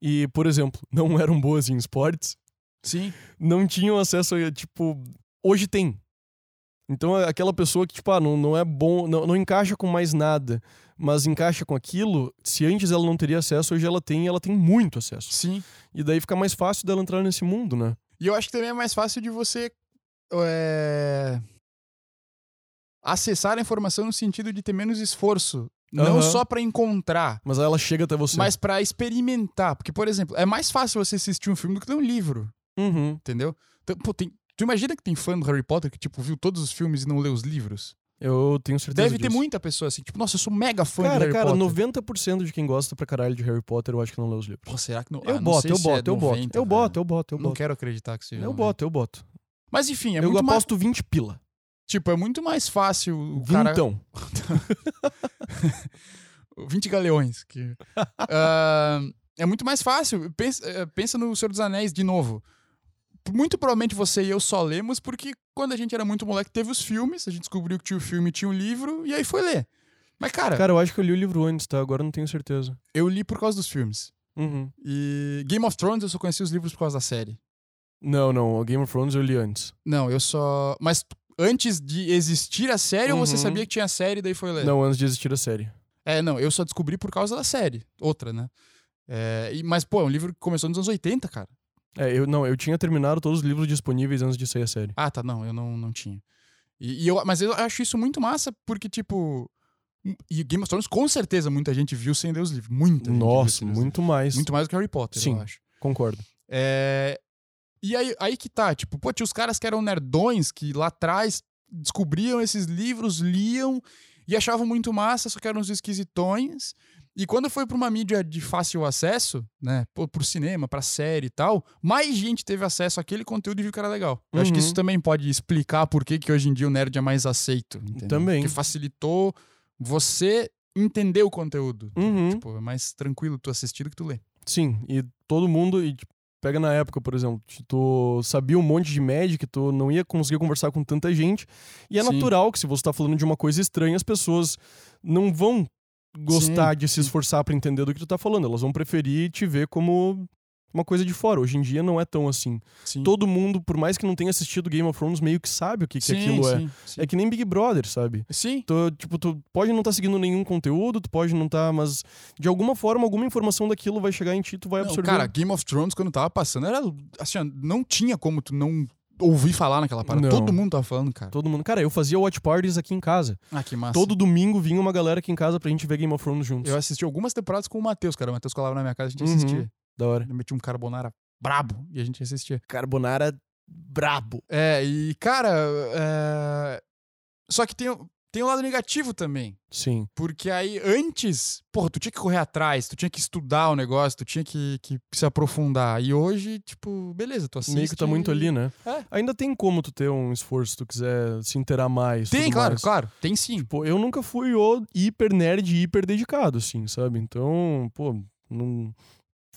S1: e, por exemplo, <laughs> não eram boas em esportes,
S2: Sim.
S1: não tinham acesso a, tipo, hoje tem. Então, é aquela pessoa que, tipo, ah, não, não é bom, não, não encaixa com mais nada, mas encaixa com aquilo, se antes ela não teria acesso, hoje ela tem e ela tem muito acesso.
S2: Sim.
S1: E daí fica mais fácil dela entrar nesse mundo, né?
S2: E eu acho que também é mais fácil de você é, acessar a informação no sentido de ter menos esforço. Não
S1: Aham.
S2: só pra encontrar,
S1: Mas aí ela chega até você.
S2: mas pra experimentar. Porque, por exemplo, é mais fácil você assistir um filme do que ler um livro,
S1: Uhum.
S2: entendeu? Então, pô, tem- Tu imagina que tem fã do Harry Potter que, tipo, viu todos os filmes e não leu os livros?
S1: Eu tenho certeza
S2: Deve ter
S1: disso.
S2: muita pessoa assim, tipo, nossa, eu sou mega fã do
S1: Cara,
S2: Harry
S1: cara,
S2: Potter.
S1: 90% de quem gosta pra caralho de Harry Potter, eu acho que não lê os livros.
S2: Pô, será que não... Ah,
S1: Eu
S2: não
S1: boto,
S2: sei
S1: eu
S2: se é
S1: boto, eu boto,
S2: 90,
S1: eu boto,
S2: velho.
S1: eu boto, eu
S2: Não
S1: boto.
S2: quero acreditar que seja.
S1: Eu
S2: 90.
S1: boto, eu boto.
S2: Mas enfim, é
S1: eu
S2: muito mais...
S1: aposto 20 pila.
S2: Tipo, é muito mais fácil o cara...
S1: Então,
S2: 20 galeões. Que...
S1: <laughs>
S2: Ah, é muito mais fácil. Pensa, eh, pensa no Senhor dos Anéis de novo. Muito provavelmente você e eu só lemos porque quando a gente era muito moleque teve os filmes, a gente descobriu que tinha o filme, tinha o livro e aí foi ler. Mas cara,
S1: Cara, eu acho que eu li o livro antes, tá? Agora eu não tenho certeza.
S2: eu li por causa dos filmes.
S1: Uhum.
S2: E Game of Thrones eu só conheci os livros por causa da série.
S1: Não, não. o Game of Thrones eu li antes.
S2: Não, eu só. Mas antes de existir a série ou você
S1: Uhum.
S2: sabia que tinha a série daí foi ler?
S1: Não, antes de existir a série.
S2: É, não, eu só descobri por causa da série. Outra, né? É, e- mas, pô, é um livro que começou nos anos 80, cara.
S1: É, eu não, eu tinha terminado todos os livros disponíveis antes de sair a série.
S2: Ah, tá, não, eu não, não tinha. E, e eu, mas eu acho isso muito massa, porque, tipo. E Game of Thrones, com certeza, muita gente viu sem ler os livros. Muita gente viu
S1: Nossa,
S2: sem ler os livros.
S1: muito mais.
S2: Muito mais do que Harry Potter,
S1: Sim.
S2: eu acho.
S1: Concordo.
S2: É, e aí, aí que tá, tipo, pô, tinha os caras que eram nerdões, que lá atrás descobriam esses livros, liam e achavam muito massa, só que eram uns esquisitões. E quando foi pra uma mídia de fácil acesso, né, pô, pro cinema, pra série e tal, mais gente teve acesso àquele conteúdo e viu que era legal. Eu acho que
S1: Uhum.
S2: isso também pode explicar por que, que hoje em dia o nerd é mais aceito. entendeu?
S1: Também.
S2: Que facilitou você entender o conteúdo.
S1: Uhum.
S2: Tipo, é mais tranquilo tu assistir do que tu ler.
S1: Sim, e todo mundo. E, tipo, pega na época, por exemplo, que tu sabia um monte de Magic, tu não ia conseguir conversar com tanta gente. E é
S2: Sim.
S1: natural que, se você tá falando de uma coisa estranha, as pessoas não vão gostar de se esforçar pra entender do que tu tá falando. Elas vão preferir te ver como uma coisa de fora. Hoje em dia não é tão assim.
S2: Sim.
S1: Todo mundo, por mais que não tenha assistido Game of Thrones, meio que sabe o que, que
S2: sim,
S1: aquilo é.
S2: sim, sim.
S1: É que nem Big Brother, sabe?
S2: Sim,
S1: Tu, tipo, tu pode não estar seguindo nenhum conteúdo, tu pode não estar, mas de alguma forma, alguma informação daquilo vai chegar em ti, tu vai
S2: Não,
S1: absorver.
S2: cara, Game of Thrones, quando tava passando, era assim, ó, não tinha como tu não ouvir falar naquela parada.
S1: Não.
S2: Todo mundo tava falando, cara.
S1: Todo mundo. Cara, eu fazia watch parties aqui em casa.
S2: Ah, que massa.
S1: Todo domingo vinha uma galera aqui em casa pra gente ver Game of Thrones juntos.
S2: Eu assisti algumas temporadas com o Matheus, cara. O Matheus colava na minha casa, a gente
S1: Uhum.
S2: assistia.
S1: Da hora.
S2: Ele metia um carbonara brabo e a gente assistia.
S1: Carbonara brabo.
S2: É, e cara, é... só que tem, o- tem um lado negativo também.
S1: Sim.
S2: Porque aí, antes, porra, tu tinha que correr atrás, tu tinha que estudar o negócio, tu tinha que, que se aprofundar. E hoje, tipo, beleza, tu assiste...
S1: Meio que tá muito ali, né?
S2: É.
S1: Ainda tem como tu ter um esforço se tu quiser se inteirar mais.
S2: Tem,
S1: tudo
S2: claro,
S1: mais.
S2: claro. Tem sim.
S1: Pô, eu nunca fui o hiper nerd, hiper dedicado, assim, sabe? Então, pô, não.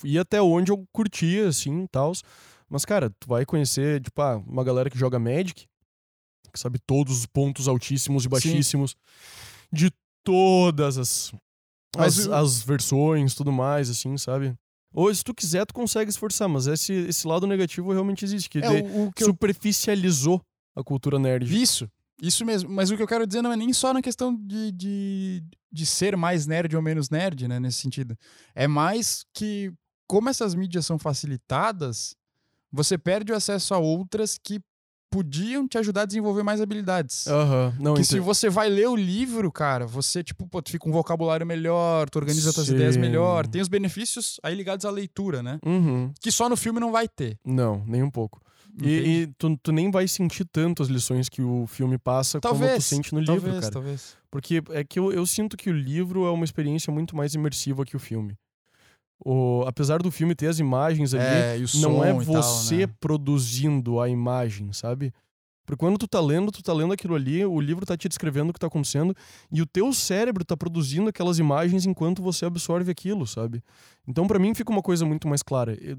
S1: Ia até onde eu curtia, assim, tals. Mas, cara, tu vai conhecer, tipo, ah, uma galera que joga Magic, que sabe todos os pontos altíssimos e baixíssimos de todas as,
S2: Mas
S1: as,
S2: o-
S1: as versões, tudo mais, assim, sabe? Ou se tu quiser, tu consegue esforçar, mas esse, esse lado negativo realmente existe, que,
S2: É,
S1: de-
S2: o, o que eu
S1: superficializou a cultura nerd.
S2: Isso, isso mesmo. Mas o que eu quero dizer não é nem só na questão de, de, de ser mais nerd ou menos nerd, né? Nesse sentido. É mais que, como essas mídias são facilitadas, você perde o acesso a outras que podiam te ajudar a desenvolver mais habilidades.
S1: Aham, não
S2: Que
S1: ente-
S2: se você vai ler o livro, cara, você, tipo, pô, tu fica com um vocabulário melhor, tu organiza tuas
S1: Sim.
S2: ideias melhor, tem os benefícios aí ligados à leitura, né?
S1: Uhum.
S2: Que só no filme não vai ter.
S1: Não, nem um pouco. E, e tu, tu nem vai sentir tanto as lições que o filme passa como tu
S2: Talvez,
S1: sente no
S2: talvez,
S1: livro, cara.
S2: talvez.
S1: Porque é que eu, eu sinto que o livro é uma experiência muito mais imersiva que o filme. O, apesar do filme ter as imagens ali,
S2: e o
S1: não é
S2: som e tal,
S1: você
S2: né?
S1: produzindo a imagem, sabe? Porque quando tu tá lendo, tu tá lendo aquilo ali, o livro tá te descrevendo o que tá acontecendo e o teu cérebro tá produzindo aquelas imagens enquanto você absorve aquilo, sabe? Então para mim fica uma coisa muito mais clara. Eu-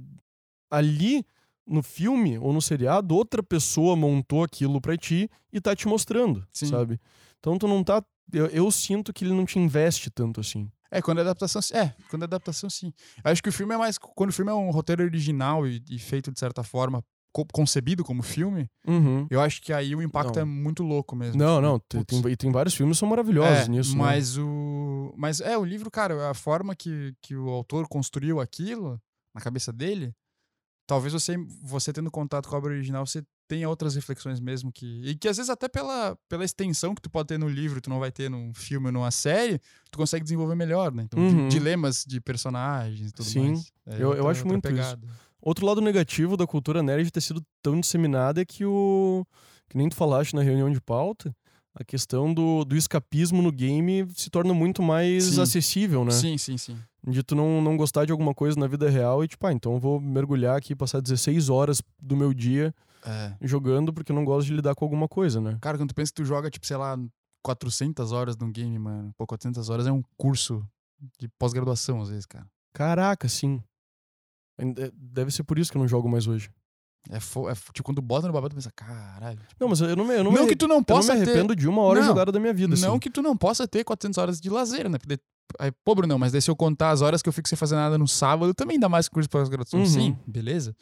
S1: ali no filme ou no seriado, outra pessoa montou aquilo pra ti e tá te mostrando,
S2: Sim.
S1: sabe? Então tu não tá eu, eu sinto que ele não te investe tanto assim.
S2: É, quando é adaptação, sim. É, quando é adaptação, sim. Acho que o filme é mais. Quando o filme é um roteiro original e, e feito de certa forma, co- concebido como filme,
S1: Uhum.
S2: eu acho que aí o impacto
S1: Não.
S2: é muito louco mesmo.
S1: Não,
S2: Tipo,
S1: não, tem,
S2: putz.
S1: tem- e tem vários filmes que são maravilhosos
S2: É,
S1: nisso. né?
S2: Mas o. Mas é, o livro, cara, a forma que, que o autor construiu aquilo na cabeça dele, talvez você, você tendo contato com a obra original, você tenha outras reflexões mesmo que. E que às vezes até pela, pela extensão que tu pode ter no livro, tu não vai ter num filme ou numa série, tu consegue desenvolver melhor, né? Então, di-
S1: Uhum.
S2: dilemas de personagens e tudo
S1: Sim,
S2: mais. É,
S1: eu- eu
S2: outra-
S1: acho
S2: outra
S1: muito isso. né?
S2: pegada.
S1: Outro lado negativo da cultura nerd ter sido tão disseminada é que o. Que nem tu falaste na reunião de pauta, a questão do, do escapismo no game se torna muito mais
S2: Sim.
S1: acessível, né?
S2: Sim, sim, sim.
S1: De tu não, não gostar de alguma coisa na vida real e tipo, ah, então eu vou mergulhar aqui, passar 16 horas do meu dia
S2: É.
S1: jogando porque eu não gosto de lidar com alguma coisa, né?
S2: Cara, quando tu pensa que tu joga, tipo, sei lá, 400 horas num game, mano. Pô, 400 horas é um curso de pós-graduação, às vezes, cara.
S1: Caraca, sim. Ainda- Deve ser por isso que eu não jogo mais hoje.
S2: É, fo- é fo- tipo, quando bota no babado, tu pensa, caralho.
S1: Não, mas eu não me, eu não
S2: Não,
S1: me,
S2: que
S1: arre-
S2: tu
S1: eu
S2: não
S1: não me
S2: possa ter...
S1: arrependo de uma hora
S2: Não.
S1: jogada da minha vida. assim.
S2: Não que tu não possa ter 400 horas de lazer, né? Porque daí- aí, pô, Bruno, mas daí se eu contar as horas que eu fico sem fazer nada no sábado, também dá mais curso para graduação.
S1: Uhum.
S2: Sim, beleza.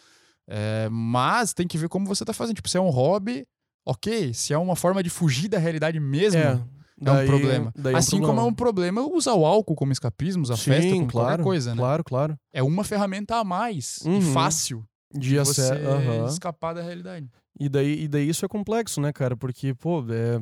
S2: É, mas tem que ver como você tá fazendo. Tipo, se é um hobby, ok. Se é uma forma de fugir da realidade mesmo,
S1: É,
S2: é, um problema.
S1: daí
S2: assim como é um problema usar o álcool como escapismo, usar a festa como qualquer coisa, né?
S1: Claro, claro.
S2: É uma ferramenta a mais
S1: Uhum.
S2: e fácil
S1: De
S2: de
S1: acé-
S2: você
S1: aham.
S2: escapar da realidade.
S1: E, daí, e daí isso é complexo, né, cara? Porque, pô, é...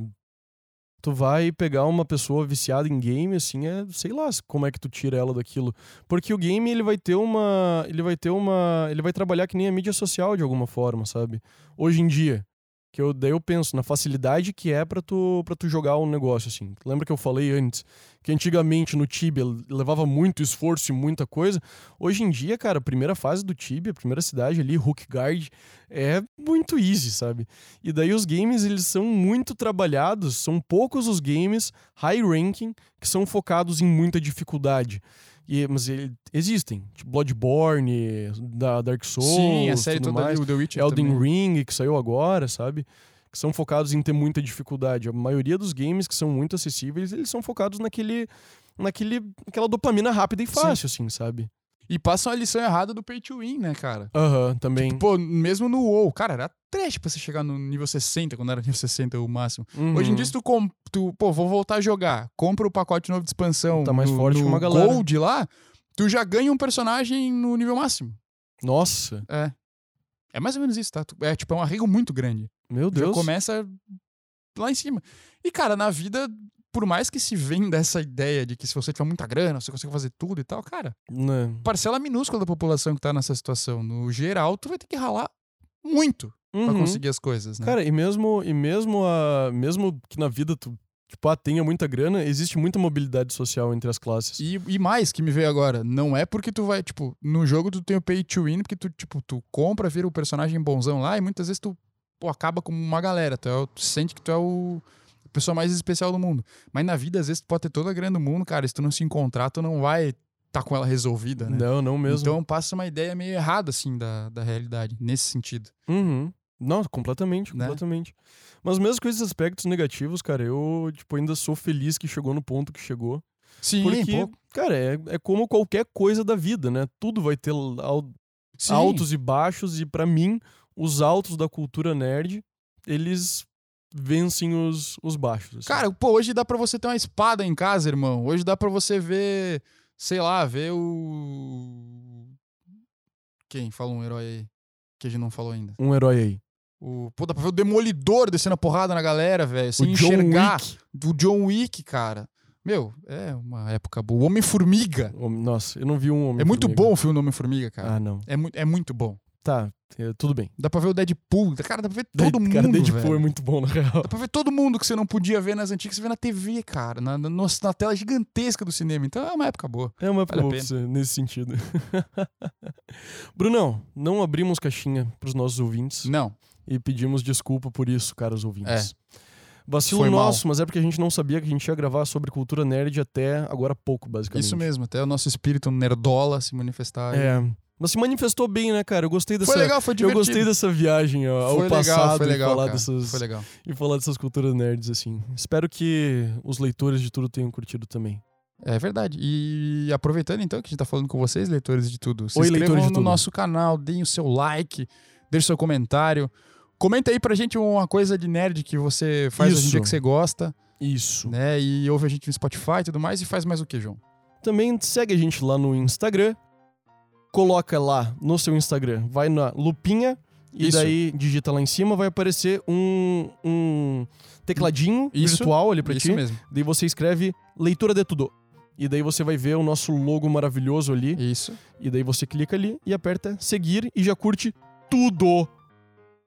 S1: tu vai pegar uma pessoa viciada em game, assim, é, sei lá como é que tu tira ela daquilo. Porque o game, ele vai ter uma. Ele vai ter uma. Ele vai trabalhar que nem a mídia social de alguma forma, sabe? Hoje em dia. Que eu, daí eu penso na facilidade que é pra tu, pra tu jogar um negócio, assim. Lembra que eu falei antes que antigamente no Tibia levava muito esforço e muita coisa? Hoje em dia, cara, a primeira fase do Tibia, a primeira cidade ali, Hook Guard, é muito easy, sabe? E daí os games, eles são muito trabalhados, são poucos os games high ranking que são focados em muita dificuldade. E, mas ele- existem, tipo Bloodborne, da Dark Souls,
S2: Sim, a série
S1: tudo
S2: toda
S1: mais.
S2: ali, o The Witcher
S1: Elden
S2: também.
S1: Ring, que saiu agora, sabe? Que são focados em ter muita dificuldade. A maioria dos games que são muito acessíveis, eles são focados naquele. naquele aquela dopamina rápida e fácil, assim, sabe?
S2: E passam a lição errada do pay to win, né, cara?
S1: Aham, também.
S2: Pô, mesmo no WoW, cara, era trash pra você chegar no nível 60, quando era nível 60 o máximo. Hoje em
S1: Uhum.
S2: dia, se tu, com- tu, pô, vou voltar a jogar, compra o pacote novo de expansão
S1: Tá mais
S2: no,
S1: forte que
S2: no
S1: uma galera.
S2: Gold lá, tu já ganha um personagem no nível máximo.
S1: Nossa,
S2: É. É mais ou menos isso, tá? Tu- É tipo, é um arrego muito grande.
S1: meu
S2: Já
S1: Deus.
S2: começa lá em cima. E, cara, na vida, por mais que se venda essa ideia de que se você tiver muita grana, você consegue fazer tudo e tal, cara,
S1: Né?
S2: parcela minúscula da população que tá nessa situação. No geral, tu vai ter que ralar muito pra
S1: Uhum.
S2: conseguir as coisas, né?
S1: Cara, e mesmo, e mesmo, a, mesmo que na vida tu tipo, ah, tenha muita grana, existe muita mobilidade social entre as classes.
S2: E, e mais que me veio agora, não é porque tu vai, tipo, no jogo tu tem o pay to win, porque tu, tipo, tu compra, vira o personagem bonzão lá, e muitas vezes tu pô, acaba com uma galera, tu, é o- tu sente que tu é o a pessoa mais especial do mundo. Mas na vida, às vezes, tu pode ter toda a grana do mundo, cara, se tu não se encontrar, tu não vai tá com ela resolvida, né?
S1: Não, não mesmo.
S2: Então passa uma ideia meio errada, assim, da, da realidade, nesse sentido.
S1: Uhum. Não, completamente,
S2: Né?
S1: completamente. Mas mesmo com esses aspectos negativos, cara, eu, tipo, ainda sou feliz que chegou no ponto que chegou.
S2: Sim,
S1: Porque, cara, é, é como qualquer coisa da vida, né? Tudo vai ter al-
S2: Sim.
S1: altos e baixos, e pra mim, os altos da cultura nerd, eles vencem os, os baixos. assim.
S2: Cara, pô, hoje dá pra você ter uma espada em casa, irmão. Hoje dá pra você ver, sei lá, ver o quem fala um herói aí que a gente não falou ainda.
S1: um herói aí.
S2: O, pô, dá pra ver o demolidor descendo a porrada na galera, velho, sem
S1: o John
S2: enxergar
S1: Wick.
S2: do John Wick, cara. Meu, é uma época boa. O Homem-Formiga.
S1: Hom- Nossa, eu não vi um homem.
S2: É muito
S1: formiga.
S2: bom o filme do Homem-Formiga, cara.
S1: Ah, não.
S2: É, mu é muito bom.
S1: Tá, é, tudo bem.
S2: Dá pra ver o Deadpool. Cara, dá pra ver todo
S1: <laughs>
S2: mundo,
S1: Cara, Deadpool
S2: velho.
S1: é muito bom, na real.
S2: Dá pra ver todo mundo que você não podia ver nas antigas, você vê na TV, cara. Na, na, nossa, na tela gigantesca do cinema. Então é uma época boa.
S1: É uma
S2: Vale a
S1: boa pra
S2: pena.
S1: você, nesse sentido. <laughs> Brunão, não abrimos caixinha pros nossos ouvintes.
S2: Não.
S1: E pedimos desculpa por isso, caros ouvintes. Vacilo
S2: É. Foi mal.
S1: nosso, mas é porque a gente não sabia que a gente ia gravar sobre cultura nerd até agora há pouco, basicamente.
S2: Isso mesmo, até o nosso espírito nerdola se manifestar.
S1: É. Mas se manifestou bem, né, cara? Eu gostei dessa.
S2: Foi legal, foi
S1: eu
S2: divertido.
S1: gostei dessa viagem ó, ao
S2: foi
S1: passado
S2: legal, foi
S1: e
S2: legal,
S1: falar
S2: cara.
S1: dessas
S2: Foi legal.
S1: e falar dessas culturas nerds assim. Espero que os leitores de tudo tenham curtido também.
S2: É verdade. E aproveitando então que a gente tá falando com vocês, leitores de tudo, se
S1: Oi,
S2: inscrevam
S1: leitores de
S2: no
S1: tudo.
S2: nosso canal, deem o seu like, deixe seu comentário. Comenta aí pra gente uma coisa de nerd que você faz hoje em
S1: Isso.
S2: dia que você gosta,
S1: Isso.
S2: né? E ouve a gente no Spotify e tudo mais. E faz mais o que, João?
S1: Também segue a gente lá no Instagram. Coloca lá no seu Instagram, vai na lupinha e
S2: Isso.
S1: daí digita lá em cima, vai aparecer um, um tecladinho
S2: Isso.
S1: virtual ali pra
S2: Isso
S1: ti.
S2: mesmo.
S1: Daí você escreve leitura de tudo. E daí você vai ver o nosso logo maravilhoso ali.
S2: Isso.
S1: E daí você clica ali e aperta seguir e já curte tudo.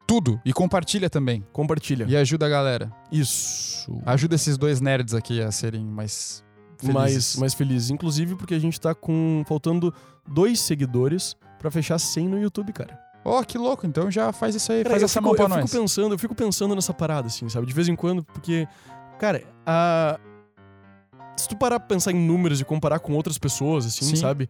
S2: Tudo. E compartilha também.
S1: Compartilha.
S2: E ajuda a galera.
S1: Isso.
S2: Ajuda esses dois nerds aqui a serem mais Ah, felizes.
S1: Mais, mais feliz. Inclusive porque a gente tá com faltando dois seguidores pra fechar 100 no YouTube, cara.
S2: Oh, que louco. Então já faz isso aí.
S1: Cara,
S2: faz
S1: eu
S2: essa
S1: fico-
S2: mão pra
S1: eu
S2: nós.
S1: Fico pensando, eu fico pensando nessa parada, assim, sabe? De vez em quando, porque, cara, a... se tu parar pra pensar em números e comparar com outras pessoas, assim,
S2: Sim.
S1: sabe?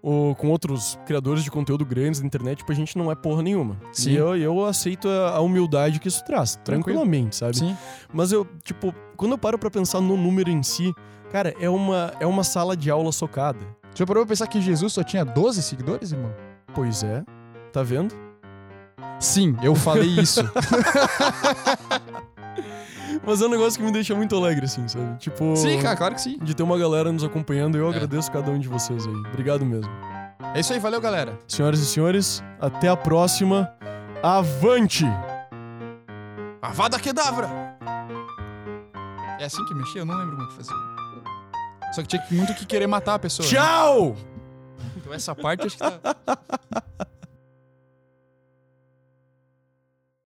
S1: Ou com outros criadores de conteúdo grandes na internet, tipo, a gente não é porra nenhuma.
S2: Sim.
S1: E eu, eu aceito a, a humildade que isso traz,
S2: Tranquilo.
S1: tranquilamente, sabe?
S2: Sim.
S1: Mas eu, tipo, quando eu paro pra pensar no número em si, cara, é uma, é uma sala de aula socada.
S2: Já parou pra pensar que Jesus só tinha 12 seguidores, irmão?
S1: Pois é, tá vendo?
S2: Sim, eu falei
S1: <laughs>
S2: isso.
S1: Mas é um negócio que me deixa muito alegre, assim, sabe? Tipo.
S2: sim, cara, claro que sim.
S1: de ter uma galera nos acompanhando. Eu
S2: É.
S1: agradeço cada um de vocês aí. Obrigado mesmo.
S2: É isso aí, valeu, galera.
S1: Senhoras e senhores, até a próxima. Avante!
S2: Avada Kedavra! É assim que mexia? Eu não lembro como que fazia. Só que tinha que- muito que querer matar a pessoa. né?
S1: Tchau!
S2: Então essa parte acho que tá...